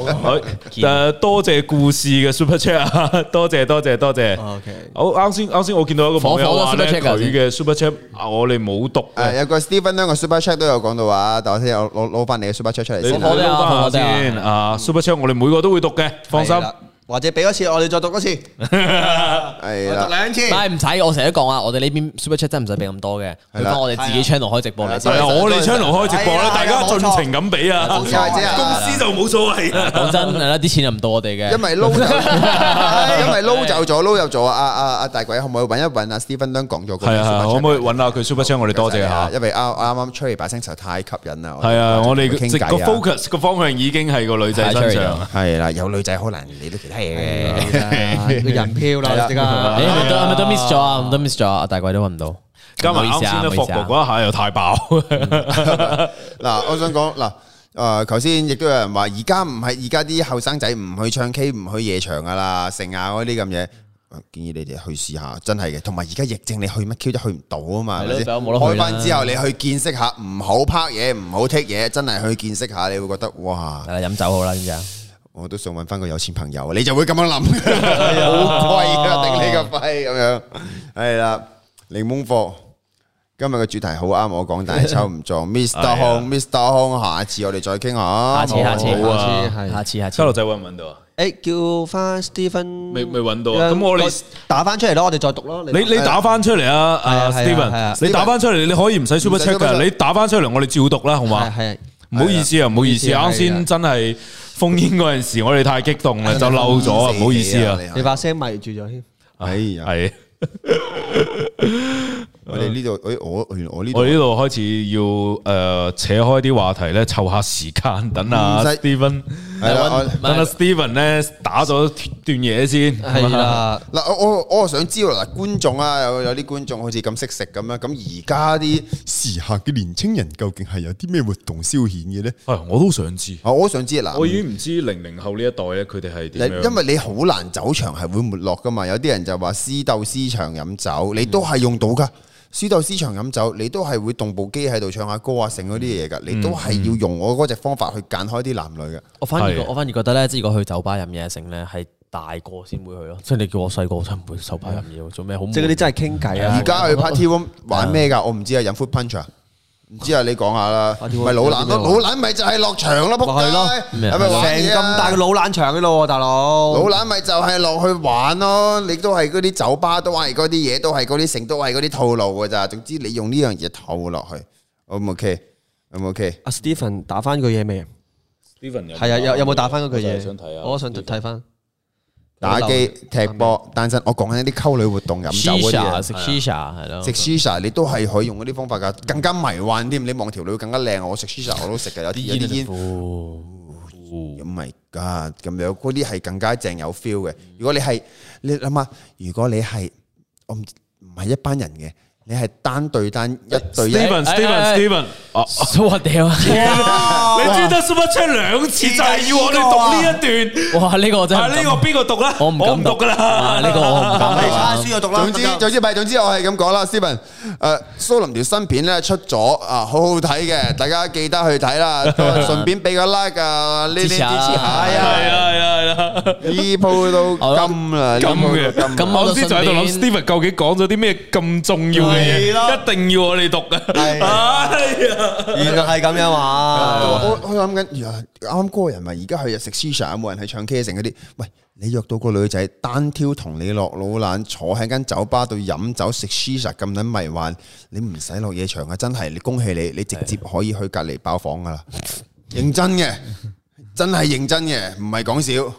[SPEAKER 3] 誒，多謝故事嘅 Super Chat <laughs> 啊，多謝多謝多謝。
[SPEAKER 1] Ờ, OK
[SPEAKER 3] 好，啱先啱先我見到一個網友話咧，佢嘅 Ờ. Super À, Chat 我哋冇讀
[SPEAKER 4] 誒，
[SPEAKER 3] 嘅，
[SPEAKER 4] 有個 Stephen 咧個 Super Chat 都有講到話，但我先我攞攞翻你嘅 Super Chat 出嚟
[SPEAKER 3] 你
[SPEAKER 4] 先
[SPEAKER 3] 你
[SPEAKER 4] 啦。
[SPEAKER 2] 我哋啊
[SPEAKER 3] 翻
[SPEAKER 2] 我哋啊
[SPEAKER 3] 先啊，Super À, Chat 我哋每個都會讀嘅，放心
[SPEAKER 1] 係。啦或者俾一次，我哋再讀一次，讀
[SPEAKER 4] 係啦，
[SPEAKER 1] 兩次。
[SPEAKER 2] 但係唔使，我成日都講啊，我哋呢邊 Super Chat 真係唔使俾咁多嘅，去翻我哋自己 channel 開直播嚟
[SPEAKER 3] 係
[SPEAKER 2] 先
[SPEAKER 3] 啊，。我哋 channel 開直播
[SPEAKER 1] 係
[SPEAKER 3] 咧，
[SPEAKER 1] 啊
[SPEAKER 3] 大家盡情咁俾啊，公
[SPEAKER 4] 冇錯係啊
[SPEAKER 3] 司就冇所謂啊。
[SPEAKER 2] 講真係啦，啲錢又唔到我哋嘅。
[SPEAKER 4] 因為撈走，因為撈走咗，撈入咗啊啊啊！大鬼可唔可以揾一揾啊？Stephen 都講咗個
[SPEAKER 3] 係 <laughs> 啊，可
[SPEAKER 4] Super
[SPEAKER 3] 唔
[SPEAKER 4] Chat
[SPEAKER 3] 可以揾下佢 super chat？我哋多謝下。
[SPEAKER 4] 因為啱啱啱 Cherry 把聲實在太吸引啦。
[SPEAKER 3] 係啊，我哋
[SPEAKER 4] 傾
[SPEAKER 3] 直
[SPEAKER 4] 偈
[SPEAKER 3] 個
[SPEAKER 4] 啊
[SPEAKER 3] focus 個方向已經係個女仔身上。
[SPEAKER 4] 係啦，有女仔好難理到其他嘢嘅。
[SPEAKER 1] 個
[SPEAKER 3] <laughs>
[SPEAKER 1] 人票啦，即刻。
[SPEAKER 2] 你係咪都係咪都 miss 咗啊？咪都 miss 咗啊！大鬼都揾唔到，
[SPEAKER 3] 加埋
[SPEAKER 2] 唔好
[SPEAKER 3] 啱
[SPEAKER 2] 意思啊
[SPEAKER 3] 先
[SPEAKER 2] 唔好
[SPEAKER 3] 咧，霍
[SPEAKER 2] 意思啊
[SPEAKER 3] 國嗰一下又太爆。
[SPEAKER 4] 嗱，我想講嗱。誒，頭先亦都有人話，而家唔係而家啲後生仔唔去唱 K，唔去夜場噶啦，剩啊嗰啲咁嘢，建議你哋去試下，真係嘅。同埋而家疫症，你去乜 Q 都去唔到啊嘛，係
[SPEAKER 2] 係
[SPEAKER 4] 咪
[SPEAKER 2] 咯
[SPEAKER 4] 先？
[SPEAKER 2] 冇得去
[SPEAKER 4] 開
[SPEAKER 2] 啦
[SPEAKER 4] 翻之後，你去見識下，唔好拍嘢，唔好剔嘢，真係去見識下，你會覺得哇
[SPEAKER 2] 係，啦，飲酒好啦，點解？
[SPEAKER 4] 我都想揾翻個有錢朋友，你就會咁樣諗，好貴啊，頂你個肺咁樣，係啦，檸檬課。今日嘅主題好啱我講，但係抽唔
[SPEAKER 3] <laughs>
[SPEAKER 4] 中。Mr.
[SPEAKER 3] 係啊
[SPEAKER 4] Hong，Mr. Hong，下次我哋再傾下。
[SPEAKER 2] 下次下次
[SPEAKER 3] 好啊
[SPEAKER 2] 下次下
[SPEAKER 3] 七
[SPEAKER 2] 次
[SPEAKER 3] 路。仔揾唔揾到啊？
[SPEAKER 1] 誒，叫翻 Stephen，
[SPEAKER 3] 未未揾到
[SPEAKER 1] Ờ,
[SPEAKER 3] 啊？咁我哋
[SPEAKER 1] 打翻出嚟咯，我哋再讀咯。
[SPEAKER 3] 你你打翻出嚟啊，
[SPEAKER 1] 係
[SPEAKER 3] 啊
[SPEAKER 1] 啊係啊係啊
[SPEAKER 3] Steven，你打翻出嚟，你可以唔使 super
[SPEAKER 4] 唔使
[SPEAKER 3] check
[SPEAKER 4] super
[SPEAKER 3] 噶，
[SPEAKER 4] check
[SPEAKER 3] 你打翻出嚟，我哋照讀啦，好嘛？
[SPEAKER 1] 係
[SPEAKER 3] 唔好意思啊，唔好意
[SPEAKER 1] 唔好意
[SPEAKER 3] 思，
[SPEAKER 1] 思啊
[SPEAKER 3] 啱先真係封煙嗰陣時，我哋太激動啦，就漏咗啊，唔好意思啊，
[SPEAKER 1] 你把聲迷住咗添。
[SPEAKER 4] 哎呀，
[SPEAKER 3] 係
[SPEAKER 4] 我哋呢度，哎我原來我呢度
[SPEAKER 3] 我呢度開始要誒扯開啲話題咧，湊下時間，等啊
[SPEAKER 4] 唔使
[SPEAKER 3] Steven，
[SPEAKER 4] 係啦我
[SPEAKER 3] 等啊 Steven 咧打咗段嘢先，啊
[SPEAKER 1] 係啦，
[SPEAKER 4] 嗱，我我我想知道嗱，觀眾啊，有有啲觀眾好似咁識食咁樣，咁而家啲時下嘅年青人究竟係有啲咩活動消遣嘅咧？
[SPEAKER 3] 係哎我都想知，
[SPEAKER 4] 啊，我都想知嗱，
[SPEAKER 3] 我已經唔知零零後呢一代咧，佢哋係點樣？
[SPEAKER 4] 因為你好難走場係會沒落噶嘛，有啲人就話私鬥私場飲酒，
[SPEAKER 1] 嗯
[SPEAKER 4] 你都係用到噶。私鬥私場飲酒，你都係會動部機喺度唱下歌啊，剩嗰啲嘢
[SPEAKER 1] 嗯
[SPEAKER 4] 噶，你都係要用我嗰隻方法去揀開啲男女嘅。
[SPEAKER 2] 我反而
[SPEAKER 3] 係
[SPEAKER 2] 我反而覺得咧，即係如果去酒吧飲嘢成咧，係大個先會去咯。即係你叫我細個，我真係唔會去酒吧飲嘢喎，做咩好悶？
[SPEAKER 1] 即係嗰啲真係傾偈啊
[SPEAKER 4] 而。家去 party room 玩咩㗎？我唔知啊，飲 food punch 啊，唔知啊，你講下啦。
[SPEAKER 1] Party room
[SPEAKER 4] 咪老懶
[SPEAKER 1] 有
[SPEAKER 4] 咯，
[SPEAKER 1] 啲咩玩
[SPEAKER 4] 老懶咪就係落場咯，仆
[SPEAKER 1] 咪係咯
[SPEAKER 4] 街，
[SPEAKER 2] 咩啊
[SPEAKER 4] 係咪
[SPEAKER 1] 成
[SPEAKER 4] 玩嘢啊
[SPEAKER 1] 咁大嘅老懶場嘅咯喎，大佬。
[SPEAKER 2] 哦
[SPEAKER 4] 老懶咪就係落去玩咯，你都係嗰啲酒吧，都係嗰啲嘢，都係嗰啲成，都係嗰啲套路㗎咋。總之你用呢樣嘢套落去， O 唔 OK？O 唔 OK？
[SPEAKER 1] 阿 Stephen 打翻句嘢未？
[SPEAKER 3] Steven
[SPEAKER 1] 係啊，有有冇打翻嗰句
[SPEAKER 3] 我就
[SPEAKER 1] 嘢？
[SPEAKER 3] 係想睇下
[SPEAKER 1] 我想睇翻
[SPEAKER 4] 打機、踢波、單身，我講緊一啲溝女活動、飲酒嗰啲
[SPEAKER 2] Shisha，
[SPEAKER 4] 啊
[SPEAKER 2] 食 shisha，係咯
[SPEAKER 4] 食 shisha 你都係可以用嗰啲方法㗎，更加迷幻啲。你望條女更加靚，我食 shisha 我都食㗎，有啲有啲煙。Oh my god！咁樣嗰啲係更加正有 feel 嘅。如果你係你諗下，如果你係我唔唔係一班人嘅，你係單對單一對一。
[SPEAKER 3] Steven，Steven，Steven， <laughs>
[SPEAKER 2] 我屌啊！
[SPEAKER 3] 你專登 super chat 兩次就係要我哋讀呢一
[SPEAKER 2] <laughs>
[SPEAKER 3] 段。
[SPEAKER 2] 哇！呢個真係
[SPEAKER 3] 啊呢個邊個讀啦？
[SPEAKER 2] 我唔啊
[SPEAKER 3] 我唔讀㗎啦。啊
[SPEAKER 2] 呢個我唔
[SPEAKER 3] <laughs>
[SPEAKER 2] 敢
[SPEAKER 4] 係叉燒就讀啦。總之總之，咪總之我係咁講啦，Steven。誒，蘇林條新片咧出咗啊，好好睇嘅，大家記得去睇啦。啊 <laughs> 順便俾個 like 啊，呢啲支持下
[SPEAKER 3] 係
[SPEAKER 4] 呀。
[SPEAKER 3] 啊係啊係啊！
[SPEAKER 4] 呢鋪 <laughs> 都金啊啦，
[SPEAKER 3] 咁嘅，我先就喺度諗 Steven 究竟講咗啲咩咁重要嘅嘢，
[SPEAKER 4] 係啦
[SPEAKER 3] 一定要我哋讀啊嘅。
[SPEAKER 1] 原來係咁樣話
[SPEAKER 4] 我我諗緊，呀啱啱嗰個人咪而家去食 shisha，冇人去唱 K 成嗰啲。喂，你約到個女仔單挑同你落老蘭，坐喺間酒吧度飲酒食 shisha 咁撚迷幻，你唔使落夜場啊！真係，你恭喜你，你直接可以去隔離爆房 <laughs> 噶啦，認真嘅，真係認真嘅，唔係講笑。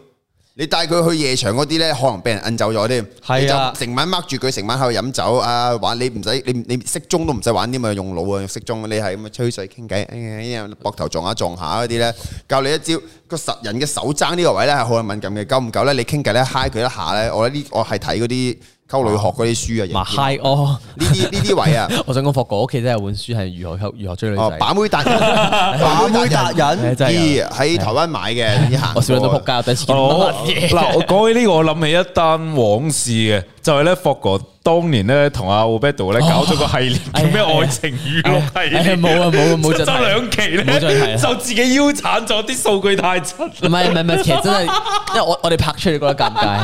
[SPEAKER 4] 你帶佢去夜場嗰啲咧，可能俾人摁走咗添。
[SPEAKER 1] 係啊
[SPEAKER 4] 你就成晚掹住佢，成晚喺度飲酒啊玩，你唔使你你適中都唔使玩啲咪用腦啊，適中你係咁樣吹水傾偈，哎呀哎呀膊頭撞下撞下嗰啲咧，教你一招個實人嘅手踭呢個位咧係好敏感嘅，夠唔夠咧？你傾偈咧嗨佢一下咧，我呢我係睇嗰啲溝女學嗰啲書啊，
[SPEAKER 2] 麻嗨哦！
[SPEAKER 4] 呢啲呢啲位啊，
[SPEAKER 2] 我想講霍哥屋企真係有本書係如何溝如何追女
[SPEAKER 4] 哦
[SPEAKER 2] 仔，
[SPEAKER 4] 把妹達人，把妹達人，
[SPEAKER 2] 係真係有
[SPEAKER 4] 咦喺台灣買嘅，行
[SPEAKER 2] 我笑到仆街，我第一次見
[SPEAKER 4] 哦
[SPEAKER 2] 到
[SPEAKER 3] 我
[SPEAKER 2] 乜嘢
[SPEAKER 3] 哦嗱，我講起呢個，我諗起一單往事嘅，就係咧霍哥當年咧同阿 Obedo 咧搞咗個系列叫咩愛情語錄系
[SPEAKER 2] <laughs> 哎
[SPEAKER 3] 列，
[SPEAKER 2] 呀冇啊冇啊冇再
[SPEAKER 3] 出
[SPEAKER 2] 提
[SPEAKER 3] 咗兩期
[SPEAKER 2] 冇再提
[SPEAKER 3] 咧，
[SPEAKER 2] 啦
[SPEAKER 3] 就自己腰斬咗啲數據太真。
[SPEAKER 2] 唔係唔係唔係，其實真係，因為我我哋拍出嚟覺得尷尬，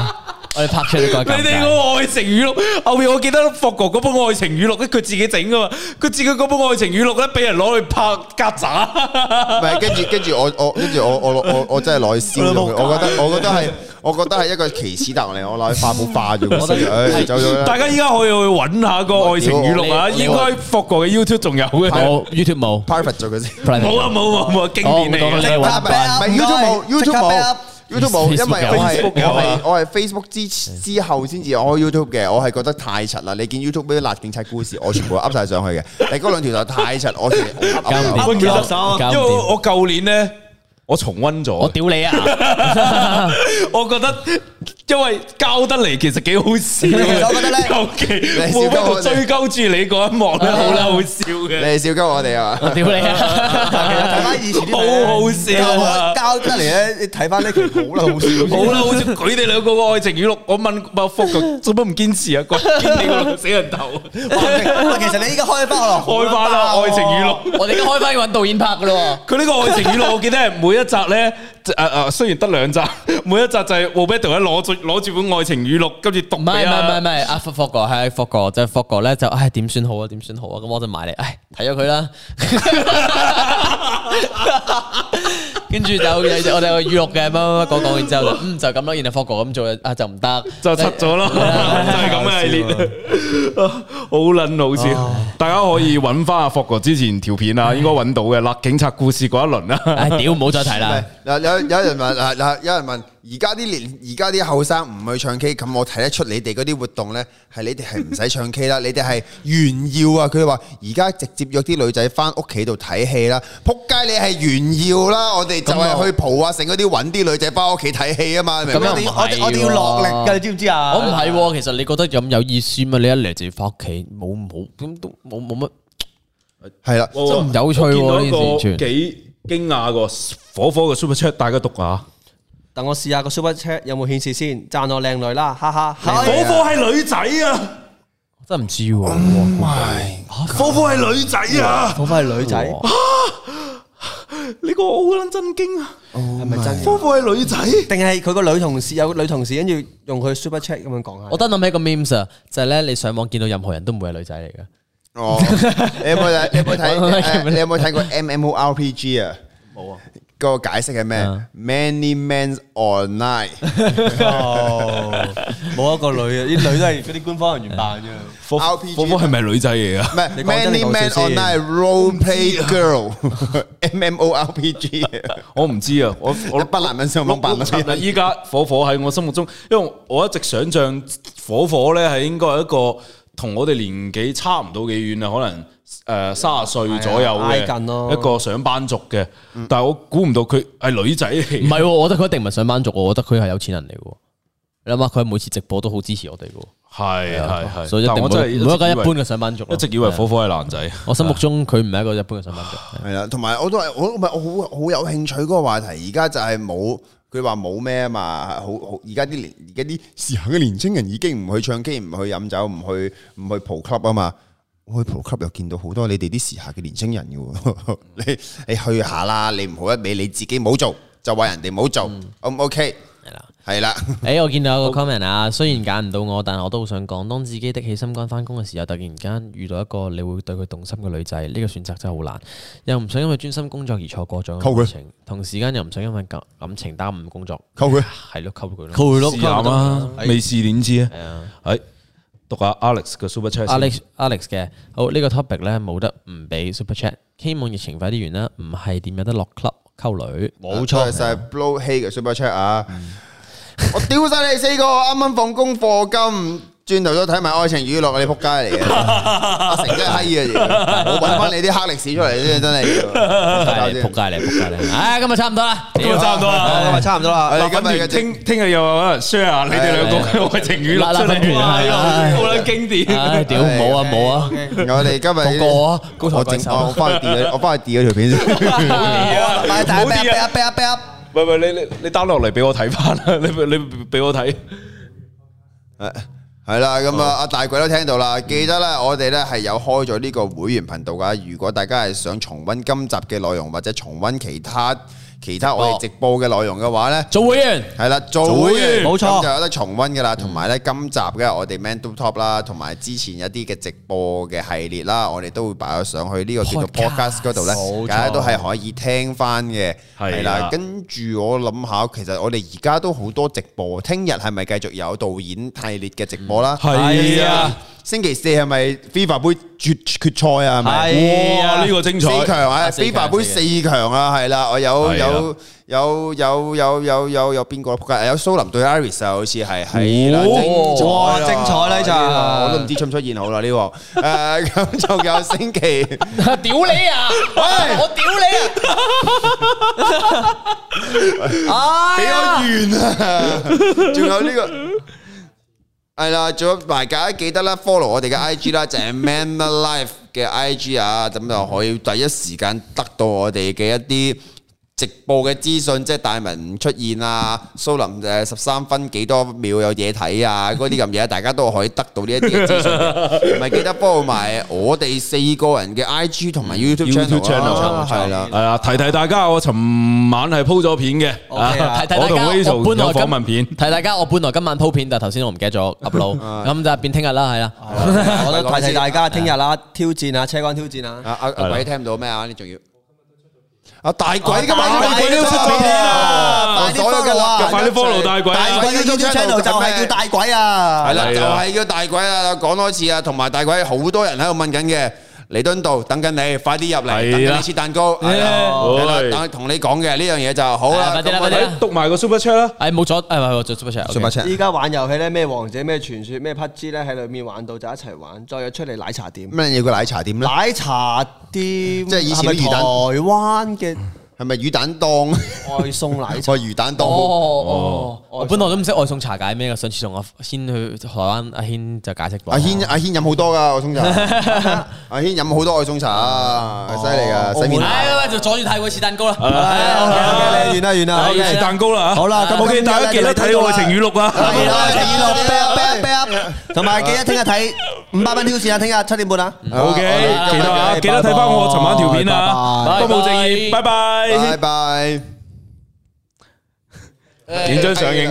[SPEAKER 2] 我哋拍出嚟覺得尷
[SPEAKER 3] 你哋
[SPEAKER 2] 尬。
[SPEAKER 3] 嗰個愛情語錄後面，我記得霍哥嗰本愛情語錄咧，佢自己整噶嘛，佢自己嗰本愛情語錄咧，俾人攞去拍夾渣。
[SPEAKER 4] 唔係，跟住跟住我我跟住我我我我真係攞去燒咗佢，我覺得我覺得係我覺得係一個奇恥大辱嚟，我攞去化寶化咗佢先，啊唉走
[SPEAKER 3] <laughs>
[SPEAKER 4] 咗
[SPEAKER 3] 大
[SPEAKER 4] 啦。
[SPEAKER 3] 家依家可以去揾下個愛情語錄啊，
[SPEAKER 2] 你你
[SPEAKER 3] 應該霍哥嘅 YouTube 仲有 <laughs> 嘅。
[SPEAKER 2] 冇 YouTube 冇哦
[SPEAKER 4] private 咗佢先，
[SPEAKER 3] 啊冇啊冇冇冇，經典嚟
[SPEAKER 2] 我
[SPEAKER 3] 嘅
[SPEAKER 2] 覺得你揾
[SPEAKER 4] 唔係 YouTube 冇 YouTube 冇 YouTube 冇，因為我係
[SPEAKER 3] Facebook 有
[SPEAKER 4] 我係
[SPEAKER 3] 啊
[SPEAKER 4] 我係 Facebook 之之後先至我開 YouTube 嘅，我係覺得太柒啦！你見 YouTube 嗰啲辣警察故事，我全部 up 晒上去嘅， <laughs> 但係嗰兩條就太柒，我全部
[SPEAKER 2] 搞 <laughs> 唔掂
[SPEAKER 3] 喂其實
[SPEAKER 2] 搞唔掂
[SPEAKER 3] 因為我舊年咧，我重温咗，
[SPEAKER 2] 我屌你啊！
[SPEAKER 3] <laughs> 我覺得因為交得嚟其實幾好笑嘅， <laughs>
[SPEAKER 4] 我覺得咧
[SPEAKER 3] 尤其
[SPEAKER 4] 你
[SPEAKER 3] 冇
[SPEAKER 4] 笑鳩
[SPEAKER 3] 乜
[SPEAKER 4] 我哋
[SPEAKER 3] 追究住你嗰一幕咧，好啦，好笑嘅。
[SPEAKER 4] 你笑鳩我哋啊
[SPEAKER 2] <laughs>
[SPEAKER 4] 嘛！
[SPEAKER 2] 屌你啊！
[SPEAKER 1] 睇翻以前啲片
[SPEAKER 3] 好好笑啊
[SPEAKER 1] 交得嚟咧，你睇翻呢佢好啦，好
[SPEAKER 4] <laughs>
[SPEAKER 1] 笑。
[SPEAKER 3] 好啦，好似佢哋兩個嘅愛情語錄，我問阿福佢做乜唔堅持啊？個堅你個死人 <laughs> 頭，
[SPEAKER 1] 哇其實你依家 <laughs> 開翻落
[SPEAKER 3] 開翻啦愛情語
[SPEAKER 1] 啊
[SPEAKER 3] 錄。
[SPEAKER 2] 我哋而家開翻去揾導演拍噶咯
[SPEAKER 3] 佢呢個愛情語錄，我記得係每一集咧，誒誒，雖然得兩集，每一集就係 w o b e t o 咧攞住攞住本愛情語錄，跟住讀
[SPEAKER 2] 喎，唔係
[SPEAKER 3] 俾
[SPEAKER 2] 唔係唔係
[SPEAKER 3] 啊
[SPEAKER 2] 唔。係，阿霍霍哥係霍哥，就係霍哥咧就唉點算好啊點算好啊，咁我就埋嚟，唉睇咗佢啦，跟住就有我哋有語錄嘅乜乜乜講講完之後就嗯就咁啦，然後霍哥咁做啊就唔得，
[SPEAKER 3] 就柒咗咯，就係咁嘅系列，啊好撚好笑。大家可以揾翻阿霍哥之前條片啊，應該揾到嘅《辣警察故事》嗰一輪啊啦。
[SPEAKER 2] 唉屌唔好再睇啦。
[SPEAKER 4] <laughs> 嗱有有人問嗱嗱有人問，而家啲年而家啲後生唔去唱 K，咁我睇得出你哋嗰啲活動咧，係你哋係唔使唱 K 啦，你哋係炫耀啊！佢話而家直接約啲女仔翻屋企度睇戲啦，撲街你係炫耀啦！我哋就係去蒲啊，成嗰啲揾啲女仔翻屋企睇戲啊嘛，你明唔
[SPEAKER 2] 咁
[SPEAKER 4] 明
[SPEAKER 2] 又
[SPEAKER 4] 啊
[SPEAKER 2] 唔係
[SPEAKER 1] 我哋我哋要落力㗎你知唔知啊
[SPEAKER 2] 我唔係喎，其實你覺得咁有意思嘛？你一嚟就要翻屋企，冇冇咁都冇冇乜，
[SPEAKER 4] 係啦，
[SPEAKER 2] <laughs> 真係唔有趣喎呢件事完全。
[SPEAKER 3] 幾驚訝個火火嘅 super chat，大家讀啊下。
[SPEAKER 1] 等我試下個 super chat 有冇顯示先，讚我靚女啦，哈哈。
[SPEAKER 3] 火
[SPEAKER 1] 係
[SPEAKER 3] 火係女仔啊，
[SPEAKER 2] 真係唔知喎。
[SPEAKER 3] 火火係女仔啊，
[SPEAKER 1] 我翻係女仔，
[SPEAKER 3] 呢個我好撚震驚啊！
[SPEAKER 1] 係咪真？
[SPEAKER 3] 火火係女仔，
[SPEAKER 1] 定係佢個女同事有個女同事，跟住用佢 super chat 咁樣講下。
[SPEAKER 2] 我得諗起一個 memes 啊，就係咧你上網見到任何人都唔會係女仔嚟嘅。
[SPEAKER 4] 哦，你有冇睇？你有冇睇？誒你有冇睇過 MMORPG 啊？冇啊！嗰個解釋係咩？Many men online，
[SPEAKER 1] 冇一個女嘅，啲女都係嗰啲官方人員扮啫。
[SPEAKER 3] 火火火係咪女仔嚟啊噶？
[SPEAKER 4] 唔係 Many men online role play <laughs> girl，MMORPG。
[SPEAKER 3] 我唔知啊，我
[SPEAKER 4] <laughs>
[SPEAKER 3] 我
[SPEAKER 4] 不男人上網啊扮女
[SPEAKER 3] 嗱，依家火火喺我心目中，因為我一直想象火火咧係應該係一個同我哋年紀差唔到幾遠啊，可能誒三十歲左右
[SPEAKER 1] 挨
[SPEAKER 3] 嘅
[SPEAKER 1] 近咯
[SPEAKER 3] 一個上班族嘅，但係我估唔到佢係女仔嚟。
[SPEAKER 2] 唔係喎，我覺得佢一定唔係上班族喎，我覺得佢係有錢人嚟嘅喎。你諗下，佢每次直播都好支持我哋嘅喎。
[SPEAKER 3] 係係係，
[SPEAKER 2] 所以一
[SPEAKER 3] 但
[SPEAKER 2] 定
[SPEAKER 3] 我真係
[SPEAKER 2] 冇冇一
[SPEAKER 3] 直以為
[SPEAKER 2] 間一般嘅上班族咯。
[SPEAKER 3] 一直以為火火係男仔。
[SPEAKER 2] 我心目中佢唔係一個一般嘅上班 <laughs> 族。
[SPEAKER 4] 係啦，同埋我都係我唔係我好好有興趣嗰個話題，而家就係冇佢話冇咩啊嘛，好好而家啲年而家啲時候嘅年青人已經唔去唱 K，唔去飲酒，唔去唔去蒲 club 啊嘛。我去蒲 club 又見到好多你哋啲時下嘅年青人嘅喎， <laughs> 你你去下啦，你唔好一味你自己冇做，就話人哋冇做，O 唔 OK？係啦，係啦，
[SPEAKER 2] 诶，我見到有個 comment 啊，雖然揀唔到我，但我都好想講，當自己的起心肝翻工嘅時候，突然間遇到一個你會對佢動心嘅女仔，呢、個選擇真係好難。又唔想因為專心工作而錯過咗
[SPEAKER 4] 溝佢
[SPEAKER 2] 愛情，同時間又唔想因為感感情耽誤工作。
[SPEAKER 4] 溝佢
[SPEAKER 2] 係咯，溝佢咯，
[SPEAKER 3] 佢
[SPEAKER 2] 溝
[SPEAKER 3] 試下
[SPEAKER 2] 咪得啊
[SPEAKER 3] 啦
[SPEAKER 2] 咯，
[SPEAKER 3] 未試點知
[SPEAKER 2] 係啊
[SPEAKER 3] 啊？係讀下 Alex 嘅 Super Chat 先
[SPEAKER 2] Alex Alex 嘅好呢、個 topic 咧冇得唔俾 Super Chat，希望疫情快啲完啦，唔係點有得落 club 溝女？
[SPEAKER 4] 多謝晒 Blow Hey 嘅 Super Chat 啊！我屌晒你四個，啱啱放工課金，轉頭都睇埋愛情娛樂，你仆街嚟嘅，阿成真係閪啊！我揾翻你啲黑歷史出嚟先，真係
[SPEAKER 2] 仆街
[SPEAKER 4] 要
[SPEAKER 2] 嚟，仆街嚟，仆街嚟！唉，今日差唔多啦，
[SPEAKER 3] <laughs> 今日差唔多啦
[SPEAKER 1] 今日差唔多啦。
[SPEAKER 4] 我哋今日嘅
[SPEAKER 3] 聽聽日又有人 share 啊你哋兩個嘅愛情語錄出
[SPEAKER 2] 嗱嗱粉
[SPEAKER 3] 嚟，
[SPEAKER 2] 團啊
[SPEAKER 3] 哇
[SPEAKER 2] 唉
[SPEAKER 3] <laughs> 好撚經
[SPEAKER 2] 唉，
[SPEAKER 3] 典。
[SPEAKER 2] 屌冇啊冇啊！
[SPEAKER 4] 我哋今日
[SPEAKER 2] 個個啊高頭
[SPEAKER 4] 我
[SPEAKER 2] 怪
[SPEAKER 4] 整
[SPEAKER 2] 手
[SPEAKER 4] 我翻去 delete，我翻去 delete 條片先。拜拜
[SPEAKER 1] 啊
[SPEAKER 4] 拜拜拜拜。
[SPEAKER 3] 喂喂，你你你 down 落嚟俾我睇翻啦，你你俾我睇。
[SPEAKER 4] 系啦，咁啊，阿大鬼都聽到啦，記得咧，我哋咧係有開咗呢個會員頻道噶。如果大家係想重温今集嘅內容，或者重温其他其他我哋直播嘅內容嘅話咧，
[SPEAKER 2] 做會員
[SPEAKER 4] 係啦，做
[SPEAKER 1] 做
[SPEAKER 4] 會
[SPEAKER 1] 會
[SPEAKER 4] 員
[SPEAKER 1] 員冇錯
[SPEAKER 4] 咁就有得重温噶啦。同埋咧，今集嘅我哋 Man Do Top 啦，同埋之前一啲嘅直播嘅系列啦，我哋都會擺咗上去呢個叫做 Podcast 嗰度咧，
[SPEAKER 1] 冇錯啊
[SPEAKER 4] 大家都係可以聽翻嘅。
[SPEAKER 3] 係
[SPEAKER 4] 係
[SPEAKER 3] 啦
[SPEAKER 4] 啦，跟住我諗下，其實我哋而家都好多直播，聽日係咪繼續有導演系列嘅直播啦？
[SPEAKER 1] 嗯
[SPEAKER 3] 係啊，
[SPEAKER 4] 星期四係咪 FIFA 杯決決賽啊？係咪？
[SPEAKER 1] 係啊
[SPEAKER 3] 哇！呢個精彩，
[SPEAKER 4] 四強啊
[SPEAKER 1] 四強
[SPEAKER 4] ！FIFA 杯四強啊，係啦，我有
[SPEAKER 3] 係啊
[SPEAKER 4] 有有有有有有有邊個仆街？有蘇林對 Iris 啊，好似係係啦，精
[SPEAKER 1] 哦
[SPEAKER 4] 彩啦
[SPEAKER 1] 哇精彩啦呢集
[SPEAKER 4] 個我都唔知出唔出現好啦呢個。誒咁仲有星期。
[SPEAKER 2] 屌你啊！我屌你啊！
[SPEAKER 4] 俾我
[SPEAKER 2] 啊！
[SPEAKER 4] 完啊！仲有呢個係啦，仲有埋大家記得啦，follow 我哋嘅 IG 啦，就係 Man Life 嘅 IG 啊，咁就可以第一時間得到我哋嘅一啲。直播嘅資訊，即係大文唔出現啊，蘇林誒十三分幾多秒有嘢睇啊，嗰啲咁嘢，大家都可以得到呢一啲嘅資訊嘅。唔係記得 follow 埋我哋四個人嘅 IG 同埋 YouTube
[SPEAKER 3] YouTube channel
[SPEAKER 4] 啦，係啦。
[SPEAKER 3] 係啊，提提大家，我尋晚係鋪咗片嘅，
[SPEAKER 1] OK 啊
[SPEAKER 3] 啊
[SPEAKER 2] 睇睇
[SPEAKER 3] 我同
[SPEAKER 2] 大
[SPEAKER 3] Hazel
[SPEAKER 2] 家，我本來
[SPEAKER 3] 有
[SPEAKER 2] 今
[SPEAKER 3] 訪問片。
[SPEAKER 2] 睇大家，我本來今晚鋪片，但係頭先我唔記得咗
[SPEAKER 3] <laughs>
[SPEAKER 2] upload，咁就變聽日啦，係啦。
[SPEAKER 3] 哦
[SPEAKER 1] 我都提提大家，聽日啦，挑戰啊，車關挑戰啊。
[SPEAKER 4] 啊，阿-阿
[SPEAKER 3] 係啦。
[SPEAKER 4] 鬼聽唔到咩啊？你仲要-啊，大鬼㗎嘛，
[SPEAKER 1] 大鬼
[SPEAKER 4] 大鬼都
[SPEAKER 1] 都出
[SPEAKER 4] 出咗
[SPEAKER 1] 片啊，
[SPEAKER 4] 片啊，
[SPEAKER 1] 快啲
[SPEAKER 4] 所有嘅
[SPEAKER 1] follow 啊，
[SPEAKER 4] 立場
[SPEAKER 3] 快啲 follow 大鬼啊！
[SPEAKER 1] 大
[SPEAKER 4] 鬼
[SPEAKER 1] 鬼
[SPEAKER 4] 嘅
[SPEAKER 1] 嘅
[SPEAKER 4] YouTube
[SPEAKER 1] YouTube
[SPEAKER 4] channel
[SPEAKER 1] channel 就係叫大鬼啊。
[SPEAKER 4] 係啦，
[SPEAKER 3] 係啦。
[SPEAKER 4] 就係叫大鬼啊，講多次啊，同埋大鬼好多人喺度問緊嘅，彌敦道等緊你，快啲入嚟，
[SPEAKER 3] 係啦。
[SPEAKER 4] 等緊你切蛋糕，係啦，
[SPEAKER 3] 係。
[SPEAKER 4] 係啦，等同你講嘅，呢樣嘢就好啦，
[SPEAKER 2] 係啊，快啲啦，
[SPEAKER 4] 咁
[SPEAKER 2] 快啲啦。
[SPEAKER 4] 我哋
[SPEAKER 3] 誒
[SPEAKER 4] -
[SPEAKER 3] 讀埋個 super chat 啦，
[SPEAKER 2] 誒冇咗，誒唔係唔係做 super chat，OK。
[SPEAKER 1] 依家玩遊戲咧，咩王者、咩傳說、咩匹茲咧，喺裏面玩到就一齊玩，再約出嚟奶茶店。
[SPEAKER 4] 乜嘢叫奶茶店呢？
[SPEAKER 1] 奶茶店
[SPEAKER 4] 係以前啲
[SPEAKER 1] 係咪
[SPEAKER 4] 魚蛋
[SPEAKER 1] 台灣嘅
[SPEAKER 4] 係咪魚蛋檔？
[SPEAKER 1] 外送奶茶。
[SPEAKER 4] <laughs> 我係魚蛋檔。
[SPEAKER 2] 哦哦哦，我本來都唔識外送茶解咩嘅，上次同阿軒去台灣，阿軒就解釋過。
[SPEAKER 4] 阿軒-
[SPEAKER 3] 啊 <laughs>
[SPEAKER 4] 阿軒飲好多㗎，外送茶。阿軒飲好多外送茶，
[SPEAKER 3] 哦
[SPEAKER 4] 犀利㗎，洗面奶。
[SPEAKER 2] 唉，哎喂喂就阻住太過切蛋糕
[SPEAKER 1] 係
[SPEAKER 2] 啦。哎
[SPEAKER 1] ，OK，OK，完啦完啦
[SPEAKER 3] 啊
[SPEAKER 1] ，OK
[SPEAKER 3] 要食蛋糕啦
[SPEAKER 1] 好啦咁
[SPEAKER 3] OK，
[SPEAKER 1] 今日
[SPEAKER 3] 大家記得睇《愛情語錄》啊！
[SPEAKER 1] 係啦，情意落 back up 同埋記得聽日睇五百蚊挑戰啊，聽日七點半啊。
[SPEAKER 3] 好嘅，記得啊，記得睇翻我尋晚條片啊！
[SPEAKER 2] 拜拜
[SPEAKER 3] 不務正業，拜拜，
[SPEAKER 4] 拜拜。
[SPEAKER 3] 影張相影。